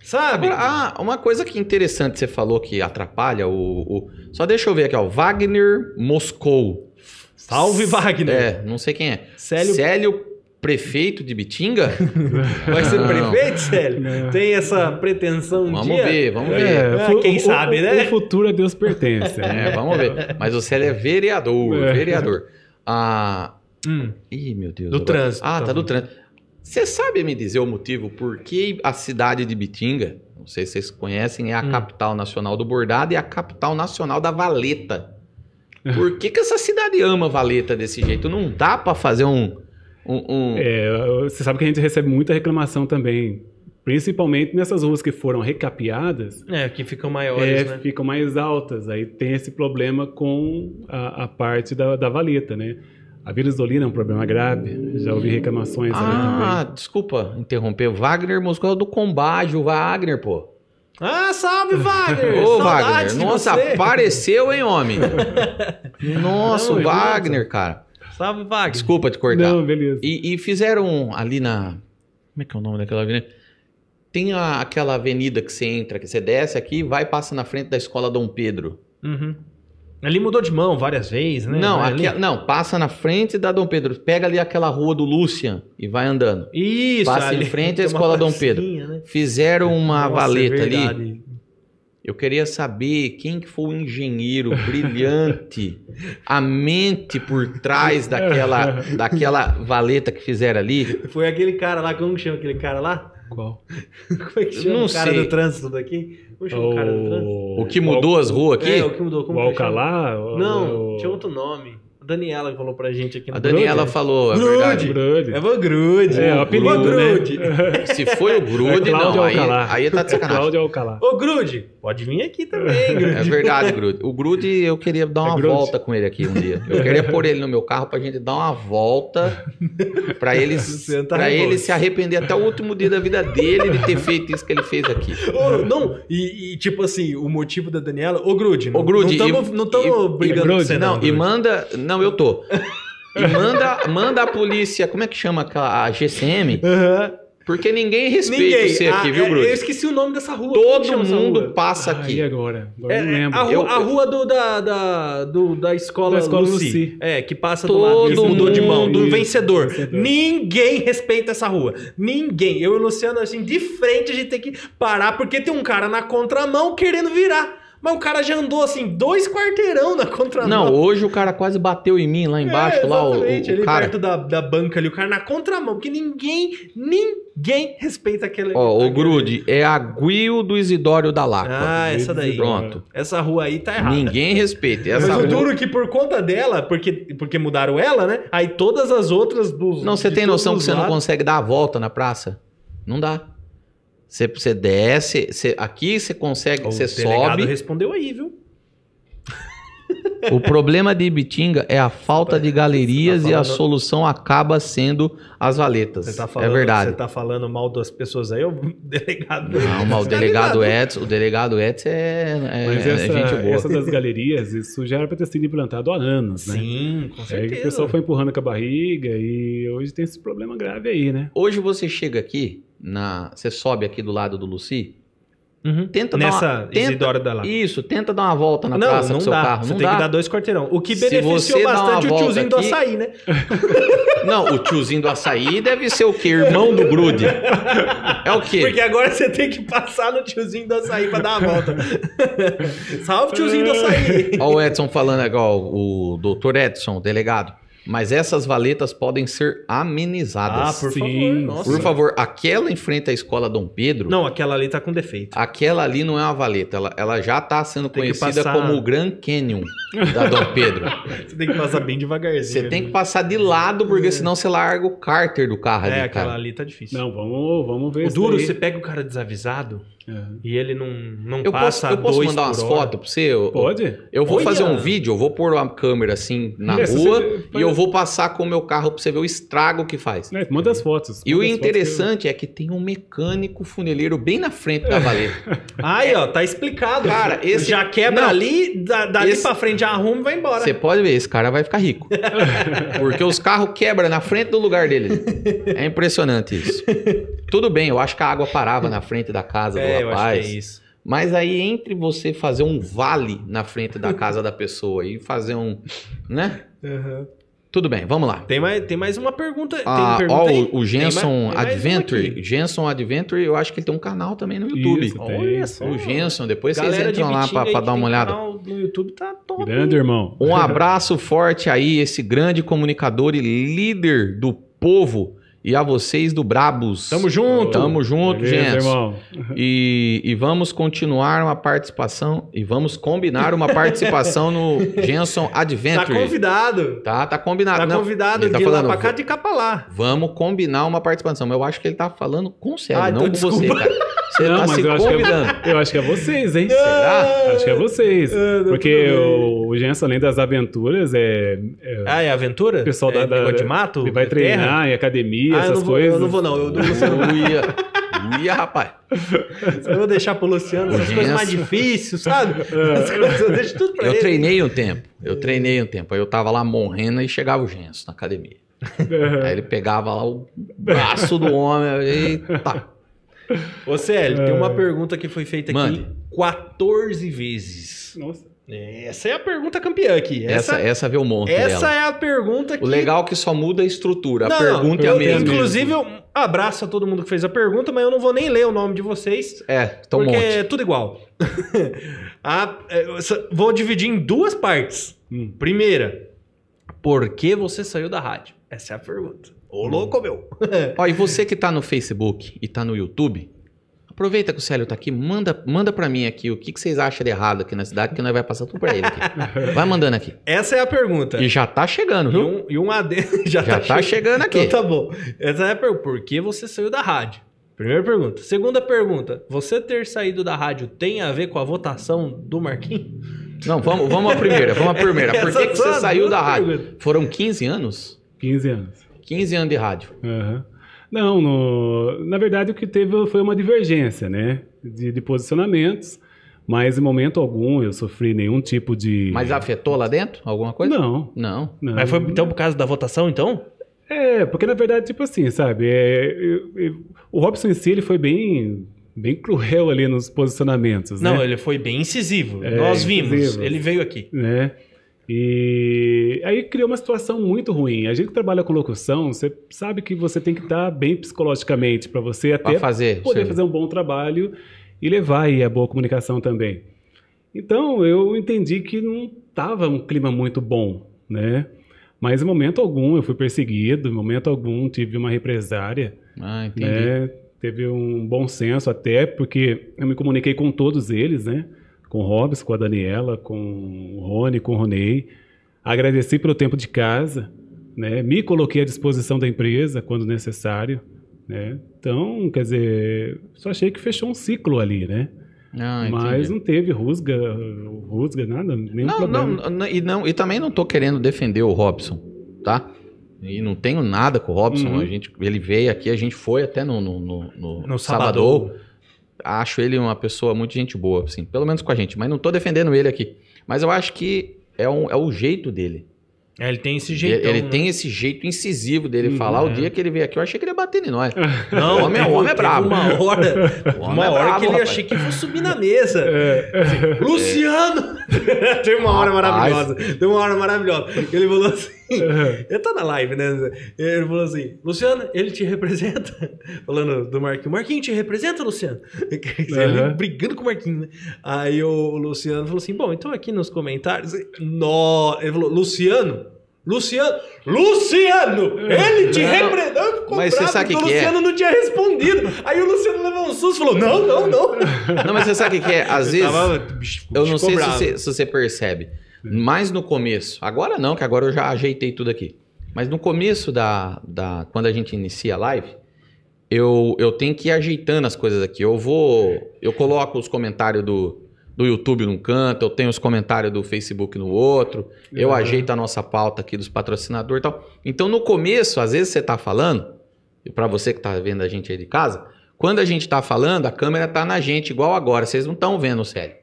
A: sabe?
B: Agora, ah, uma coisa que interessante você falou que atrapalha o, o- Só deixa eu ver aqui, ó. Wagner Moscou.
A: Salve, Wagner.
B: É, não sei quem é.
A: Célio...
B: prefeito de Bitinga? [LAUGHS]
A: Vai ser
B: Não.
A: prefeito, Célio?
C: Não.
A: Tem essa pretensão um
B: Vamos
A: dia?
B: ver, vamos ver.
C: É,
A: Ah,
C: fu-
A: quem
C: o-
A: sabe,
C: o-
A: né?
C: O futuro a Deus pertence, né?
A: [LAUGHS]
B: É, vamos ver. Mas o Célio é vereador,
C: É.
B: vereador. Ah,
A: Hum,
B: ih, meu Deus.
A: Do trânsito,
B: Ah, tá
A: tá
B: do
A: bom.
B: trânsito. Você sabe me dizer o motivo por que a cidade de Bitinga, não sei se vocês conhecem, é a
A: Hum.
B: capital nacional do bordado e a capital nacional da valeta. Por
A: [LAUGHS]
B: que, que essa cidade ama valeta desse jeito? Não dá pra fazer um... um- um-
C: É, você sabe que a gente recebe muita reclamação também, principalmente nessas ruas que foram recapeadas,
A: é, que ficam maiores,
C: é,
A: né?
C: ficam mais altas. Aí tem esse problema com a, a parte da, da valeta, né? A Vila Isolina é um problema grave, já ouvi reclamações ali
B: Ah, desculpa interromper. Wagner Moscou é do Combágio, Wagner, pô.
A: Ah, salve, Wagner!
B: [LAUGHS] Ô,
A: Saudades
B: Wagner,
A: de
B: nossa,
A: você.
B: apareceu, hein, homem?
A: [LAUGHS]
B: nossa,
C: Não,
B: o
C: é
B: Wagner, cara.
A: Salve, Wagner.
B: Desculpa te
C: também.
B: cortar.
C: Não, beleza.
B: E, e fizeram ali na. Como é que é o nome daquela avenida? Tem a- aquela avenida que você entra, que você desce aqui, vai e passa na frente da escola Dom Pedro.
A: Uhum. Ali mudou de mão várias vezes, né?
B: não,
A: Vai ali.
B: aqui- não, passa na frente da Dom Pedro. Pega ali aquela rua do Lucian e vai andando.
A: Isso,
B: Passa em frente à
A: tem uma
B: escola Dom
A: pracinha, né?
B: Fizeram uma
A: Nossa,
B: valeta
A: é
B: ali.
A: verdade.
B: Eu queria saber quem que foi o engenheiro brilhante, a mente por trás daquela, daquela valeta que fizeram ali.
A: Foi aquele cara lá, como que chama aquele cara lá? [LAUGHS]
C: Qual?
A: Como é que chama
B: Não
A: o cara
B: sei.
A: do trânsito daqui? Como chama o um cara do trânsito?
B: O que mudou as ruas
A: É, o
B: aqui?
A: que mudou?
C: O
A: Como que chama?
C: Alcalá? É
A: Não,
C: o...
A: tinha outro nome. A Daniela que falou pra gente aqui no
B: A Daniela
A: Grude.
B: falou, é
A: Grude.
B: verdade.
C: Brude.
A: É o Grude.
C: É, o apelido,
A: Ô, Grude.
C: né?
B: Se foi o Grude,
C: É Cláudio
B: não, aí,
C: Alcalá.
B: aí tá de sacanagem.
C: Cláudio Alcalá.
A: Ô, Grude, pode vir aqui também, Grude.
B: [LAUGHS] É verdade, Grude. O Grude, eu queria
A: É
B: dar uma
C: Grude.
B: volta com ele aqui um dia. Eu queria pôr ele no meu carro pra gente dar uma volta pra ele,
A: Você tá
B: pra
A: revolto.
B: ele se arrepender até o último dia da vida dele de ter feito isso que ele fez aqui.
A: Ô, não, e, e, tipo assim, o motivo da Daniela... Ô, Grude,
B: Ô, Grude,
A: não
B: e- e-
A: estamos
B: e
A: brigando com
C: Grude,
A: você,
B: Não,
A: não.
B: e manda. Não, eu tô. E manda, manda a polícia. Como é que chama aquela a GCM?
A: Aham.
B: Porque ninguém respeita
A: Ninguém.
B: você aqui,
A: Ah,
B: viu,
A: é-
B: Bruno?
A: Eu esqueci o nome dessa rua. Como é que
B: Todo
A: chama essa
B: mundo
A: rua?
B: passa
C: Ah, E
B: aqui.
C: agora? Agora
A: É,
C: eu não
A: é,
C: lembro.
A: a, rua,
B: Eu-
A: a rua do, da, da, do- da escola,
C: Da escola
A: Lucy.
C: Lucy.
A: É, que passa do lado.
B: Todo
A: Isso mudou de mão, do
C: mundo.
A: vencedor.
C: Vencedor.
A: Ninguém respeita essa rua. Ninguém. Eu e o Luciano, assim, de frente, a gente tem que parar, porque tem um cara na contramão querendo virar. Mas o cara já andou assim, dois quarteirão na contramão.
B: Não, hoje o cara quase bateu em mim lá embaixo,
A: É,
B: lá o, o-
A: exatamente,
B: o
A: ali
B: cara.
A: perto da, da banca ali, o cara na contramão, porque ninguém, ninguém respeita aquele.
B: Ó, o
A: aquele-
B: Grude, é a Guil do Isidório da Lacra.
A: Ah, essa daí.
B: Pronto.
A: Essa rua aí tá errada.
B: Ninguém respeita. é
A: Mas
B: Essa
A: o
B: rua-
A: duro que por conta dela, porque, porque mudaram ela, né? Aí todas as outras dos.
B: Não, você
A: de
B: tem
A: todos
B: noção que
A: os
B: você não
A: lados-
B: consegue dar a volta na praça? Não dá. Você, você desce, você- aqui você consegue, você
A: O delegado
B: sobe.
A: respondeu aí, viu?
B: O problema de Ibitinga é a falta de galerias
A: Você tá
B: e a
A: falando-
B: solução acaba sendo as valetas.
A: Você tá falando,
B: é verdade.
A: Você tá falando mal das pessoas aí, o [LAUGHS] delegado.
B: Não, mas o
A: Tá
B: delegado é, né?
A: ligado?
B: Edson, o delegado Edson é, é-
C: Mas
B: é
C: essa,
B: gente boa.
C: essa das galerias, isso já era pra ter sido implantado há anos, né?
A: Sim, com
C: É que
A: certeza.
C: o pessoal foi empurrando com a barriga e hoje tem esse problema grave aí, né?
B: Hoje você chega aqui, na, você sobe aqui do lado do Luci,
A: Uhum.
B: tenta dar
A: Nessa
B: uma, tenta-
A: Isidora da Lapa.
B: isso, tenta dar uma volta na
A: não,
B: praça
A: não
B: com seu
A: dá.
B: carro,
A: você
B: não
A: tem
B: dá.
A: que dar dois quarteirão. O que
B: Se
A: beneficiou
B: você dá uma
A: bastante o
B: volta
A: tiozinho do
B: aqui-
A: açaí, né?
B: Não, o tiozinho do açaí deve ser o quê? Irmão
A: [LAUGHS]
B: do grude. É o quê?
A: Porque agora você tem que [LAUGHS] passar no tiozinho do açaí pra dar a
B: [LAUGHS]
A: volta. Salve, tiozinho do açaí.
B: Olha o Edson falando agora, ó, o doutor Edson, o delegado. Mas essas valetas podem ser
A: Ah,
B: amenizadas.
C: por Sim,
B: por...
C: nossa.
B: favor, aquela em frente à escola Dom Pedro,
A: Não, aquela ali tá com defeito.
B: aquela ali não é uma valeta. Ela, ela já está sendo
A: Tem que
B: conhecida
A: passar-
B: como o Grand Canyon da
A: [LAUGHS]
B: Dom Pedro.
A: [LAUGHS] Você tem que passar bem devagarzinho. né?
B: Você tem que passar de lado, porque senão você larga o cárter do carro
A: É,
B: ali,
A: aquela
B: cara.
A: ali tá difícil.
C: Não, vamos, vamos ver
A: o
C: isso
A: duro,
C: daí.
A: você pega o cara desavisado
C: É.
A: e ele não, não
B: Eu posso,
A: passa
B: eu posso
A: dois
B: mandar umas
A: por hora.
B: [LAUGHS] fotos pra você? Eu,
C: Pode?
B: eu vou
A: Olha!
B: fazer um vídeo, eu vou pôr uma câmera assim na
C: Essa
B: rua
C: você-
B: e eu vou passar com o meu carro pra você ver o estrago que faz.
C: É, manda as fotos.
B: E o
C: manda as fotos que eu-
B: interessante é que tem um mecânico funileiro bem na frente
A: [LAUGHS]
B: da valeta.
A: Aí, ó, tá explicado.
B: É. Cara, esse-
A: Já quebra
B: Não.
A: ali, da, dali
B: Esse-
A: pra frente já arruma e vai embora.
B: Você pode ver, esse cara vai ficar rico.
A: [LAUGHS]
B: Porque os carros quebram na frente do lugar dele. É impressionante isso. Tudo bem, eu acho que a água parava na frente da casa
A: É,
B: do
A: eu acho
B: rapaz.
A: que é isso.
B: Mas aí entre você fazer um vale na frente da casa da pessoa e fazer um, né?
A: Aham.
B: Tudo bem, vamos lá.
A: Tem mais, tem mais uma pergunta.
B: Ah,
A: tem
B: ó,
A: pergunta aí?
B: o, o
A: Tem
B: Jenson
A: mais- tem mais uma
B: Adventure,
A: aqui.
B: Jenson Adventure, eu acho que ele tem um canal também no YouTube.
C: Isso, tem.
A: é Olha só.
B: O Jenson, depois
A: Galera
B: vocês
A: de
B: entram lá
A: Bitinga
B: pra,
A: aí
B: pra
A: que
B: dar
A: tem
B: uma olhada.
A: canal No YouTube tá top.
C: Grande, irmão. [LAUGHS]
B: Um abraço forte aí, esse grande comunicador e líder do povo. E a vocês do Brabos.
A: Tamo junto.
B: Tamo junto,
C: Beleza,
B: Jenson.
C: irmão.
B: E, e vamos continuar uma participação. E vamos combinar uma participação no Jenson
A: Tá
B: Adventure.
A: convidado.
B: Tá, tá combinado.
A: Tá
B: Não,
A: convidado
B: ele tá
A: de ir lá
B: falando,
A: pra cá de capa lá.
B: Vamos combinar uma participação. Mas eu acho que ele tá falando com o Sérgio,
A: Ah,
B: não
A: então
B: com você,
A: desculpa.
B: cara. Você
C: Não,
B: tá
C: mas
B: se
C: eu acho que é-
B: convidando.
C: Eu acho que é vocês, hein?
A: Ah,
C: Acho que é vocês.
A: ah, não,
C: Porque
A: tudo bem.
C: o, o Jenson, além das aventuras, é, é-
A: Ah, é aventura?
C: O pessoal
A: é,
C: da- da-
A: negócio de mato?
C: ele vai
A: de É terra?
C: treinar em academia,
A: Ah, eu
C: essas
A: não, vou,
C: coisas.
A: eu não
C: [LAUGHS]
A: vou, não. Eu, dou-
B: Uia, uia, rapaz.
A: eu vou deixar pro Luciano essas
B: Urgência.
A: coisas mais difíceis,
C: [LAUGHS]
A: sabe?
C: É.
A: As coisas, eu deixo tudo pra
B: Eu
A: ele.
B: treinei um tempo. Eu treinei um tempo. Aí eu tava lá morrendo e chegava o Genso na academia. Aí ele pegava lá o braço do homem. tá. eu- Eita.
A: Ô, Célio, tem
C: É.
A: uma pergunta que foi feita
B: Mande.
A: aqui 14 vezes.
C: Nossa.
A: Essa é a pergunta campeã aqui.
B: Essa,
A: Essa,
B: essa veio um monte
A: essa,
B: dela.
A: é a pergunta que...
B: O legal é que só muda a estrutura. A
A: Não,
B: pergunta é a
A: eu-
B: mesma.
A: Inclusive, eu abraço a todo mundo que fez a pergunta, mas eu não vou nem ler o nome de vocês,
B: É, então um
A: porque
B: monte.
A: é tudo igual. [LAUGHS] A- é, eu só- vou dividir em duas partes.
C: Hum.
A: Primeira, por que você saiu da rádio? Essa é a pergunta. Ô,
B: Hum.
A: louco, meu.
B: Ó, e você que tá no Facebook e tá no YouTube, aproveita que o Célio tá aqui, manda, manda pra mim aqui o que, que vocês acham de errado aqui na cidade, que nós vai passar tudo pra ele
A: [LAUGHS]
B: aqui. Vai mandando aqui.
A: Essa é a pergunta.
B: E já tá chegando,
A: E
B: viu?
A: um, e um adendo. [LAUGHS] Já,
B: Já tá chegando aqui.
A: Então tá bom. Essa é a pergunta. Por que você saiu da rádio? Primeira pergunta. Segunda pergunta. Você ter saído da rádio tem a ver com a votação do Marquinhos?
B: Não, vamos, vamos à primeira, vamos à primeira.
A: [LAUGHS]
B: Por
A: Essas
B: que, que
A: são
B: você
A: as
B: saiu
A: duas
B: da rádio?
A: perguntas.
B: Foram 15 anos?
C: 15 anos.
B: 15 anos de rádio.
C: Aham. Não, no- na verdade o que teve foi uma divergência, né? De, de posicionamentos, mas em momento algum eu sofri nenhum tipo de.
B: Mas afetou lá dentro alguma coisa?
C: Não,
B: Não.
C: não.
A: Mas foi então por causa da votação, então?
C: É, porque na verdade, tipo assim, sabe? é, eu- eu- o Robson em si ele foi bem, bem cruel ali nos posicionamentos,
A: Não,
C: né?
A: ele foi bem incisivo.
C: É,
A: Nós vimos.
C: incisivo.
A: Ele veio aqui.
C: né? E aí criou uma situação muito ruim. A gente que trabalha com locução, você sabe que você tem que estar bem psicologicamente para você até
B: Pra fazer.
C: poder
B: você-
C: fazer um bom trabalho e levar aí a boa comunicação também. Então eu entendi que não estava um clima muito bom, né? Mas em momento algum eu fui perseguido, em momento algum tive uma represária,
B: Ah, entendi.
C: né? Teve um bom senso até, porque eu me comuniquei com todos eles, né? Com o Robson, com a Daniela, com o Rony, com o Ronei. Agradeci pelo tempo de casa, né? Me coloquei à disposição da empresa quando necessário, né? Então, quer dizer, só achei que fechou um ciclo ali, né?
B: Ah, entendi.
C: Mas não teve rusga, rusga, nada, nenhum
B: Não,
C: problema.
B: não, não, e não, e também não tô querendo defender o Robson, tá? E não tenho nada com o Robson.
C: Uhum.
B: A gente, ele veio aqui, a gente foi até no, no, no, no
A: No
B: Sabadou.
A: sábado.
B: Acho ele uma pessoa muito gente boa, assim, pelo menos com a gente, mas não tô defendendo ele aqui. Mas eu acho que é, um, é o jeito dele.
A: É, ele tem esse jeitão.
B: ele ele
A: né?
B: tem esse jeito incisivo dele
C: Uhum,
B: falar.
A: é.
B: O dia que ele veio aqui, eu achei que ele ia bater
A: [LAUGHS]
B: em nós.
A: Não,
B: O homem é-
A: teve-
B: o homem é
A: teve
B: brabo.
A: Uma hora,
B: O [LAUGHS] homem
A: uma
B: é
A: hora
B: brabo,
A: que ele
B: rapaz.
A: achei que vou subir na mesa.
C: É,
A: Luciano! [LAUGHS] Tem uma hora
B: Rapaz.
A: maravilhosa. Tem uma hora maravilhosa. Ele falou assim.
C: [LAUGHS] é.
A: Ele tá na live, né? Ele falou assim: Luciano, ele te representa? [LAUGHS] Falando do Marquinho. Marquinho te representa, Luciano? [LAUGHS] Quer dizer, ele
C: Aham.
A: brigando com o Marquinho, né? Aí o, o Luciano falou assim: Bom, então aqui nos comentários. Nó. Ele falou: Luciano? Luciano! Luciano! Ele te
B: Não,
A: representa! Eu fico
B: mas você
A: bravo
B: sabe o que
A: porque
B: que
A: o
B: é?
A: Luciano não tinha respondido. Aí o Luciano levou um susto e falou: Não, não, não.
B: Não, mas você sabe o que, que é? Às vezes.
A: bicho,
B: Eu
A: ficou
B: não sei se
A: bravo.
B: você, se você percebe, mas no começo, agora não, que agora eu já ajeitei tudo aqui. Mas no começo da, da quando a gente inicia a live, eu, eu tenho que ir ajeitando as coisas aqui. Eu vou, eu coloco os comentários do, do YouTube num canto, eu tenho os comentários do Facebook no outro, eu
C: Uhum.
B: ajeito a nossa pauta aqui dos patrocinadores e tal. Então no começo, às vezes você tá falando, e para você que tá vendo a gente aí de casa, quando a gente tá falando, a câmera tá na gente igual agora, vocês não estão vendo o Célio.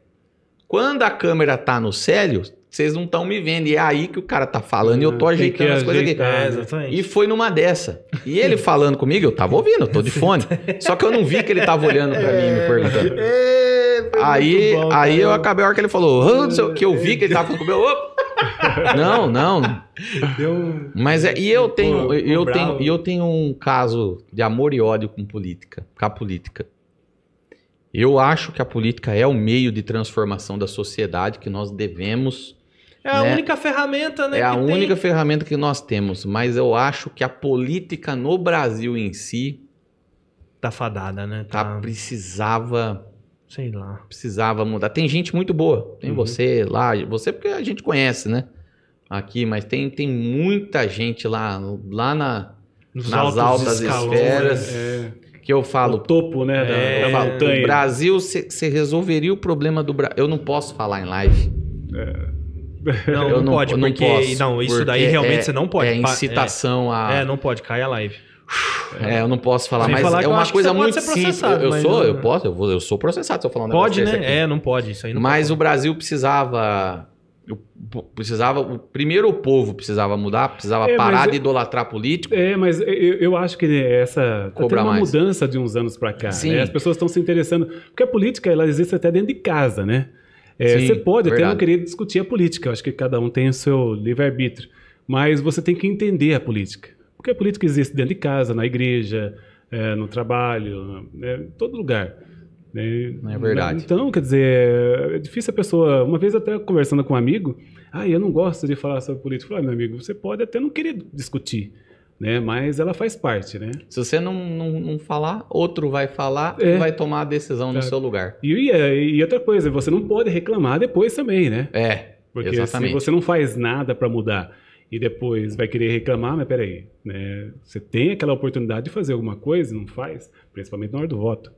B: Quando a câmera tá no Célio, vocês não estão me vendo. E é aí que o cara tá falando e eu tô
C: Tem que
B: ajeitando as coisas aqui.
C: ajeitar. né,
A: É, exatamente.
B: E foi numa dessa. E ele falando comigo, eu tava ouvindo, eu tô de
C: [LAUGHS]
B: fone. Só que eu não vi que ele tava olhando pra mim, me perguntando.
A: É, foi
B: Aí,
A: muito bom,
B: aí
A: cara.
B: eu acabei a hora que ele falou, "Ah, não sei o que eu vi que ele tava falando comigo.
A: [LAUGHS]
B: eu, "Opa." Não, não.
A: Deu um-
B: Mas é, e eu tenho,
A: Ficou- ficou
B: eu
A: bravo.
B: tenho, e eu tenho um caso de amor e ódio com política, com a política. Eu acho que a política é o meio de transformação da sociedade que nós devemos
A: É a
B: né?
A: única ferramenta, né?
B: É a
A: que tem.
B: única ferramenta que nós temos, mas eu acho que a política no Brasil em si
A: Tá fadada, né?
B: tá,
A: Tá.
B: precisava
A: Sei lá.
B: precisava mudar. Tem gente muito boa, tem
C: Uhum.
B: você lá, você porque a gente conhece, né? Aqui, mas tem, tem muita gente lá lá na
A: Nos
B: Nas
A: altos
B: altas
A: escalões.
B: esferas. [LAUGHS]
C: É,
B: que eu
C: o
B: falo.
C: topo, né, da,
A: É,
C: da
B: eu falo, o
C: montanha.
B: Brasil, você resolveria o problema do Brasil. Eu não posso falar em live.
A: Não,
B: Eu
A: não, pode,
B: não
A: porque.
B: posso,
A: não, isso
B: porque
A: daí realmente
B: é-
A: você não pode.
B: é
A: Pa-
B: incitação a.
A: É, é, não pode, cai a live.
B: É, eu não posso falar,
A: Sem
B: mas
A: falar que
B: é
A: eu
B: uma
A: acho que
B: coisa
A: você pode ser
B: muito simples. Eu,
A: processado,
B: eu
A: mas- é.
B: sou, eu posso, eu, vou- eu sou processado se eu falar um
A: Pode,
B: negócio
A: né?
B: desse aqui.
A: É, não pode. Isso aí não
B: Mas o
A: pode.
B: Brasil precisava o- po- precisava o primeiro o povo precisava mudar, precisava
C: É, mas
B: parar
C: eu-
B: de idolatrar político.
C: É, mas eu, eu acho que essa tá
B: Cobrar
C: tendo uma
B: mais.
C: mudança de uns anos pra cá.
B: Sim.
C: né? As pessoas estão se interessando. Porque a política ela existe até dentro de casa, né? É,
B: Sim,
C: você pode até não
B: verdade.
C: querer discutir a política. Eu acho que cada um tem o seu livre-arbítrio. Mas você tem que entender a política. Porque a política existe dentro de casa, na igreja, é, no trabalho, né? em todo lugar. né?
B: É verdade.
C: Então, quer dizer, é difícil a pessoa. Uma vez até conversando com um amigo, ah, eu não gosto de falar sobre política. Eu falei, "Ah, meu amigo, você pode até não querer discutir, né? Mas ela faz parte, né?
B: Se você não, não, não falar, outro vai falar
C: É.
B: e vai tomar a decisão no
C: Tá.
B: seu lugar.
C: E, e- e outra coisa, você não pode reclamar depois também, né?
B: É,
C: Porque
B: Exatamente.
C: se você não faz nada para mudar e depois vai querer reclamar, mas peraí, né? Você tem aquela oportunidade de fazer alguma coisa, não faz, principalmente na hora do voto.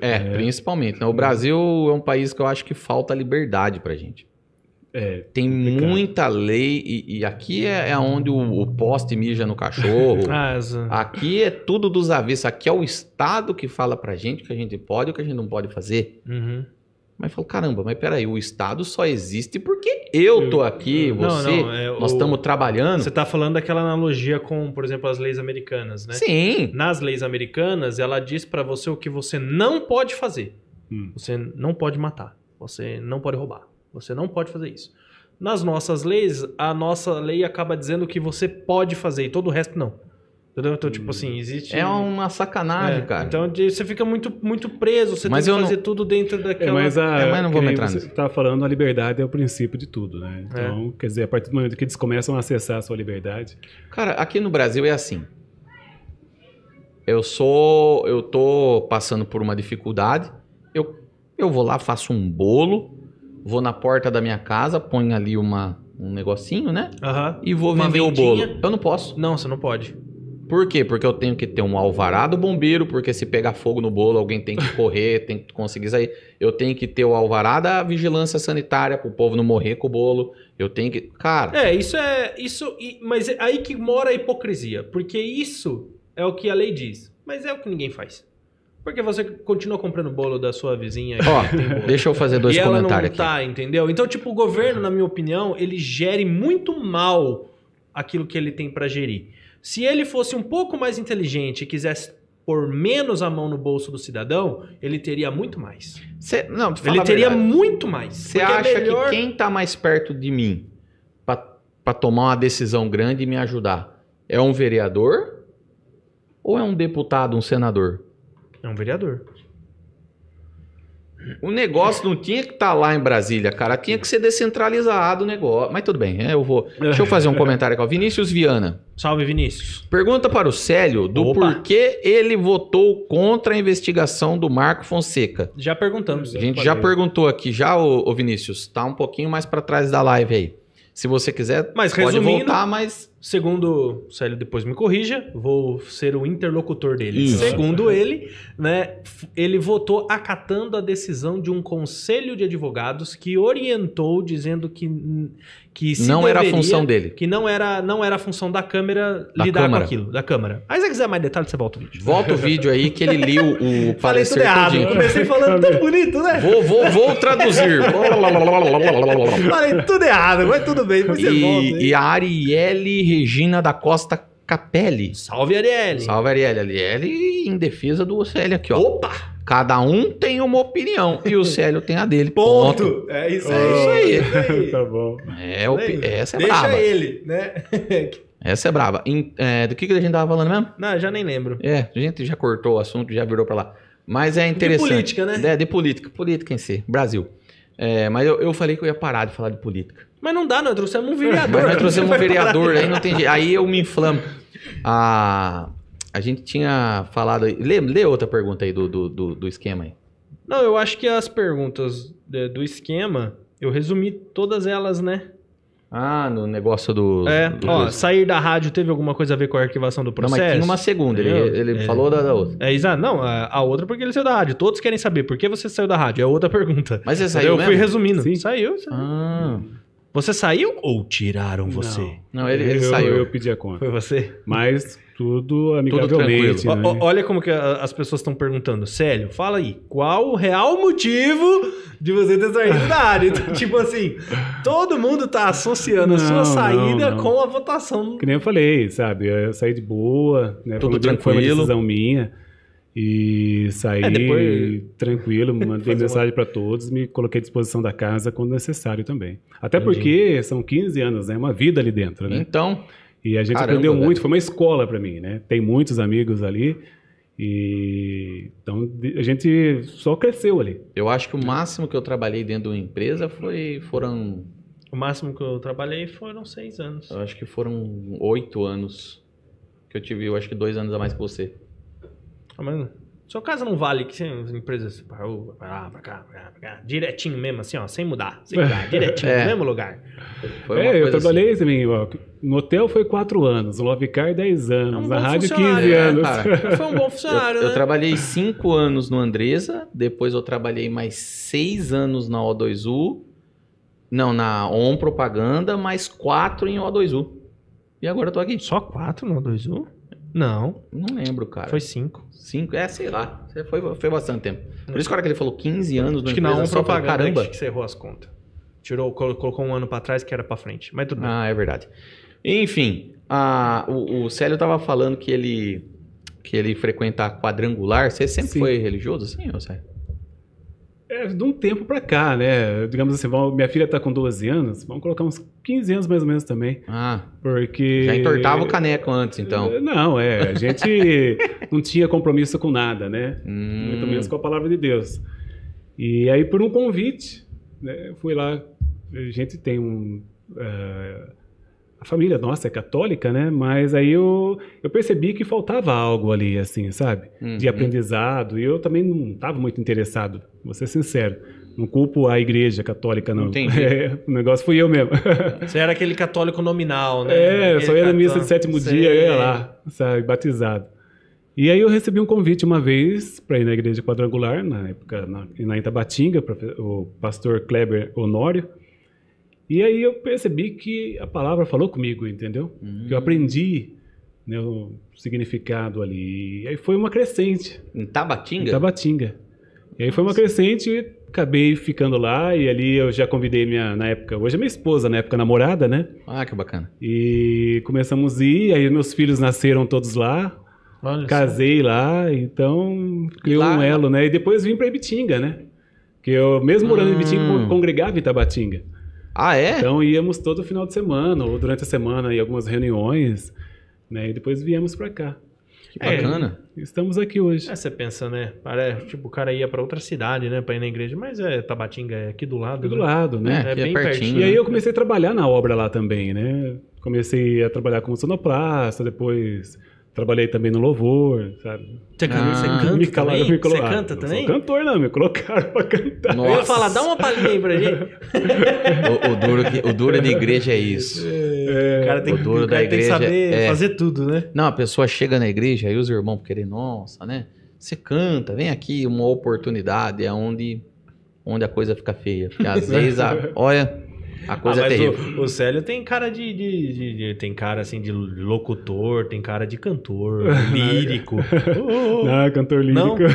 B: é, principalmente. né? O Brasil é um país que eu acho que falta liberdade pra gente.
C: É,
B: Tem muita lei e, e aqui é, é onde o, o poste mija no cachorro.
A: [LAUGHS] Ah, exa-
B: Aqui é tudo dos avessos. Aqui é o Estado que fala pra gente o que a gente pode e o que a gente não pode fazer.
A: Uhum.
B: Mas eu falo, caramba, mas peraí, o Estado só existe porque eu tô aqui,
A: Não,
B: você,
A: não, é
B: nós
A: o-
B: estamos trabalhando.
A: Você tá falando daquela analogia com, por exemplo, as leis americanas, né?
B: Sim,
A: Nas leis americanas, ela diz pra você o que você não pode fazer.
C: Hum.
A: Você não pode matar. Você não pode roubar. Você não pode fazer isso. Nas nossas leis, a nossa lei acaba dizendo o que você pode fazer e todo o resto não. Entendeu? Então,
C: Hum.
A: tipo assim, existe.
B: É uma sacanagem,
A: É,
B: cara.
A: Então de- você fica muito, muito preso, você
B: Mas
A: tem
B: eu
A: que
B: não-
A: fazer tudo dentro
C: É,
A: daquela.
C: mas a,
B: É, mas não
C: que
B: vamos
C: nem
B: entrar
C: você
B: nisso.
C: estava falando, a liberdade é o princípio de tudo, né? Então, quer dizer, a partir do momento que eles começam a acessar a sua liberdade,
B: Cara, aqui no Brasil é assim. Eu sou. Eu tô passando por uma dificuldade. Eu, eu vou lá, faço um bolo, vou na porta da minha casa, ponho ali uma, um negocinho, né?
A: Aham.
B: E vou
A: Uma
B: vender
A: vendinha.
B: o bolo. Eu não posso.
A: Não, você não pode.
B: Por quê? Porque eu tenho que ter um alvará do bombeiro, porque se pegar fogo no bolo, alguém tem que correr, [LAUGHS] tem que conseguir sair. Eu tenho que ter o alvará da vigilância sanitária pro povo não morrer com o bolo. Eu tenho que. Cara,
A: É, isso é. Isso, e- mas é aí que mora a hipocrisia. Porque isso é o que a lei diz. Mas é o que ninguém faz. Porque você continua comprando bolo da sua vizinha que
B: Ó,
A: tem bolo.
B: deixa eu fazer [LAUGHS] dois
A: e ela não
B: comentários aqui.
A: tá, entendeu? Então, tipo, o governo, na minha opinião, ele gere muito mal aquilo que ele tem pra gerir. Se ele fosse um pouco mais inteligente e quisesse pôr menos a mão no bolso do cidadão, ele teria muito mais.
B: Cê- não, pra
A: ele
B: falar a
A: teria
B: verdade.
A: muito mais.
B: Você
A: Porque é
B: acha
A: melhor-
B: que quem tá mais perto de mim pra pra tomar uma decisão grande e me ajudar é um vereador ou é um deputado, um senador?
A: É um vereador.
B: O negócio não tinha que estar lá em Brasília, cara. Tinha que ser descentralizado o negócio. Mas tudo bem, é, eu vou. Deixa eu fazer um comentário aqui. ó. Vinícius Viana.
A: Salve, Vinícius.
B: Pergunta para o Célio do
A: Opa.
B: porquê ele votou contra a investigação do Marco Fonseca.
A: Já perguntamos. né?
B: A gente já perguntou aqui, já, ô, ô Vinícius, tá um pouquinho mais para trás da live aí. Se você quiser,
A: Mas
B: pode
A: resumindo,
B: voltar, mas
A: Segundo o Célio, depois me corrija, vou ser o interlocutor dele.
B: Isso.
A: Segundo ele, né, f- ele votou acatando a decisão de um conselho de advogados que orientou dizendo que que se
B: não era a
A: deveria-
B: função dele.
A: que não era não era a função da câmera
B: Da
A: lidar
B: Câmara.
A: com aquilo, da câmara. Aí se você quiser mais detalhes, você volta o vídeo.
B: Volta o vídeo aí que ele liu o
A: [LAUGHS] Falei tudo
B: parecer
A: errado.
B: todinho.
A: Comecei falando tão bonito, né?
B: Vou, vou, vou
A: [LAUGHS]
B: traduzir.
A: Falei tudo errado, mas tudo bem, depois você volta.
B: e,
A: aí.
B: e a Arielle Regina da Costa Capelli.
A: Salve Arielle.
B: Salve, Arielle. Arielle em defesa do Célio aqui, ó.
A: Opa,
B: Cada um tem uma opinião e o Célio tem a dele.
A: ponto. É isso aí.
B: É
A: isso
B: [LAUGHS]
A: aí.
C: [LAUGHS] tá bom.
B: É, opi- essa é
A: Deixa
B: braba.
A: ele, né?
B: Essa é braba. Em- é, do que, que a gente tava falando mesmo?
A: Não, eu já nem lembro.
B: É, a gente já cortou o assunto, já virou pra lá. Mas é
A: De
B: interessante.
A: política, né?
B: É, de política. Política em si. Brasil. É, mas eu, eu falei que eu ia parar de falar de política.
A: Mas não dá, nós trouxemos um vereador.
B: Mas nós trouxemos um
A: Vai parar.
B: vereador, aí não tem jeito. Aí eu me inflamo. A, a gente tinha falado... aí- Lê, lê outra pergunta aí do, do, do, do esquema aí.
A: Não, eu acho que as perguntas de- do esquema, eu resumi todas elas, né?
B: Ah, no negócio do...
A: É,
B: do
A: ó,
B: coisa.
A: sair da rádio teve alguma coisa a ver com a arquivação do
B: não, mas
A: processo?
B: tinha uma segunda. Ele,
A: Eu-
B: ele
A: é.
B: falou da, da outra.
A: É, exato. Não, a, a outra porque ele saiu da rádio. Todos querem saber por que você saiu da rádio. É outra pergunta.
B: Mas você
A: eu
B: saiu
A: fui
B: mesmo?
A: resumindo.
C: Sim.
A: Saiu, saiu.
B: Ah,
A: Você saiu ou tiraram você?
C: Não.
B: não, ele, ele
C: eu,
B: saiu.
C: Eu pedi a conta.
A: Foi você?
C: Mas tudo amigavelmente.
A: Ó,
C: né?
A: ó, olha como que a- as pessoas estão perguntando. Célio, fala aí, qual o real motivo de você ter saído da área? Então, tipo assim, todo mundo tá associando a
C: Não,
A: sua
C: não,
A: saída
C: não.
A: com a votação.
C: Que nem eu falei, sabe? Eu saí de boa, né?
B: Tudo
C: foi, uma, foi uma
B: tranquilo.
C: decisão minha. E saí
A: É, depois-
B: [LAUGHS]
C: tranquilo, mandei
A: Fazer
C: mensagem para todos, me coloquei à disposição da casa quando necessário também. Até
A: Entendi.
C: porque são 15 anos, né? Uma vida ali dentro, né?
B: Então,
C: E a gente
B: Caramba,
C: aprendeu
B: velho.
C: muito, foi uma escola para mim, né? Tem muitos amigos ali. E então de- a gente só cresceu ali.
B: eu acho que o máximo que eu trabalhei dentro de uma empresa foi, foram
A: O máximo que eu trabalhei foram seis anos.
B: Eu acho que foram oito anos que eu tive, eu acho que dois anos a mais que você.
A: Ah, mas seu caso não vale que sem as empresas pra lá, pra cá, pra cá, pra cá. Diretinho mesmo, assim, ó, sem mudar. Sem mudar, diretinho,
B: É.
A: no mesmo lugar.
B: Foi uma
C: é, eu
B: coisa assim.
C: trabalhei também. Ó, no hotel foi 4 anos, no Love Car 10
A: É um
C: anos,
A: bom
C: na rádio 15
A: funcionário, né,
C: anos.
B: assim. cara?
A: Mas Foi um bom
B: Eu,
A: funcionário,
B: eu
A: né?
B: trabalhei cinco anos no Andresa, depois eu trabalhei mais seis anos na O2U, não, na ON Propaganda, mais quatro em O2U. E agora eu tô aqui.
A: Só quatro no 2-1? Não,
B: Não lembro, cara.
A: foi cinco.
B: cinco, é, sei lá. Foi, foi bastante tempo. Por isso que a hora que ele falou 15 anos
A: Acho que na
B: Andresa,
A: um
B: só pra
A: propaganda
B: caramba.
A: que você errou as contas. Tirou, colo- colocou um ano pra trás que era pra frente. Mas tudo bem.
B: Ah, é verdade. Enfim, a- o, o Célio tava falando que ele que ele frequenta quadrangular. Você sempre
C: Sim.
B: foi religioso, sim, ô Célio?
C: É, [LAUGHS] é de um tempo pra cá, né? Digamos assim, vamos- minha filha tá com 12 anos, vamos colocar uns 15 anos mais ou menos também,
B: Ah,
C: porque...
B: já entortava o caneco antes, então.
C: Não, é,
B: [LAUGHS]
C: a gente não tinha compromisso com nada, né?
B: Hum,
C: muito menos com a palavra de Deus. E aí, por um convite, né, eu fui lá. A gente tem um. eh, a família nossa é católica, né? Mas aí eu, eu percebi que faltava algo ali, assim, sabe?
B: uhum.
C: de aprendizado. E eu também não estava muito interessado, vou ser sincero. Não culpo a igreja católica, não.
B: Entendi.
C: [LAUGHS] É, o negócio fui eu mesmo.
A: Você era aquele católico nominal, né?
C: É, eu
A: Aquele é.
C: só ia na missa
A: cató-
C: de sétimo
A: Sei.
C: dia, eu ia lá, sabe, batizado. E aí eu recebi um convite uma vez para ir na igreja quadrangular, na época na, na Itabatinga, profe- o pastor Kleber Honório. E aí eu percebi que a palavra falou comigo, entendeu?
B: Hum,
C: Que eu aprendi né, o significado ali. E aí foi uma crescente.
B: Em Tabatinga?
C: Em Tabatinga. E aí foi uma crescente e acabei ficando lá. E ali eu já convidei minha, na época, hoje é minha esposa, na época namorada, né?
B: Ah, que bacana.
C: E começamos a ir. Aí meus filhos nasceram todos lá.
A: Olha só.
C: Casei lá, então criou
B: Lá-
C: um elo, né? E depois vim pra Ibitinga, né? Que eu, mesmo morando em Ibitinga,
B: Hum.
C: congregava em Tabatinga.
B: Ah, é?
C: Então íamos todo final de semana, ou durante a semana, em algumas reuniões, né? E depois viemos pra cá.
B: que bacana.
C: Estamos aqui hoje.
A: É, você pensa, né? Parece, tipo, o cara ia pra outra cidade, né? Pra ir na igreja, mas é Tabatinga, é aqui do lado.
C: Do
A: né?
C: lado, né?
B: É, aqui é
A: bem
B: pertinho,
A: pertinho.
C: E aí eu [LAUGHS] comecei a trabalhar na obra lá também, né? Comecei a trabalhar como sonoplasta, depois trabalhei também no louvor, sabe?
A: Você canta,
B: Ah,
A: você canta
C: Me calaram,
A: também?
C: me colo-
A: Você
C: Ah,
A: canta
C: não
A: também?
C: Sou cantor não, me colocaram pra cantar.
A: Eu ia
B: Nossa.
A: falar,
C: um-
A: dá uma palhinha aí pra
C: [LAUGHS]
A: gente.
B: O, o duro que- o duro da igreja é isso.
C: É.
A: o cara tem,
B: o
A: que-
B: duro
A: o cara
B: da
A: tem que
B: igreja
A: saber
B: é-
A: fazer tudo, né?
B: Não, a pessoa chega na igreja e os irmãos querem, nossa, né? Você canta, vem aqui, uma oportunidade, é onde, onde a coisa fica feia. Porque às vezes, a, olha, a coisa
A: Ah,
B: é
A: mas
B: terrível.
A: o, o Célio tem cara de, de- de- de- Tem cara assim de locutor, tem cara de
B: [LAUGHS]
A: cantor, lírico. Oh, oh.
C: Ah, cantor
A: Não?
C: lírico.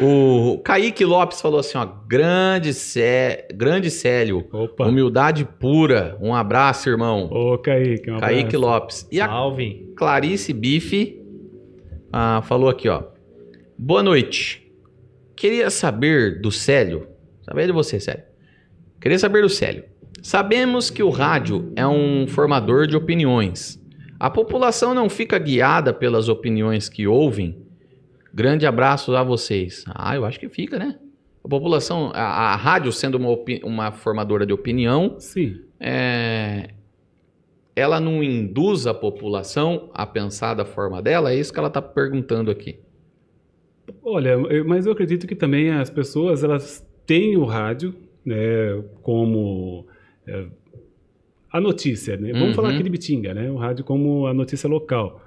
B: O Kaique Lopes falou assim, ó, grande, Cé, grande Célio,
C: Opa.
B: humildade pura, um abraço, irmão.
C: Ô, Kaique, um abraço.
B: Kaique Lopes. E a
A: Salve.
B: Clarice Bife ah, falou aqui, ó. Boa noite. Queria saber do Célio. Saber de você, Célio. Queria saber do Célio. Sabemos que o rádio é um formador de opiniões. A população não fica guiada pelas opiniões que ouvem. Grande abraço a vocês. Ah, eu acho que fica, né? A população, a, a rádio sendo uma, opi- uma formadora de opinião,
C: Sim.
B: é, ela não induz a população a pensar da forma dela? É isso que ela está perguntando aqui.
C: Olha, eu- mas eu acredito que também as pessoas, elas têm o rádio, né, como... é, a notícia, né? Vamos
B: Uhum.
C: falar aqui de Bitinga, né? O rádio como a notícia local.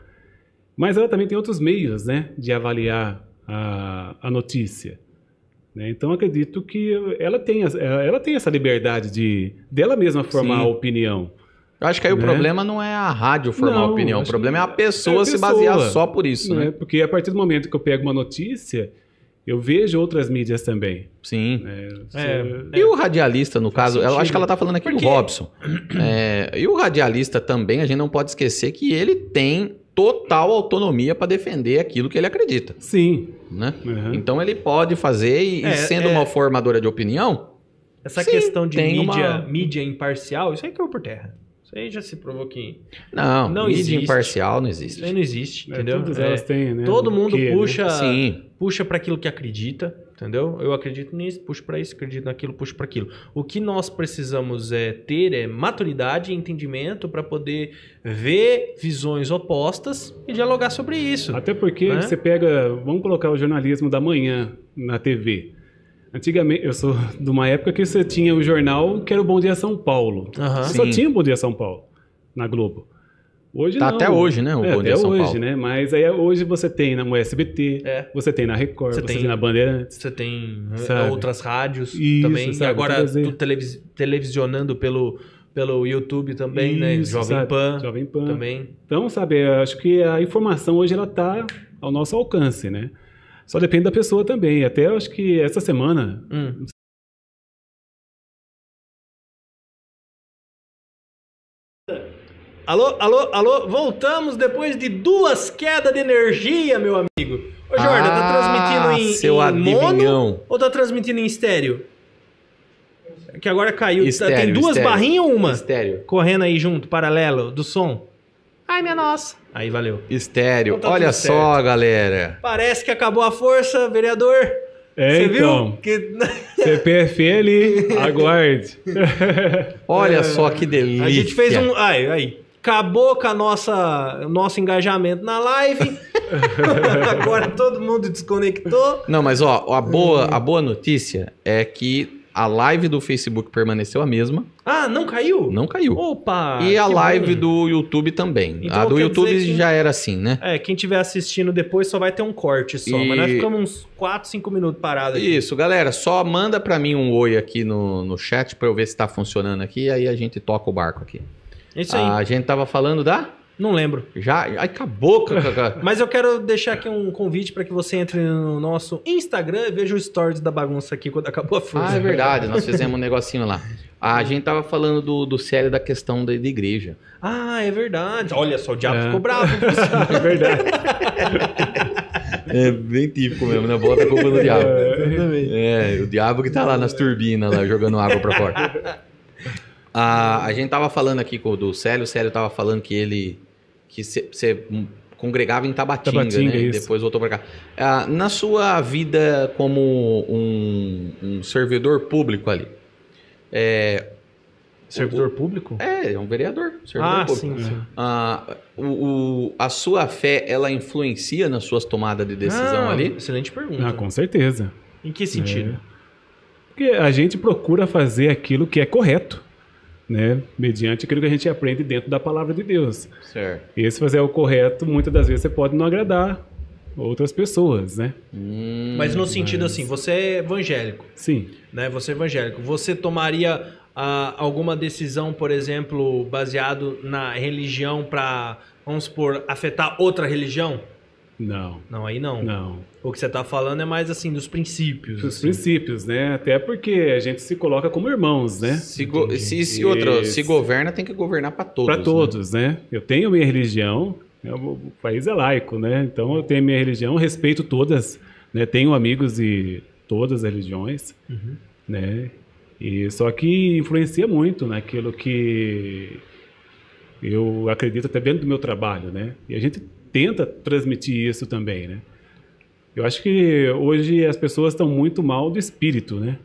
C: Mas ela também tem outros meios, né, de avaliar a, a notícia. né? Então acredito que ela tem, as- ela ela tem essa liberdade de dela mesma formar
B: Sim.
C: a opinião.
B: Eu acho que aí o
C: Né?
B: problema não é a rádio formar
C: Não,
B: opinião, o
C: acho
B: problema é a
C: que
B: pessoa
C: é a
B: se basear
C: pessoa,
B: só por isso, né?
C: né? Porque a partir do momento que eu pego uma notícia, eu vejo outras mídias também. né?
B: Sim.
A: é,
C: Você-
B: E o radialista, no caso, eu acho que ela está falando aqui do
A: Porque-
B: Robson. É, e o radialista também, a gente não pode esquecer que ele tem total autonomia para defender aquilo que ele acredita,
C: Sim.
B: né?
C: aham.
B: Então ele pode fazer e, e
A: É,
B: sendo
A: é.
B: uma formadora de opinião,
A: Essa
B: Sim,
A: questão de
B: tem
A: mídia,
B: uma-
A: mídia imparcial, isso aí caiu por terra. Isso aí já se provou que.
B: Não,
A: Não
B: mídia
A: existe.
B: imparcial não
A: Isso
B: existe.
A: aí não existe,
C: É,
A: entendeu?
C: todas
A: É,
C: elas têm, né?
A: todo
C: o
A: mundo
C: quê, né?
A: puxa
B: Sim,
A: puxa para aquilo que acredita, entendeu? Eu acredito nisso, puxo para isso, acredito naquilo, puxo para aquilo. O que nós precisamos é ter é maturidade e entendimento para poder ver visões opostas e dialogar sobre isso.
C: Até porque
A: Né?
C: você pega, vamos colocar o jornalismo da manhã na TV. Antigamente, eu sou de uma época que você tinha o jornal que era o Bom Dia São Paulo.
A: Aham.
C: Você só
B: Sim.
C: tinha o Bom Dia São Paulo na Globo. Hoje
B: tá
C: não.
B: até hoje, né? O
C: É,
B: Bom
C: até
B: Dia São
C: hoje,
B: Paulo.
C: né? Mas aí hoje você tem na SBT,
A: É.
C: você tem na Record,
A: Você
C: você,
A: tem-
C: tem na Bandeirantes.
A: Você tem eh,
C: Sabe?
A: outras rádios
C: Isso,
A: também.
C: sabe?
A: Agora
C: Todas elas.
A: tudo televis- televisionando pelo, pelo YouTube também, né?
C: Isso,
A: Jovem
C: sabe?
A: Pan
C: Jovem Pan.
A: também.
C: Então, sabe, eu acho que a informação hoje ela está ao nosso alcance, né? Só depende da pessoa também. Até eu acho que essa semana
A: Hum. Alô, alô, alô, voltamos depois de duas quedas de energia, meu amigo. Ô, Jordan, tá transmitindo em,
B: Ah, seu
A: em mono
B: adivinhão.
A: ou tá transmitindo em estéreo? Que agora caiu. Tá- Tem
B: Estéreo,
A: duas
B: estéreo.
A: barrinhas ou uma?
B: Estéreo.
A: Correndo aí junto, paralelo, do som. Ai, minha nossa. Aí, valeu.
B: Estéreo.
A: Então tá
B: Olha
A: tudo
B: só, galera.
A: Parece que acabou a força, vereador.
C: É,
A: Você
C: então,
A: viu? Que... [LAUGHS]
C: CPFL, aguarde.
B: Olha só que é? delícia.
A: É, A gente fez um. Aí, aí. Acabou com a nossa, o nosso engajamento na live. [LAUGHS] Agora todo mundo desconectou.
B: Não, mas ó, a boa,
A: Uhum.
B: a boa notícia é que a live do Facebook permaneceu a mesma,
A: Ah, não caiu?
B: não caiu.
A: Opa!
B: e a
A: Ah, que
B: live
A: bom.
B: do YouTube também.
A: Então
B: a do
A: quer
B: YouTube
A: dizer que-
B: já era assim, né?
A: É, quem tiver assistindo depois só vai ter um corte só.
B: E-
A: Mas nós ficamos uns 4, 5 minutos parados aqui.
B: Isso, galera, só manda pra mim um oi aqui no, no chat pra eu ver se tá funcionando aqui, aí a gente toca o barco aqui.
A: É Isso aí.
B: A gente tava falando da...
A: Não lembro.
B: Já... Ai, acabou, [LAUGHS] Cacá.
A: Mas eu quero deixar aqui um convite pra que você entre no nosso Instagram e veja os stories da bagunça aqui quando acabou a força.
B: Ah, é Hum. verdade, nós fizemos um negocinho lá. A gente tava falando do, do sério da questão da, da igreja.
A: Ah, é verdade. Olha só, o diabo
C: É.
A: ficou
B: [LAUGHS]
A: bravo.
C: É verdade.
B: É bem típico mesmo, né? Bota a culpa no diabo.
A: Exatamente.
B: [LAUGHS] É, o diabo que tá lá nas turbinas, lá, jogando água pra fora. [LAUGHS] A, a gente tava falando aqui com o do Célio, o Célio tava falando que ele que você congregava em Tabatinga,
C: Tabatinga,
B: né? E
C: isso.
B: Depois voltou pra cá. Ah, na sua vida como um, um servidor público ali,
A: Servidor público?
B: é, é um vereador, servidor
A: Ah,
B: público.
A: sim, sim.
B: Ah, o, o- a sua fé, ela influencia nas suas tomadas de decisão
A: Ah,
B: ali?
A: Excelente pergunta.
C: Ah, com certeza.
A: Em que sentido?
C: Porque a gente procura fazer aquilo que é correto, né? Mediante aquilo que a gente aprende dentro da palavra de Deus.
B: Certo.
C: E se fazer o correto, muitas das vezes você pode não agradar outras pessoas, né?
B: Hum,
A: Mas no sentido assim, você é evangélico,
C: Sim.
A: né? Você é evangélico. Você tomaria ah, alguma decisão, por exemplo, baseado na religião pra, vamos supor, afetar outra religião?
C: Não.
A: Não, aí não.
C: Não.
A: O que você tá falando é mais assim dos princípios.
C: Os
A: assim.
C: princípios, né? Até porque a gente se coloca como irmãos, né?
B: Se, go-
A: Entendi.
B: se, se outra, se
C: Isso.
B: governa, tem que governar para todos.
C: Para
B: né?
C: todos, né? Eu tenho minha religião, né? o o país é laico, né? Então eu tenho minha religião, respeito todas, né? Tenho amigos de todas as religiões,
A: Uhum.
C: né? E só que influencia muito naquilo que eu acredito até dentro do meu trabalho, né? E a gente tenta transmitir isso também, né? Eu acho que hoje as pessoas estão muito mal do espírito, né?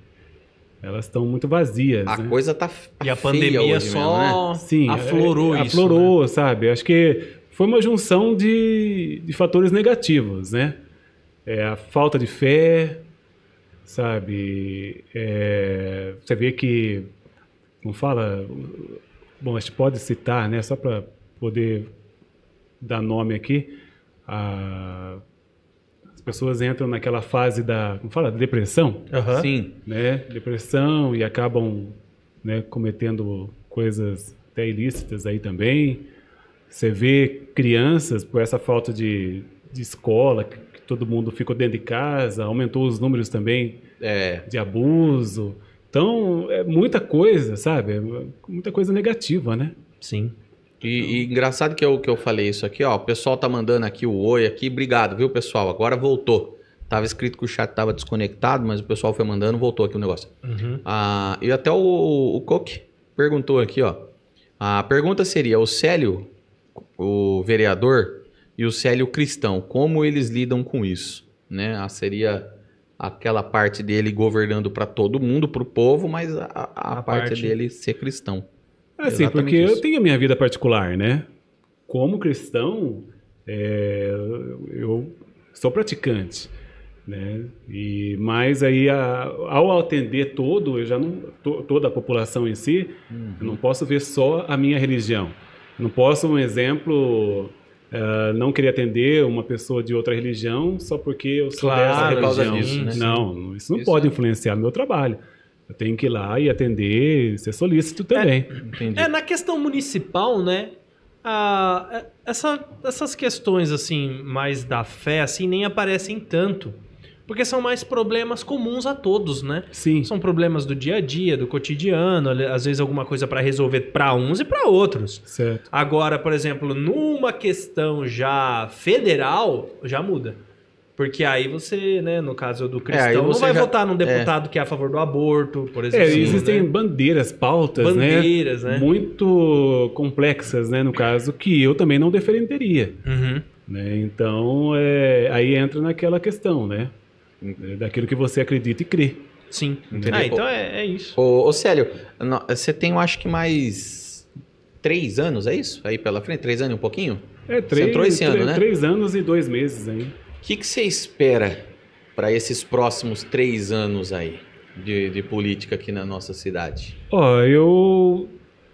C: Elas estão muito vazias,
B: A
C: né?
B: coisa tá f-
A: E a
B: feia
A: pandemia
B: hoje
A: só
B: mesmo, né?
C: Sim,
A: aflorou
C: é,
A: isso. né?
C: Aflorou, sabe? Acho que foi uma junção de, de fatores negativos, né? É, a falta de fé, sabe? É, você vê que, não fala... Bom, a gente pode citar, né? Só para poder dar nome aqui. a- as pessoas entram naquela fase da... Como fala? Depressão
A: Aham.
B: Sim.
C: né, depressão e acabam né, cometendo coisas até ilícitas aí também. Você vê crianças por essa falta de, de escola, que, que todo mundo ficou dentro de casa, aumentou os números também
B: É.
C: de abuso. Então, é muita coisa, sabe? É Muita coisa negativa, né?
A: Sim.
B: E, e engraçado que eu, que eu falei isso aqui, ó. O pessoal tá mandando aqui o oi aqui. Obrigado, viu, pessoal? Agora voltou. Tava escrito que o chat tava desconectado, mas o pessoal foi mandando, voltou aqui o negócio.
A: Uhum.
B: Ah, e até o, o Coque perguntou aqui, ó. A pergunta seria: o Célio, o vereador, e o Célio cristão, como eles lidam com isso? Né? Ah, seria aquela parte dele governando para todo mundo, para o povo, mas a, a- a
A: A
B: parte,
A: parte-
B: dele ser cristão.
C: Assim,
B: Exatamente
C: porque
B: isso.
C: eu tenho a minha vida particular, né? Como cristão, é, eu sou praticante, né? E mas aí a- ao atender todo, eu já não to- toda a população em si,
B: Uhum.
C: eu não posso ver só a minha religião. Eu não posso, um exemplo, ah, não querer atender uma pessoa de outra religião só porque eu sou
A: Claro,
C: dessa
B: por causa
C: religião.
B: disso, né?
C: Não, isso não
B: Isso
C: pode
B: é.
C: influenciar meu trabalho. Eu tenho que ir lá e atender, ser solícito também.
B: Entendi.
A: É, na questão municipal, né? a- é- essa- essas questões, assim, mais da fé, assim, nem aparecem tanto. Porque são mais problemas comuns a todos, né?
C: Sim.
A: São problemas do dia a dia, do cotidiano, ali- às vezes alguma coisa pra resolver pra uns e pra outros.
C: Certo.
A: Agora, por exemplo, numa questão já federal, já muda. Porque aí você, né, no caso do
B: É, aí
A: cristão, não
B: você
A: vai
B: já-
A: votar num deputado que é a favor do aborto, por
C: É,
A: exemplo.
C: existem
A: né?
C: bandeiras, pautas, né?
A: bandeiras, né?
C: Muito complexas, né? No caso, que eu também não defenderia.
A: Uhum.
C: né? Então, é, aí entra naquela questão, né?
B: Hum.
C: Daquilo que você acredita e crê.
A: Sim.
B: Entendeu?
A: Ah, então é, é isso.
B: Ô, ô Célio, no- você tem, eu acho que mais três anos, é isso? Aí pela frente, três anos e um pouquinho?
C: É três,
B: entrou esse ano,
C: três-
B: né?
C: três anos e dois meses aí.
B: O que, que você espera para esses próximos três anos aí de, de política aqui na nossa cidade?
C: Ó, eu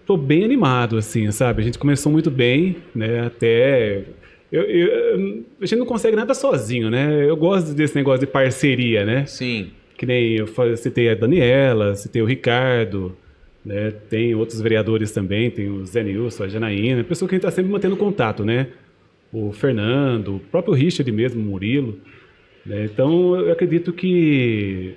C: tô bem animado, assim, sabe? A gente começou muito bem, né? Até. eu- eu- a gente não consegue nada sozinho, né? Eu gosto desse negócio de parceria, né?
B: Sim.
C: Que nem eu fa- citei a Daniela, citei o Ricardo, né? tem outros vereadores também, tem o Zé Nilson, a Janaína, pessoa que a gente está sempre mantendo contato, né? O Fernando, o próprio Richard mesmo, o Murilo. né? Então, eu acredito que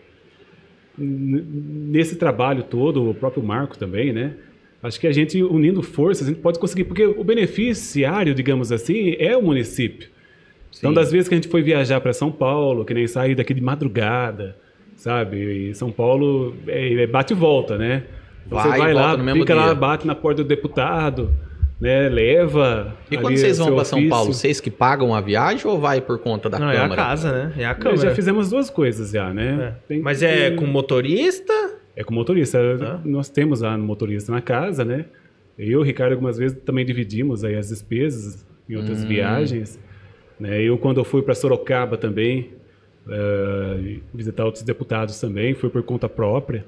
C: n- nesse trabalho todo, o próprio Marco também, né? Acho que a gente, unindo forças, a gente pode conseguir, porque o beneficiário, digamos assim, é o município. Então,
B: Sim.
C: das vezes que a gente foi viajar para São Paulo, que nem sair daqui de madrugada, sabe? E São Paulo é, é bate e volta, né? Então,
B: Vai
C: você
B: e
C: vai
B: volta
C: lá,
B: no mesmo
C: fica
B: dia.
C: lá, bate na porta do deputado, né? Leva.
B: E
C: ali
B: quando vocês
C: o
B: vão
C: seu
B: para São
C: ofício.
B: Paulo, vocês que pagam a viagem ou vai por conta da
A: não, é a
B: Câmara?
A: casa, né? É a
C: Nós já
A: câmara.
C: fizemos duas coisas já,
A: É.
C: né? Tem-
A: Mas é
C: tem-
A: com motorista?
C: É com motorista.
A: Tá.
C: Nós temos lá no motorista na casa, né? Eu, Ricardo, algumas vezes também dividimos aí as despesas em outras
B: Hum.
C: viagens. Né? Eu, quando eu fui para Sorocaba também, eh, visitar outros deputados também, fui por conta própria.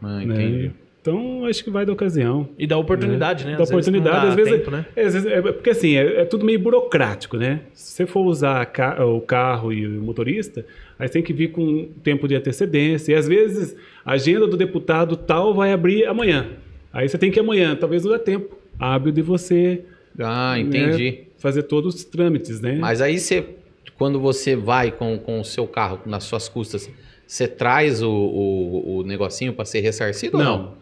B: Ah,
C: né?
B: entendi.
C: Então, acho que vai da ocasião.
A: E dá oportunidade, né?
C: Dá oportunidade, às vezes-
A: Tempo, né?
C: É, às vezes, é, porque assim, é, é tudo meio burocrático, né? Se você for usar a ca- o carro e o motorista, aí você tem que vir com um tempo de antecedência. E às vezes a agenda do deputado tal vai abrir amanhã. Aí você tem que ir amanhã, talvez não dê tempo. Hábil de você
B: Ah, entendi.
C: fazer todos os trâmites, né?
B: Mas aí você, quando você vai com, com o seu carro, nas suas custas, você traz o, o, o negocinho para ser ressarcido ou não?
C: não,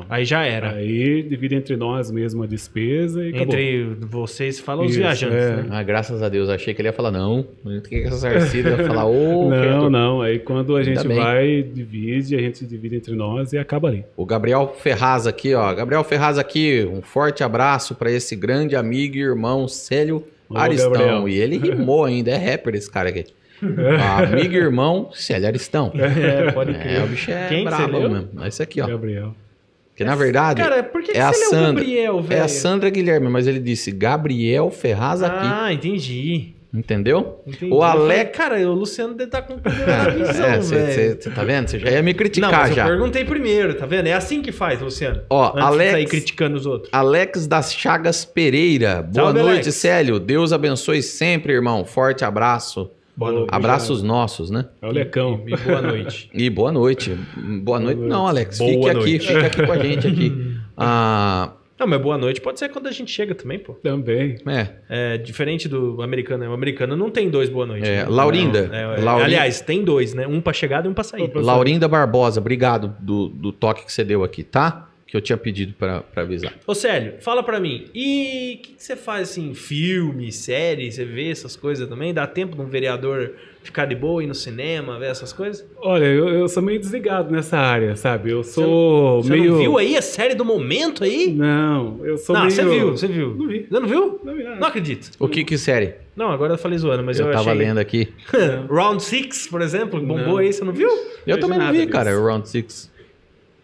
C: não.
A: Aí já era.
C: Aí divide entre nós mesmo a despesa e acabou.
A: Entre vocês falam os
C: Isso,
A: viajantes,
C: é.
A: né?
B: Ah, graças a Deus, achei que ele ia falar não. Tem que é ressarcido, ia
C: [LAUGHS]
B: falar ô.
C: Não,
B: Pedro.
C: não. Aí quando a
B: é Ainda
C: gente
B: bem.
C: vai, divide, a gente divide entre nós e acaba ali.
B: O Gabriel Ferraz aqui, ó. Gabriel Ferraz aqui, um forte abraço para esse grande amigo e irmão Célio
C: Ô,
B: Aristão.
C: Gabriel.
B: E ele rimou ainda, é rapper esse
A: [LAUGHS]
B: cara aqui. amigo e irmão Célio Aristão.
A: [LAUGHS] [LAUGHS] É, pode crer.
B: É, o bicho é
A: Quem que você
B: brabo
A: leu?
B: mesmo. É esse aqui, ó.
C: Gabriel.
B: Porque na verdade,
A: Cara, por que,
B: é a
A: que você leu
B: Sandra.
A: Gabriel,
B: É
A: velho?
B: a Sandra Guilherme, mas ele disse Gabriel Ferraz aqui,
A: Ah, entendi.
B: entendeu?
A: entendi.
B: O
A: Eu falei,
B: Alec-
A: Cara, o Luciano deve [LAUGHS] estar com problema na visão,
B: É,
A: velho.
B: você tá vendo? Você já ia me
A: Não,
B: criticar
A: mas eu
B: já.
A: perguntei primeiro, tá vendo? É assim que faz, Luciano.
B: Ó,
A: Antes de sair
B: Alex,
A: criticando os outros.
B: Alex das Chagas Pereira. Boa
A: Salve,
B: noite,
A: Alex.
B: Célio. Deus abençoe sempre, irmão. Forte abraço.
A: Boa noite.
B: Abraços nossos, né?
C: É o Lecão.
A: E boa noite.
B: E boa noite. Boa noite, não, Alex.
A: Boa
B: Fique aqui,
A: noite.
B: fica aqui com a
A: [LAUGHS]
B: gente
A: Hum.
B: aqui. Ah,
A: Não, mas boa noite pode ser quando a gente chega também, pô.
C: Também.
B: é.
A: É diferente do americano, né? O americano não tem dois boa noite.
B: É,
A: né?
B: Laurinda.
A: Não, é, é.
B: Laurin-
A: Aliás, tem dois, né? Um pra chegada e um pra saída.
B: Laurinda Barbosa, obrigado do, do toque que você deu aqui, tá? Que eu tinha pedido pra pra avisar.
A: Ô, Célio, fala pra mim. E o que, que você faz assim? Filme, série, você vê essas coisas também? Dá tempo de um vereador ficar de boa, ir no cinema, ver essas coisas?
C: Olha, eu, eu sou meio desligado nessa área, sabe? Eu sou
A: Você
C: meio.
A: não viu aí a série do momento aí?
C: Não, eu sou
A: não,
C: meio.
A: você viu, você viu.
C: Não vi.
A: Você não viu?
C: Não vi nada.
A: Não acredito.
B: O que que série?
A: Não, agora eu falei zoando, mas eu,
B: eu, tava
A: achei...
B: lendo aqui.
A: Round 6, por exemplo, bombou
C: Não.
A: aí, você não viu?
B: Eu
C: vejo
B: também não
C: nada
B: vi,
C: disso.
B: cara, o Round Six.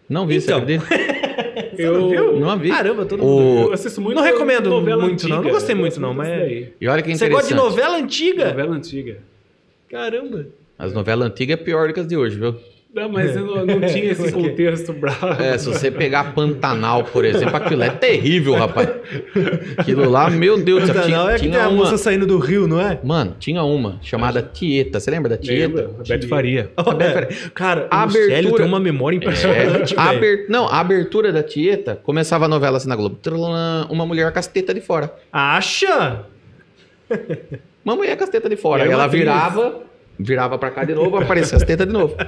B: Não vi,
A: Então.
B: você acredita?
C: Eu
A: não viu?
B: Não vi.
A: Caramba, todo
B: O-
A: mundo viu.
C: Eu assisto muito.
A: Não recomendo
C: novela
A: muito,
C: antiga.
A: não. Não gostei
C: Eu
A: muito,
C: gosto
A: não, mas-
C: disso daí.
B: E olha que
A: Você
B: interessante.
A: gosta de novela antiga?
C: Novela antiga.
A: Caramba.
B: As novelas antigas é pior do que as de hoje, viu?
C: Não, mas eu não, não tinha esse contexto bravo.
B: É, se você pegar Pantanal, por exemplo, aquilo é terrível, rapaz. Aquilo lá, meu Deus, do céu,
A: Pantanal é
B: tinha,
A: que tem
B: tinha
A: a
B: uma.
A: moça saindo do rio, não é?
B: Mano, tinha uma chamada Tieta. Você lembra da
C: Lembra?
B: Tieta?
C: Beto Faria.
A: Olha, cara,
B: A
A: o Célio
B: abertura-
A: tem uma memória impressionante,
B: A
A: velho.
B: É, aber- Não, a abertura da Tieta começava a novela assim na Globo. Trulã, Uma mulher com as tetas de fora.
A: Acha?
B: Uma mulher com as tetas de fora.
C: Era
B: Aí
C: uma
B: ela
C: atriz.
B: virava, virava pra cá de novo, aparecia as tetas de novo.
A: [LAUGHS]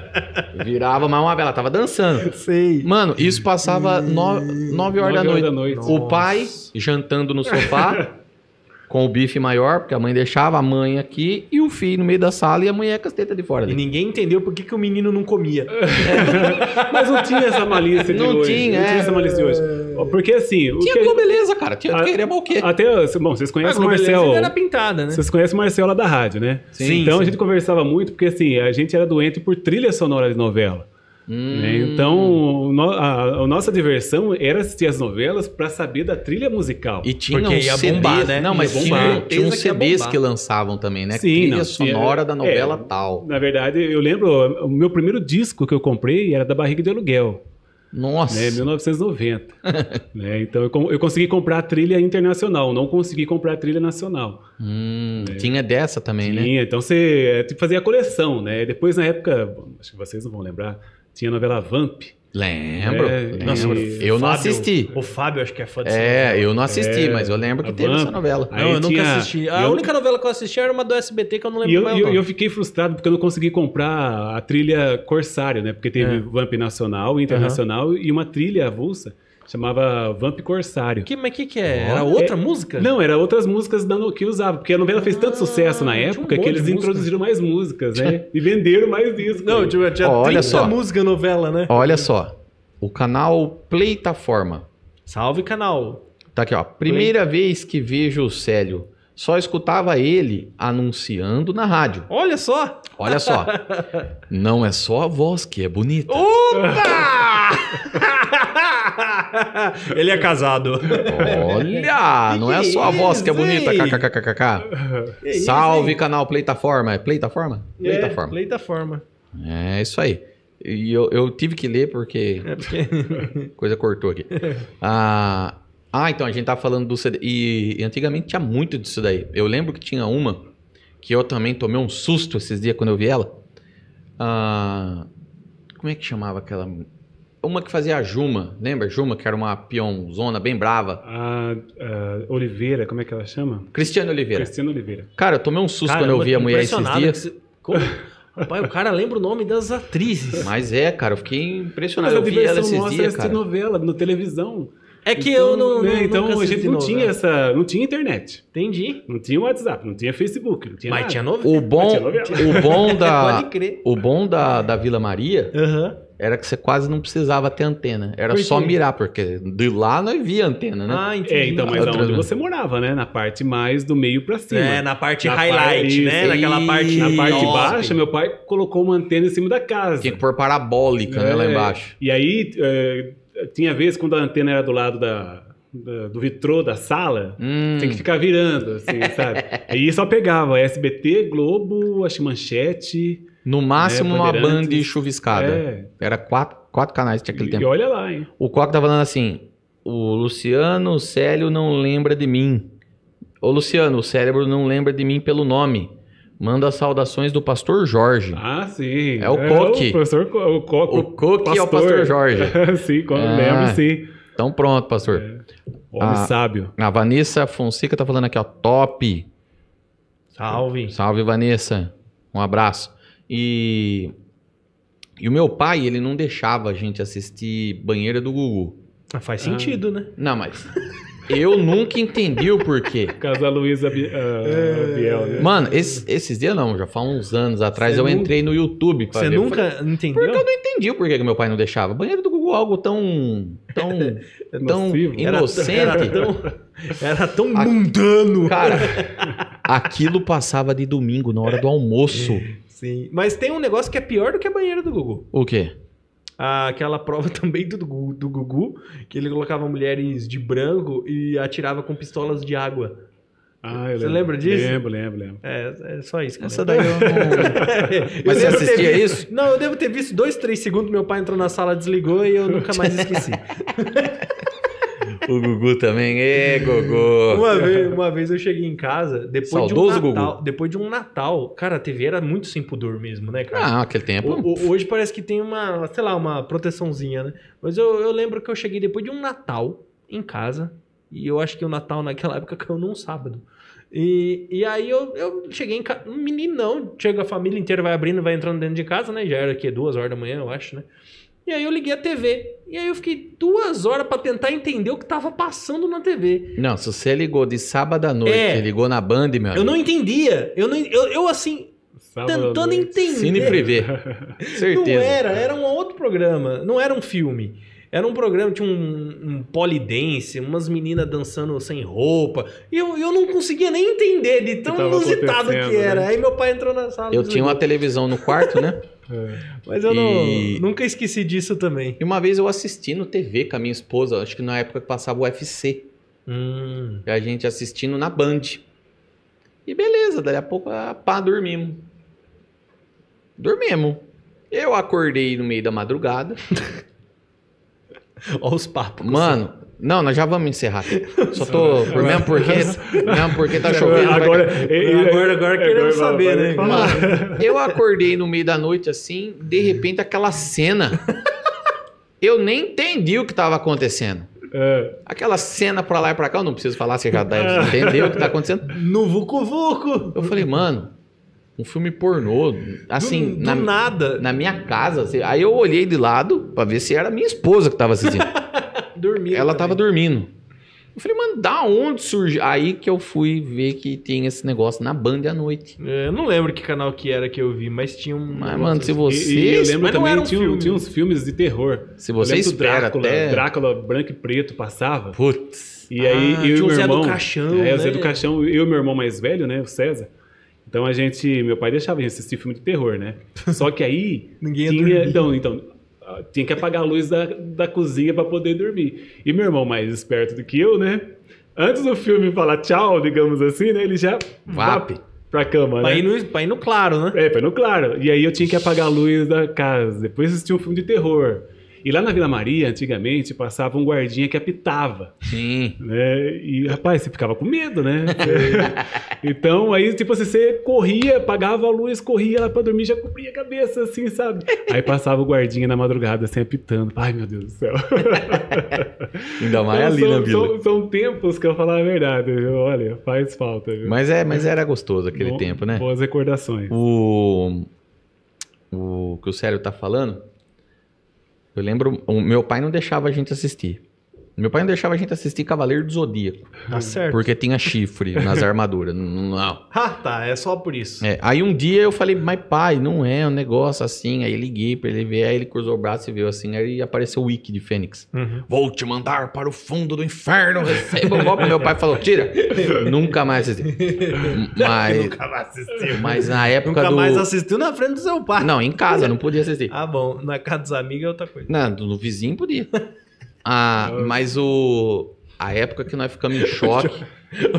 B: Virava, mas uma vez ela tava dançando.
A: Sei.
B: Mano, isso
A: Hum,
B: passava 9 horas da
C: Nove
B: noite.
C: horas da noite. [LAUGHS]
B: O pai jantando no sofá, com o bife maior, porque a mãe deixava a mãe aqui e o filho no meio da sala e a mãe é com as tetas de fora.
A: E
B: dele.
A: ninguém entendeu por que, que o menino não comia.
C: Mas não tinha essa malícia de
B: Não
C: hoje.
B: tinha,
C: não tinha
B: é.
C: essa malícia de hoje. Porque assim, o
B: Tinha
C: que-
B: globeleza, cara. Tinha
C: Ah,
B: querer o quê?
C: até, bom, vocês
A: A
C: conhecem o
A: globeleza
C: Marcel.
A: ainda Ah, era pintada, né?
C: Vocês conhecem o Marcel lá da rádio, né?
A: Sim,
C: Então
A: sim.
C: a gente conversava muito, porque assim, a gente era doente por trilha sonora de novela. né?
B: Hum.
C: Então, o no- a, a nossa diversão era assistir as novelas pra saber da trilha musical.
B: E tinha
A: Porque
B: uns
A: ia
B: CDs,
A: bombar, né?
B: Não, mas
A: Ia
B: tinha,
A: bombar.
B: tinha
A: Certeza
B: uns
A: que ia
B: CDs
A: bombar.
B: que lançavam também, né?
C: Sim,
B: Trilha
C: não, tinha-
B: sonora da novela
C: é.
B: tal.
C: Na verdade, eu lembro, o meu primeiro disco que eu comprei era da Barriga de Aluguel,
B: Nossa. [LAUGHS]
C: né, 1990. né, então eu, com- eu consegui comprar a trilha internacional, não consegui comprar a trilha nacional.
B: Hum, Tinha dessa também, né?
C: É. Tinha, então você é, tipo, fazia a coleção, né? Depois na época, bom, acho que vocês não vão lembrar, tinha a novela Vamp.
B: Lembro.
C: É,
B: lembro.
C: nossa,
A: o
B: eu não
A: Fábio-
B: assisti.
A: O Fábio acho que é fã de cinema.
B: É, eu não assisti,
C: É,
B: mas eu lembro que
C: a
B: teve essa
C: Vamp.
B: novela.
A: Não,
C: Aí
A: eu nunca
C: tinha-
A: assisti. A
C: e eu-
A: única novela que eu assisti era uma do SBT que eu não lembro
C: E eu,
A: qual é o
C: eu-
A: nome.
C: eu fiquei frustrado porque eu não consegui comprar a trilha Corsário, né? Porque teve
A: É.
C: Vamp Nacional, Internacional e uma trilha avulsa chamava Vamp Corsário.
A: Que, mas o que, que é?
B: Ó,
A: Era outra música?
C: Não, era outras músicas da no- que usava, porque a novela fez tanto
A: Ah,
C: sucesso na
A: tinha um
C: época
A: monte
C: que eles
A: de música.
C: introduziram mais músicas, né?
A: [LAUGHS]
C: e venderam mais discos.
A: Não, tinha, tinha
B: Ó, olha
A: 30
B: só.
A: música novela, né?
B: Olha só. O canal Plataforma.
A: Salve, canal.
B: Tá aqui, ó. Primeira vez que vejo o Célio. Só escutava ele anunciando na rádio.
A: Olha só.
B: Olha [LAUGHS] só. Não é só a voz que é bonita.
A: Opa! [LAUGHS] Ele é casado.
B: Olha! não é só a voz que é
A: Que isso,
B: bonita.
A: hein?
B: KKKKK. Salve, canal Plataforma. É Plataforma? Plataforma.
A: Leitaforma.
B: É isso aí. E eu, eu tive que ler porque
A: É porque...
B: coisa cortou
C: [LAUGHS]
B: aqui. Ah, ah, então a gente tava falando do CD. E, e antigamente tinha muito disso daí. Eu lembro que tinha uma que eu também tomei um susto esses dias quando eu vi ela. Ah, como é que chamava aquela. Uma que fazia a Juma, lembra? Juma, que era uma peãozona bem brava.
C: A, a Oliveira, como é que ela chama?
B: Cristiane Oliveira.
C: Cristina Oliveira.
B: Cara, eu tomei um susto
A: Caramba,
B: quando eu vi a mulher esses
A: impressionado
B: dias.
A: que você- Como? Rapaz, o cara lembra o nome das atrizes.
B: Mas é, cara, eu fiquei impressionado.
C: né? Mas a
B: eu vi ela
C: diversão
B: esses
C: nossa era
B: dias, cara.
C: assistir novela, na televisão.
A: É que
C: Então,
A: eu não.
C: né,
A: não-
C: então
A: nunca
C: a gente
A: assisti
C: não
A: novela.
C: tinha essa. Não tinha internet.
A: Entendi.
C: Não tinha WhatsApp, não tinha Facebook, não tinha
A: Mas
C: nada.
A: tinha novela.
B: O bom,
C: Tinha novela.
A: [LAUGHS]
B: o bom
C: [LAUGHS]
B: da,
A: É, Pode crer.
B: O bom da, da Vila Maria
A: Aham.
B: era que você quase não precisava ter antena. Era
A: Por
B: só
A: quê?
B: mirar, porque de lá nós via antena, né?
A: Ah, entendi.
C: É, então, mas
B: Outra,
C: onde
B: né?
C: você morava, né? Na parte mais do meio pra cima.
A: É, na parte
C: Na
A: highlight,
C: parte-
A: né? Naquela parte.
C: Na parte
A: Nossa.
C: baixa, meu pai colocou uma antena em cima da casa.
B: Tinha que pôr parabólica, né, lá
C: É,
B: embaixo.
C: E aí, é, tinha vezes quando a antena era do lado da, da- do vitrô da sala,
B: Hum,
C: tinha que ficar virando,
B: [LAUGHS]
C: assim, sabe? E só pegava SBT, Globo, acho que Manchete.
B: no máximo
C: É,
B: uma
C: Bandeirantes.
B: band chuviscada.
C: é.
B: Era quatro, quatro canais que tinha aquele
C: E, e
B: tempo.
C: olha lá, hein?
B: O Coca tá falando assim: o Luciano, o Célio não lembra de mim. Ô Luciano, o cérebro não lembra de mim pelo nome. Manda saudações do pastor Jorge.
C: Ah, sim.
B: É o Coque.
C: O professor Co- o Coque.
B: o Coque é o pastor
C: pastor.
B: Jorge.
C: [LAUGHS] sim, quando
B: Ah.
C: lembro, sim.
B: Então pronto, pastor.
C: Homem
B: Ah.
C: sábio.
B: A Vanessa Fonseca tá falando aqui, ó. Top.
A: Salve.
B: Salve, Vanessa. Um abraço. E. E o meu pai, ele não deixava a gente assistir Banheira do Gugu.
A: Ah, Faz sentido, né?
B: Não, [LAUGHS] mas. Eu nunca entendi o porquê.
C: Casa Luísa Bi- ah,
B: É.
C: Biel, né?
B: Mano, esse- esses dias não, já faz uns anos atrás
A: Você
B: eu
A: nunca-
B: entrei no YouTube. pra
A: Você
B: ver. Eu falei,
A: nunca entendeu?
B: Por que eu não entendi o porquê que meu pai não deixava. Banheira do Gugu é algo tão. tão. tão
C: Nocivo.
A: Era-
B: inocente.
A: Era tão, era tão
B: A-
A: mundano.
B: [LAUGHS] Cara, aquilo passava de domingo na hora do almoço.
A: Sim. Mas tem um negócio que é pior do que a banheira do Gugu.
B: O quê?
A: Ah, Aquela prova [LAUGHS] também do, Gugu- do Gugu, que ele colocava mulheres de branco e atirava com pistolas de água.
C: Ah, eu
A: Você
C: lembro.
A: lembra disso?
C: Lembro, lembro, lembro.
A: É, é só isso. que eu
B: Essa
A: lembro.
B: daí eu não.
A: [LAUGHS] Eu
B: Mas você
A: devo ter
B: assistia
A: visto-
B: isso?
A: Não, eu devo ter visto dois, três segundos. Meu pai entrou na sala, desligou e eu nunca mais
B: [LAUGHS]
A: esqueci.
B: [LAUGHS] O Gugu também. Ê, Gugu.
A: Uma vez, uma vez eu cheguei em casa, depois
B: Saudoso
A: de um Natal.
B: Gugu.
A: Depois de um Natal, cara, a TV era muito sem pudor mesmo, né, cara?
B: Ah, aquele tempo.
A: O- o- hoje parece que tem uma, sei lá, uma proteçãozinha, né? Mas eu, eu lembro que eu cheguei depois de um Natal em casa. E eu acho que o Natal naquela época caiu num sábado. E, e aí eu, eu cheguei em casa. Um meninão, chega a família inteira, vai abrindo, vai entrando dentro de casa, né? Já era aqui duas horas da manhã, eu acho, né? E aí eu liguei a TV. E aí eu fiquei duas horas pra tentar entender o que tava passando na TV.
B: Não, se você ligou de sábado à noite,
A: É.
B: ligou na Band, meu
A: Eu
B: amigo.
A: não entendia. Eu, não, eu, eu assim,
C: Sábado à
A: tentando
C: noite.
A: entender.
B: Cine privê,
A: Não
B: certeza.
A: era, era um outro programa. Não era um filme. Era um programa, tinha um, um polidense, umas meninas dançando sem roupa. E eu, eu não conseguia nem entender de tão
C: tava
A: inusitado que
C: acontecendo,
A: era.
C: né?
A: Aí meu pai entrou na sala. assim,
B: Eu tinha uma televisão no quarto, né?
C: [LAUGHS] É.
A: Mas eu não,
B: E-
A: nunca esqueci disso também.
B: E uma vez eu assistindo TV com a minha esposa, acho que na época que passava o UFC.
A: Hum.
B: E a gente assistindo na Band. E beleza, daí a pouco, ah, pá, dormimos. Dormimos. Eu acordei no meio da madrugada.
A: Olha os papos.
B: Mano, não, nós já vamos encerrar aqui. Só tô. Por mesmo porque. Mesmo porque tá chovendo. vai-
C: Agora, é,
A: Agora- agora queremos saber, né?
B: Mano, eu acordei no meio da noite assim, de repente aquela cena. Eu nem entendi o que tava acontecendo.
C: É,
B: Aquela cena pra lá e pra cá, eu não preciso falar, você já
C: Ah.
B: deve entender o que tá acontecendo.
A: No Vucu Vucu.
B: Eu falei, mano, um filme pornô,
A: do,
B: assim,
A: do
B: na,
A: nada.
B: na minha casa. assim, aí eu olhei de lado pra ver se era minha esposa que tava assistindo.
C: [LAUGHS]
A: Dormindo.
B: Ela tava
A: também.
B: dormindo. Eu falei, mano, da onde surgiu? Aí que eu fui ver que tinha esse negócio na Band à noite.
A: É, Eu não lembro que canal que era que eu vi, mas tinha um.
B: Mas, mano, se você.
C: e, e eu
A: mas
C: lembro
A: não era
C: também,
A: um
C: tinha, um-
A: filme.
C: tinha uns filmes de terror.
B: se
C: Eu
B: você
C: lembro do
B: espera
C: Drácula,
B: até.
C: Drácula branco e preto passava.
B: Putz.
C: E aí,
A: Ah,
C: eu e
A: tinha o
C: meu
A: Zé do
C: irmão.
A: Caixão,
C: É, o Zé
A: né?
C: do Caixão, eu e meu irmão mais velho, né? O César. Então a gente. Meu pai deixava a gente assistir filme de terror, né?
A: [LAUGHS]
C: Só que aí.
A: Ninguém ia
C: tinha,
A: dormir.
C: Então, então. ah, Tinha que apagar a luz da, da cozinha pra poder dormir. E meu irmão mais esperto do que eu, né? Antes do filme falar tchau, digamos assim, né? Ele já.
B: Vap.
C: vap Pra cama,
A: Pra
C: né?
A: ir, no, pra ir no claro, né?
C: É, foi no claro. E aí eu tinha que apagar a luz da casa. Depois assistia um filme de terror. E lá na Vila Maria, antigamente, passava um guardinha que apitava,
B: Sim.
C: né? E, rapaz, você ficava com
B: [LAUGHS]
C: medo, né? então, aí, tipo, assim, você corria, apagava a luz, corria lá pra dormir, já cobria a cabeça, assim, sabe? Aí passava o guardinha na madrugada, assim, apitando. Ai, meu Deus do céu.
B: Ainda mais
C: Então,
B: é ali
C: são,
B: na vila.
C: são- são tempos que eu falo a verdade. viu? Olha, faz falta, viu?
B: Mas, é, mas era gostoso aquele
C: Bom-
B: tempo, né?
C: Boas
B: [LAUGHS]
C: recordações.
B: O, o que o Célio tá falando, eu lembro, o meu pai não deixava a gente assistir. Meu pai não deixava a gente assistir Cavaleiro do Zodíaco,
A: Tá certo.
B: porque tinha chifre nas armaduras. [LAUGHS] N- Não.
A: Ah, tá. É só por isso.
B: É, aí um dia eu falei, mas pai, não é um negócio assim. Aí liguei pra ele ver, aí ele cruzou o braço e veio assim, aí apareceu o Wiki de Fênix.
A: Uhum.
B: Vou te mandar para o fundo do inferno, receba o golpe. Meu pai falou, tira. Nunca mais assisti. Mas,
A: Nunca mais
C: [LAUGHS]
A: assistiu.
B: mas na época
A: Nunca
B: é do...
A: mais assistiu na frente do seu pai.
B: Não, em casa, não podia assistir.
A: Ah, bom. Na casa dos amigos é outra coisa.
B: Não, do vizinho podia. Ah, mas o. A época que
A: [LAUGHS]
B: nós ficamos em choque.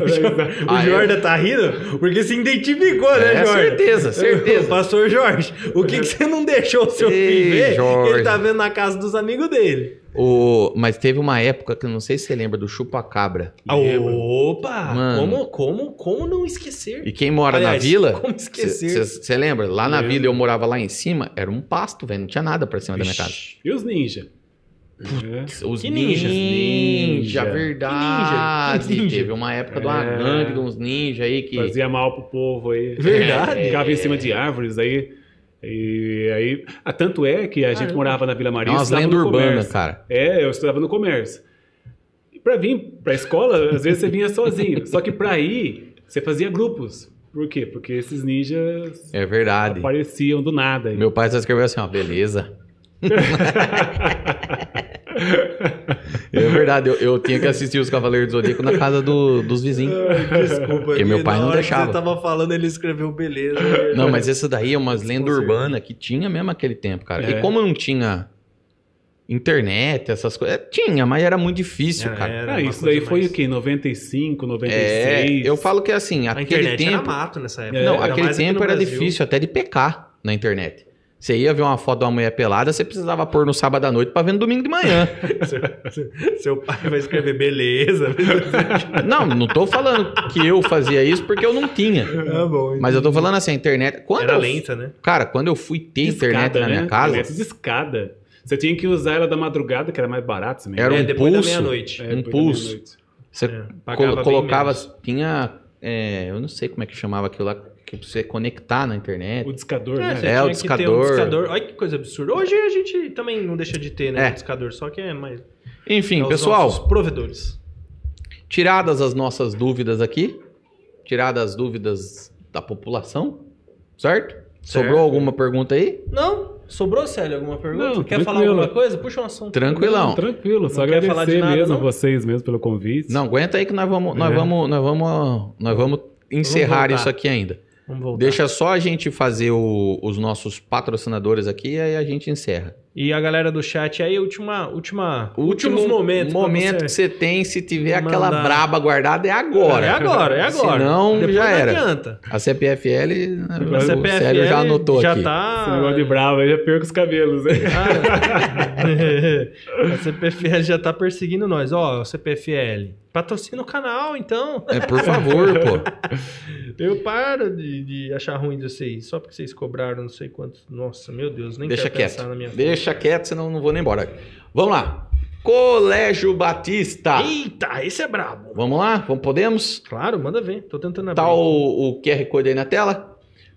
A: O, Jordan
B: Ah, é?
A: tá rindo porque se identificou, né,
B: é,
A: Jordan?
B: certeza,
A: O
B: certeza.
A: [LAUGHS]
B: Uhum.
A: Pastor Jorge, o que, que você não deixou o seu
B: Ei,
A: filho ver? que
B: Jorge.
A: Ele tá vendo na casa dos amigos dele.
B: O, mas teve uma época que eu não sei se você lembra do chupa-cabra.
C: Lembro.
A: Opa!
B: Mano.
A: Como, como, como não esquecer?
B: E quem mora na
A: Aliás,
B: vila.
A: Como esquecer?
B: Você lembra? Lá na
C: Lembro.
B: vila eu morava lá em cima, era um pasto, velho. Não tinha nada pra cima da minha casa.
A: Vixe.
C: E os ninja? É.
B: Os
A: que
B: ninjas.
A: ninjas.
B: Ninja,
C: Ninja.
B: verdade.
A: Que ninja, que ninja.
B: Teve uma época de uma
C: É.
B: gangue de uns ninjas aí que. é
C: Fazia mal pro povo aí.
A: Verdade.
C: [LAUGHS] Ficava em cima de árvores aí. E aí. Ah, tanto é que a gente morava na Vila
B: É
C: Maria.
B: umas
C: estudava
B: lendas
C: no
B: urbanas,
C: comércio.
B: cara.
C: É, eu estudava no comércio. E pra vir pra escola, às vezes você vinha sozinho. Só que pra ir, você fazia grupos. Por quê? Porque esses ninjas
B: É verdade.
C: apareciam do nada. [LAUGHS] aí.
B: Meu pai só escreveu assim, ó, beleza. É verdade, eu, eu tinha que assistir os Cavaleiros do Zodíaco na casa do- dos vizinhos.
A: Desculpa,
B: Porque meu pai
A: na
B: não
A: hora Que
B: deixava.
A: você tava falando, ele escreveu beleza.
B: Não, mas essa daí é umas lendas
C: certeza.
B: urbanas que tinha mesmo aquele tempo, cara. E
C: É.
B: como não tinha internet, essas coisas. é, Tinha, mas era muito difícil,
A: Era-
B: cara.
A: era
C: Ah,
A: uma
C: isso
A: coisa
C: daí foi
A: mais-
C: o quê? 95,
B: É,
C: 96?
B: eu falo que assim,
A: A
B: aquele
A: internet
B: tempo.
A: era mato nessa época. É,
B: Não,
A: Ainda
B: aquele
A: mais aqui
B: tempo
A: no
B: era
A: Brasil.
B: difícil até de pecar na internet. Você ia ver uma foto de uma mulher pelada, você precisava pôr no sábado à noite pra ver no domingo de
A: [LAUGHS]
B: manhã.
A: [LAUGHS] Seu- Seu pai vai escrever
B: [LAUGHS]
A: beleza.
B: Não, não tô falando que eu fazia isso porque eu não tinha.
A: tá bom.
B: Mas eu tô falando assim, a internet. Quando
A: Era né?
B: eu-
A: lenta, né?
B: Cara, quando eu fui ter
A: tá
B: internet na minha casa,
C: Internet de né? escada. Você tinha que usar ela da madrugada, que era mais barato. se não me
B: Era
C: engano.
A: é,
B: um
A: depois
B: pulso.
A: da meia-noite.
C: É,
B: um
C: depois da
B: pulso.
C: meia-noite.
B: você
A: É,
B: col-
A: pagava bem
B: colocava. assim,
A: menos.
B: Tinha. é, eu não sei como é que chamava aquilo lá. que que pra você conectar na internet.
C: O discador,
A: É,
C: né?
A: você
B: é,
A: tinha
B: o
A: que ter um
B: discador.
A: discador. Olha que coisa absurda. Hoje a gente também não deixa de ter, né?
B: É.
A: um discador, só que é mais.
B: Enfim,
A: é os
B: pessoal,
A: nossos provedores.
B: tiradas as nossas dúvidas aqui, tiradas as dúvidas da população, certo? Sobrou alguma pergunta aí?
A: Não? Sobrou, Célio, alguma pergunta?
C: Não,
A: Quer falar
C: tranquilo.
A: alguma coisa? Puxa um assunto.
B: Tranquilão.
C: Tranquilo, só
A: Não quer falar de
C: agradecer
A: nada,
C: mesmo a
A: não?
C: vocês mesmo pelo convite.
B: Não, aguenta aí que nós vamos, nós
C: É.
B: vamos, nós vamos, nós vamos encerrar
A: voltar.
B: isso aqui ainda.
A: Vamos voltar.
B: Deixa só a gente fazer o- os nossos patrocinadores aqui e aí a gente encerra.
A: E a galera do chat aí, última, última,
B: Último
A: últimos momentos. pra
B: momento
A: você.
B: que você tem, se tiver
A: Mandar.
B: aquela braba guardada, é agora.
A: É agora, é agora.
B: Senão,
A: Depois
B: já
A: não
B: era.
A: adianta.
B: A CPFL,
A: A
B: né, o
A: CPFL
B: Célio já anotou
A: já
B: aqui.
A: Tá... É.
C: Esse
A: [LAUGHS]
C: negócio de bravo aí já perco os cabelos, né?
A: Ah, a CPFL já tá perseguindo nós. Ó, CPFL, patrocina o canal, então.
B: É, por favor,
A: [LAUGHS]
B: pô.
A: Eu paro de, de achar ruim de vocês, só porque vocês cobraram não sei quantos. Nossa, meu Deus, nem
B: Deixa
A: quero
B: quieto.
A: pensar na minha né?
B: Deixa quieto, senão eu não vou nem embora. Vamos lá. Colégio Batista.
A: Eita, esse é brabo.
B: Vamos lá? Vamos, podemos?
A: Claro, manda ver. Tô tentando abrir.
B: Tá o, o QR Code aí na tela.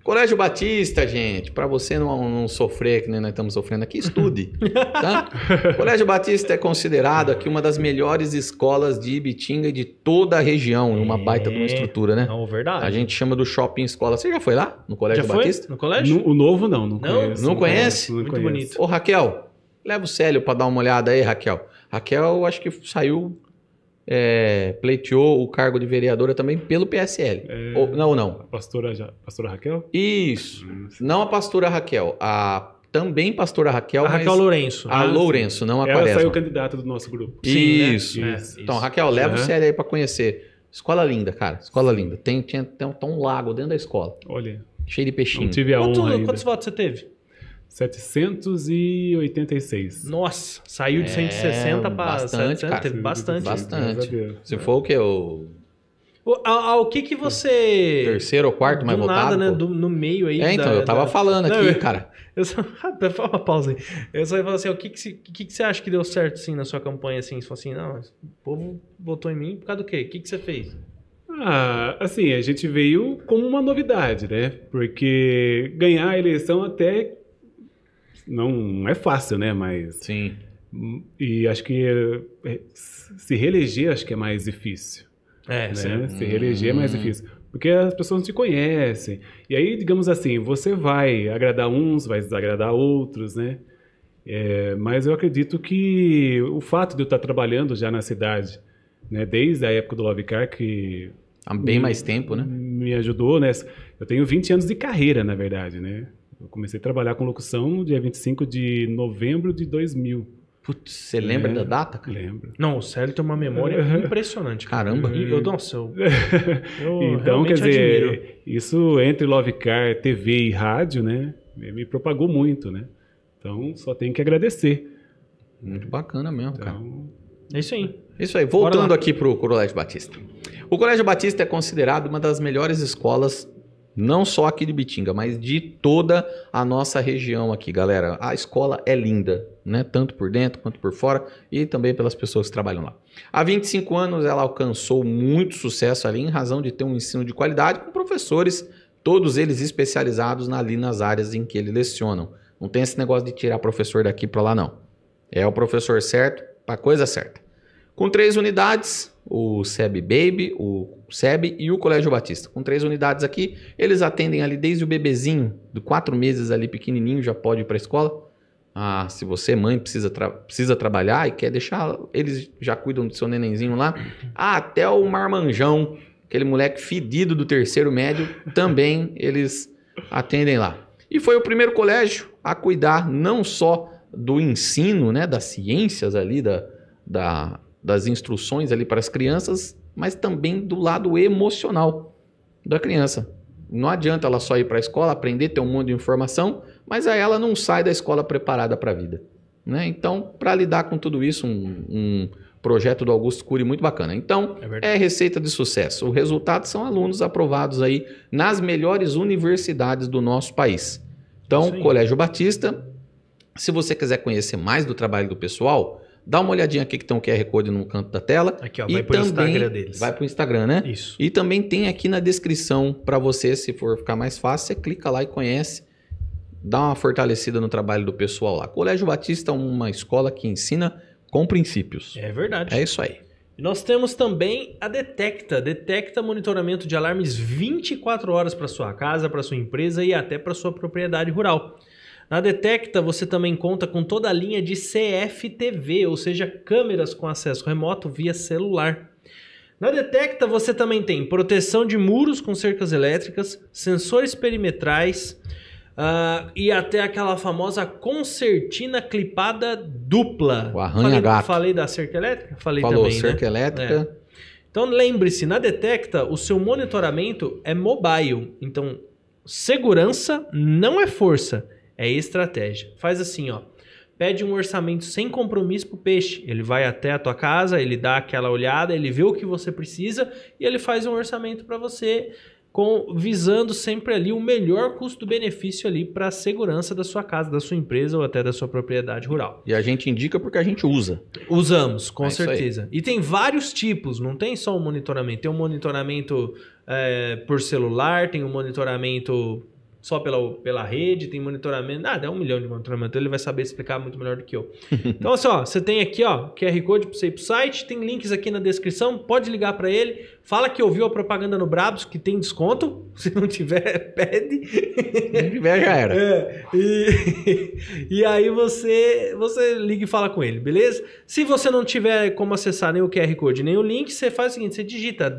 B: Colégio Batista, gente, para você não, não sofrer que nem nós estamos sofrendo aqui,
A: [LAUGHS]
B: estude. tá? Colégio Batista é considerado aqui uma das melhores escolas de Ibitinga e de toda a região, uma baita de uma estrutura, né?
A: É. Não, verdade.
B: A gente chama do shopping escola. Você já foi lá no Colégio
A: já foi?
B: Batista?
A: No colégio?
C: No- o novo não,
A: Não?
C: não, conheço.
B: Não conhece?
C: conheço, não
A: Muito
C: conheço.
A: bonito.
B: Ô Raquel, leva o Célio para dar uma olhada aí, Raquel. Raquel, eu acho que saiu, é, pleiteou o cargo de vereadora também pelo PSL.
C: É,
B: Ou, não, não.
C: a pastora, ja- pastora Raquel?
B: Isso. Não a pastora Raquel, a também pastora Raquel,
A: A
B: mas
A: Raquel Lourenço.
B: a
C: Ah, sim.
B: Lourenço, não a
C: Ela
B: Quaresma.
C: saiu candidata do nosso grupo.
A: Sim, né?
B: Isso.
A: É,
C: Isso.
B: Então, Raquel, leva o
C: Aham.
B: Célio aí pra conhecer. Escola linda, cara. Escola linda. Tem, tem, tem, um- tem um lago dentro da escola,
C: Olha,
B: cheio de peixinho.
C: não tive a
B: um
A: Quanto-
C: honra ainda.
A: quantos votos você teve?
C: 786.
A: Nossa, saiu de
B: É,
A: 160 para
B: bastante,
A: 700,
B: cara.
A: teve bastante.
B: Bastante.
C: Graças a Deus.
B: Se for o que? O
A: O, ao, ao que que você
B: terceiro ou quarto mais
A: É. do
B: votado?
A: nada, né,
B: pô?
A: do- no meio aí.
B: É, então, eu tava falando
A: Não,
B: aqui,
A: eu-
B: cara.
A: Eu só, [LAUGHS] fala uma pausa aí. Eu só ia falar assim, o que que, se- o que que você acha que deu certo assim na sua campanha assim, se for assim, não, mas o povo votou em mim por causa do quê? O que que você fez?
C: Ah, assim, a gente veio como uma novidade, né? Porque ganhar a eleição até não é fácil, né? Mas
B: Sim.
C: e acho que eh, se reeleger acho que é mais difícil,
A: É,
C: né?
A: certo.
C: Se reeleger é mais
B: Hum.
C: difícil, porque as pessoas não te conhecem. E aí, digamos assim, você vai agradar uns, vai desagradar outros, né? É, mas eu acredito que o fato de eu estar trabalhando já na cidade, né, desde a época do Lovecar, que
B: Há bem mais tempo, né?
C: me ajudou, né? Eu tenho 20 anos de carreira, na verdade, né? Eu comecei a trabalhar com locução no dia 25 de novembro de 2000,
B: Putz, você lembra
C: É.
B: da data, cara?
C: lembro.
A: Não, o Célio tem uma memória impressionante. cara.
B: Uhum. Caramba.
A: E Eu, nossa,
B: [LAUGHS]
A: eu, eu
C: então, quer
A: realmente
C: dizer,
A: admiro.
C: isso entre Lovecar, TV e rádio, né? Me propagou muito, né? Então, só tenho que agradecer.
B: Muito bacana mesmo, cara.
C: Então,
A: É isso aí.
B: Isso aí,
A: Bora
B: voltando
A: lá.
B: aqui para o Colégio Batista. O Colégio Batista é considerado uma das melhores escolas, não só aqui de Bitinga, mas de toda a nossa região aqui, galera. A escola é linda, né? Tanto por dentro quanto por fora e também pelas pessoas que trabalham lá. Há 25 anos ela alcançou muito sucesso ali em razão de ter um ensino de qualidade com professores, todos eles especializados na- ali nas áreas em que eles lecionam. Não tem esse negócio de tirar professor daqui para lá, não. É o professor certo para coisa certa. Com três unidades, o SEB Baby, o SEB e o Colégio Batista. Com três unidades aqui, eles atendem ali desde o bebezinho, de quatro meses ali pequenininho, já pode ir para a escola. Ah, se você, mãe, precisa, tra- precisa trabalhar e quer deixar, eles já cuidam do seu nenenzinho lá. Ah, até o marmanjão, aquele moleque fedido do terceiro médio, também eles atendem lá. E foi o primeiro colégio a cuidar não só do ensino, né, das ciências ali, da, da, das instruções ali para as crianças, mas também do lado emocional da criança. Não adianta ela só ir para a escola, aprender, ter um monte de informação, mas aí ela não sai da escola preparada para a vida. Né? Então, para lidar com tudo isso, um, um projeto do Augusto Cury muito bacana. Então,
A: É verdade.
B: é receita de sucesso. O resultado são alunos aprovados aí nas melhores universidades do nosso país. Então,
A: Isso aí.
B: Colégio Batista, se você quiser conhecer mais do trabalho do pessoal, Dá uma olhadinha aqui que tem um QR Code no canto da tela.
A: Aqui, ó, Ah,
B: E
A: vai pro
B: também
A: Instagram deles.
B: Vai pro Instagram, né?
A: Isso.
B: E também tem aqui na descrição para você, se for ficar mais fácil, você clica lá e conhece, dá uma fortalecida no trabalho do pessoal lá. Colégio Batista é uma escola que ensina com princípios.
A: É verdade.
B: É isso aí.
A: E Nós temos também a Detecta. Detecta monitoramento de alarmes 24 horas para sua casa, para sua empresa e até para sua propriedade rural. Na Detecta você também conta com toda a linha de CFTV, ou seja, câmeras com acesso remoto via celular. Na Detecta você também tem proteção de muros com cercas elétricas, sensores perimetrais, ah, e até aquela famosa concertina clipada dupla.
B: O arranha
A: falei,
B: gato.
A: falei da cerca elétrica? Falei
B: Falou,
A: também, né?
B: cerca elétrica.
A: Então lembre-se, na Detecta, o seu monitoramento é mobile. Então, segurança não é força, é estratégia. Faz assim, ó. Pede um orçamento sem compromisso pro peixe. Ele vai até a tua casa, ele dá aquela olhada, ele vê o que você precisa e ele faz um orçamento para você com visando sempre ali o melhor custo-benefício ali para a segurança da sua casa, da sua empresa ou até da sua propriedade rural.
B: E a gente indica porque a gente usa.
A: Usamos, com
B: É isso aí.
A: certeza. E tem vários tipos, não tem só o monitoramento. Tem um monitoramento é, por celular, tem um monitoramento só pela, pela rede, tem monitoramento. Ah, dá um milhão de monitoramento, ele vai saber explicar muito melhor do que
B: [LAUGHS]
A: eu. então, assim, ó, você tem aqui, ó, QR Code pra você ir pro site, tem links aqui na descrição, pode ligar para ele, fala que ouviu a propaganda no Brabos, que tem desconto. [LAUGHS] Se não tiver, [LAUGHS] pede.
B: Se tiver, já era.
A: É, e, [LAUGHS] e aí você, você liga e fala com ele, beleza? Se você não tiver como acessar nem o QR Code, nem o link, você faz o seguinte, você digita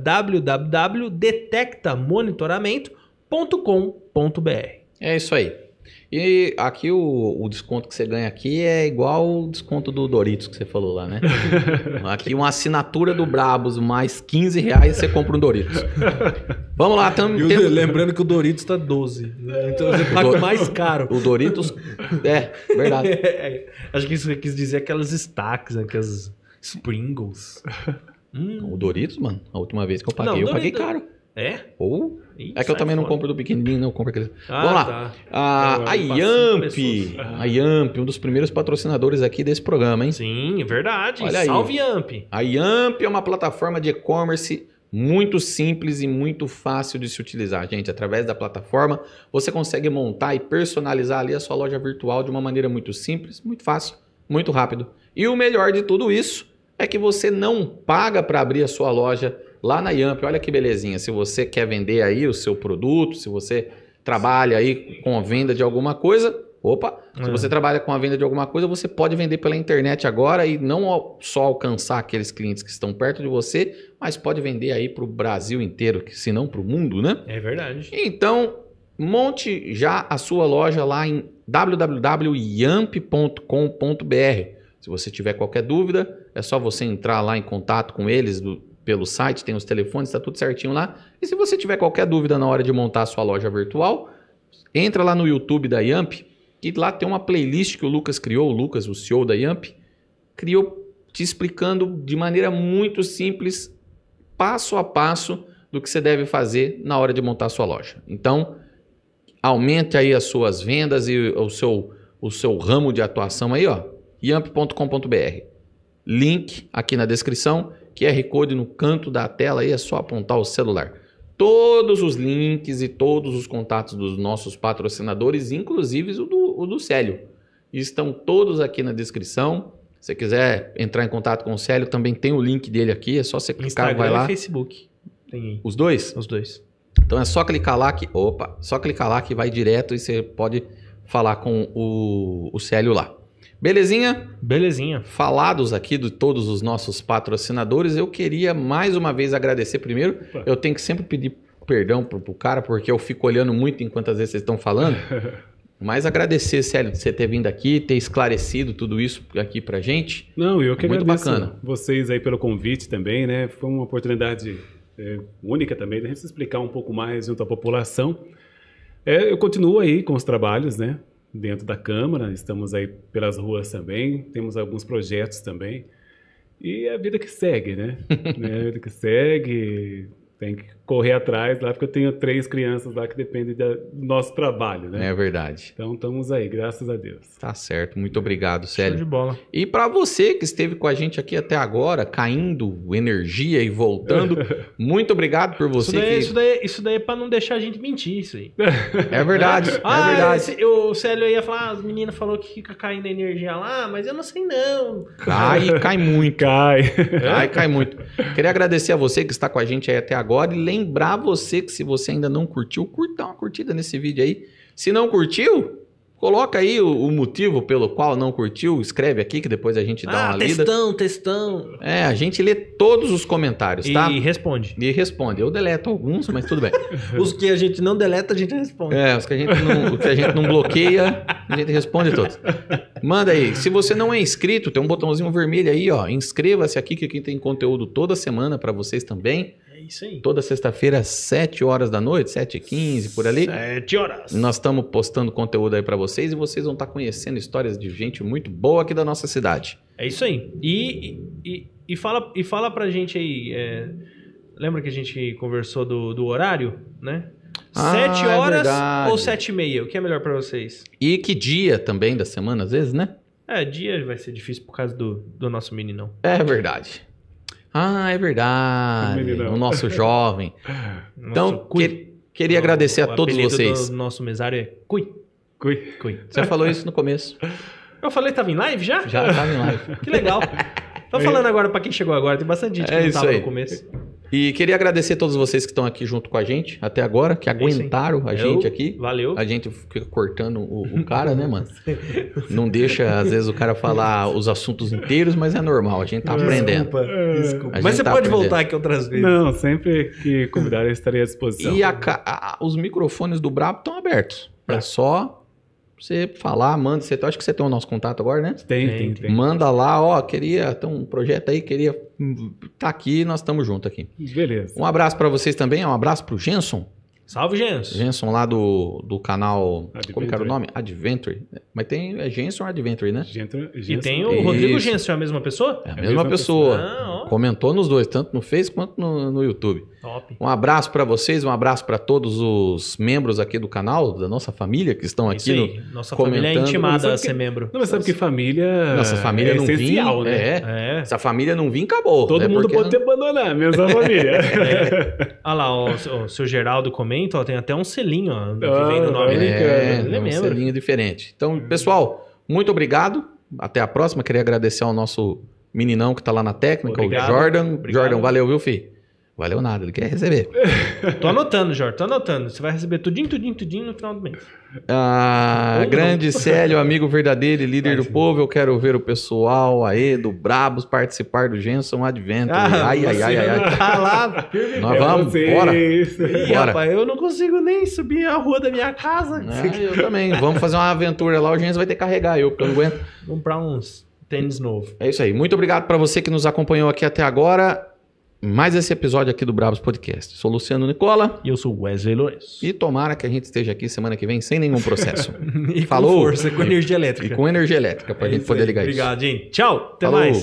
A: www.detectamonitoramento.com.br.
B: [LAUGHS] É isso aí. E aqui o, o desconto que você ganha aqui é igual o desconto do Doritos que você falou lá, [LAUGHS] né? Aqui uma assinatura do Brabos, mais 15 reais você compra um Doritos. Vamos lá, tam,
A: E o-
B: tem- um
A: lembrando que o Doritos tá 12, né? [LAUGHS] então você paga o mais caro.
B: O Doritos. É, verdade.
A: [LAUGHS] Acho que isso que quis dizer aquelas stacks, né? aquelas [LAUGHS] Springles. Hum,
B: O Doritos, mano, a última vez que eu paguei,
A: Não,
B: eu paguei
A: Dorito-
B: caro.
A: é?
B: Ou.
A: Ih,
B: É que eu
A: sai
B: também não
A: fora.
B: compro do pequenininho, não, eu compro aquele.
A: Ah,
B: Vamos lá.
A: tá. Eu
B: Ah, a
A: passo cinco
B: Yamp.
A: pessoas.
B: A Yamp, um dos primeiros patrocinadores aqui desse programa, hein?
A: Sim, é verdade.
B: Olha aí.
A: Salve, Amp.
B: A Yamp é uma plataforma de e-commerce muito simples e muito fácil de se utilizar, gente. Através da plataforma, você consegue montar e personalizar ali a sua loja virtual de uma maneira muito simples, muito fácil, muito rápido. E o melhor de tudo isso é que você não paga para abrir a sua loja lá na Yamp. Olha que belezinha. Se você quer vender aí o seu produto, se você trabalha aí com a venda de alguma coisa, opa, se
A: É.
B: você trabalha com a venda de alguma coisa, você pode vender pela internet agora e não al- só alcançar aqueles clientes que estão perto de você, mas pode vender aí para o Brasil inteiro, que- se não para o mundo, né?
A: É verdade.
B: Então, monte já a sua loja lá em www.yamp.com.br. Se você tiver qualquer dúvida, é só você entrar lá em contato com eles do- pelo site, tem os telefones, está tudo certinho lá. E se você tiver qualquer dúvida na hora de montar a sua loja virtual, entra lá no YouTube da Yamp, que lá tem uma playlist que o Lucas criou, o Lucas, o CEO da Yamp, criou te explicando de maneira muito simples, passo a passo, do que você deve fazer na hora de montar a sua loja. Então, aumente aí as suas vendas e o seu, o seu ramo de atuação aí, ó. Yamp.com.br. Link aqui na descrição, QR Code no canto da tela aí, é só apontar o celular. Todos os links e todos os contatos dos nossos patrocinadores, inclusive o do, o do Célio, estão todos aqui na descrição. Se você quiser entrar em contato com o Célio, também tem o link dele aqui, é só você clicar,
A: Instagram
B: vai
A: e
B: lá.
A: Facebook. Tem aí.
B: Os dois?
A: Os dois.
B: Então é só clicar lá que. Opa! Só clicar lá que vai direto e você pode falar com o, o Célio lá. Belezinha?
A: Belezinha.
B: Falados aqui de todos os nossos patrocinadores, eu queria mais uma vez agradecer primeiro.
C: Opa.
B: Eu tenho que sempre pedir perdão pro, pro cara, porque eu fico olhando muito enquanto às vezes vocês estão falando. Mas agradecer, Célio, de você ter vindo aqui, ter esclarecido tudo isso aqui pra gente.
C: Não, eu que
B: Muito
C: agradeço
B: bacana.
C: vocês aí pelo convite também, né? Foi uma oportunidade é, única também da gente se explicar um pouco mais junto à população. É, eu continuo aí com os trabalhos, né? Dentro da Câmara, estamos aí pelas ruas também, temos alguns
B: [LAUGHS]
C: Né, projetos também. E é a vida que segue, né? É a vida que segue. Tem que correr atrás lá, porque eu tenho três crianças lá que dependem da- do nosso trabalho, né?
B: É verdade.
C: Então estamos aí, graças a Deus.
B: Tá certo. Muito obrigado,
A: Show
B: Célio.
A: de bola.
B: E para você que esteve com a gente aqui até agora, caindo energia e
A: [LAUGHS]
B: voltando, muito obrigado por
A: Isso
B: você.
A: daí,
B: que-
A: isso, daí, isso daí é pra não deixar a gente mentir, isso aí. [LAUGHS]
B: É verdade, é
A: Ah,
B: verdade.
A: esse- o Célio ia falar, ah, as meninas falaram que fica caindo energia lá, mas eu não sei não.
B: Cai,
A: [LAUGHS]
B: cai muito.
C: Cai!
B: [LAUGHS]
A: É?
B: Cai, cai muito. Queria agradecer a você que está com a gente aí até agora e lembrar você que se você ainda não curtiu, curta dá uma curtida nesse vídeo aí. Se não curtiu, coloca aí o, o motivo pelo qual não curtiu, escreve aqui que depois a gente dá
A: ah,
B: uma lida.
A: textão, textão.
B: É, a gente lê todos os comentários, tá?
A: E responde.
B: E responde. Eu deleto alguns, mas tudo bem.
A: Os que a gente não deleta, a gente responde.
B: É, os que a gente não, o que a gente não bloqueia, a gente responde todos. Manda aí. Se você não é inscrito, tem um botãozinho vermelho aí, ó. Inscreva-se aqui, que aqui tem conteúdo toda semana pra vocês também.
A: É, isso aí.
B: Toda sexta-feira, às 7 horas da noite, 7h15, por ali.
A: Sete horas.
B: Nós estamos postando conteúdo aí pra vocês e vocês vão estar conhecendo histórias de gente muito boa aqui da nossa cidade.
A: É isso aí. E, e, e, fala, e fala pra gente aí. é, lembra que a gente conversou do, do horário, né?
B: Ah,
A: Sete
B: é
A: horas
B: verdade.
A: ou sete e meia? O que é melhor pra vocês?
B: E que dia também da semana, às vezes, né?
A: É, dia vai ser difícil por causa do, do nosso meninão.
B: É verdade. Ah, é verdade.
C: Meninão.
B: O nosso
A: [LAUGHS]
B: jovem.
A: Nosso
B: Então,
A: cui.
B: que- queria agradecer
A: O
B: a todos
A: apelido
B: vocês.
A: do nosso mesário é Cui.
C: Cui.
A: Cui.
B: Você falou isso no começo.
A: Eu falei que tava em live já?
B: Já estava em live.
A: Que legal. Tô falando agora pra quem chegou agora, tem bastante gente que
B: É
A: não
B: isso
A: tava
B: aí.
A: no começo.
B: E queria agradecer a todos vocês que estão aqui junto com a gente até agora, que
A: isso aí.
B: aguentaram a
A: Eu-
B: gente aqui.
A: Valeu.
B: A gente fica cortando o, o cara, né, mano? Não deixa, às vezes, o cara falar os assuntos inteiros, mas é normal, a gente tá aprendendo.
A: Desculpa,
B: A
A: desculpa.
B: gente
A: Mas você
B: tá
A: pode
B: aprendendo.
A: voltar aqui outras vezes.
C: Não, sempre que convidar eu estarei à disposição.
B: E a ca- a- os microfones do Brabo estão abertos. É só você falar, manda. Você, acho que você tem o nosso contato agora, né?
C: Tem,
A: Tem,
C: tem, tem.
B: Manda lá, ó, queria, tem um projeto aí, queria tá aqui, nós estamos juntos aqui.
C: Beleza.
B: Um abraço pra vocês também, um abraço pro Jenson.
A: Salve, Gens.
B: Jenson lá do, do canal. Como que era
C: Adventure.
B: o nome? Adventure. Mas tem. É Jenson Adventure, né?
C: Gente,
A: E
C: gente-
A: tem o
B: Isso.
A: Rodrigo Genso, é a mesma pessoa?
B: É a
C: É a
B: mesma,
C: mesma
B: pessoa.
A: Ah, ó,
B: Comentou nos dois, tanto no Facebook quanto no, no YouTube.
A: top.
B: Um abraço pra vocês, um abraço pra todos os membros aqui do canal, da nossa família que estão
A: Isso
B: aqui.
A: aí. Nossa
B: comentando.
A: família é intimada a
C: Sabe
A: ser
C: que-
A: membro.
C: Não, mas sabe que
B: No...
C: família.
B: Nossa família
C: é
B: não vinha.
C: essencial, né?
B: É.
A: É.
B: Essa família não vinha, acabou.
C: Todo
B: né?
C: mundo
B: Porque É,
C: pode te abandonar, menos
B: [LAUGHS]
C: a família.
A: [LAUGHS] Olha lá, ó, o seu- o seu Geraldo comenta, ó, tem até um selinho, ó, que
C: Ah,
A: vem do nome
C: tá
A: dele.
B: É,
A: Ele é
B: é um
A: membro.
B: selinho diferente. Então, pessoal, muito obrigado. Até a próxima. Queria agradecer ao nosso meninão que tá lá na técnica,
A: Obrigado.
B: o Jordan.
A: Obrigado.
B: Jordan, valeu, viu, fi? Valeu nada, ele quer receber.
A: Tô anotando, Jorge, tô anotando. Você vai receber tudinho, tudinho, tudinho no final do mês.
B: Ah,
A: Ou
B: grande Célio, amigo verdadeiro e líder
C: Vai,
B: do
C: sim.
B: povo, eu quero ver o pessoal aí do Brabos participar do Jenson Adventure. ai, ai, ai, ai, ai.
A: Ah, Tá lá, firme.
B: Nós
C: É
B: vamos,
A: [LAUGHS]
C: vocês.
B: bora.
A: Ih,
B: Bora.
A: rapaz, eu não consigo nem subir a rua da minha casa.
B: Ah, eu também. Vamos fazer uma aventura lá, o Jenson vai ter que carregar eu, porque eu não aguento.
A: Comprar uns tênis novo.
B: É isso aí. Muito obrigado para você que nos acompanhou aqui até agora. Mais esse episódio aqui do Brabos Podcast. Sou Luciano Nicola
A: E eu sou Wesley Lourenço.
B: e tomara que a gente esteja aqui semana que vem sem nenhum
A: [LAUGHS]
B: processo.
A: E com
B: Falou.
A: força, com energia
B: [LAUGHS] e
A: elétrica.
B: com energia elétrica para a
A: É
B: gente
A: isso
B: poder
A: aí.
B: ligar isso.
A: Obrigado, gente. Tchau, até
B: Falou.
A: mais.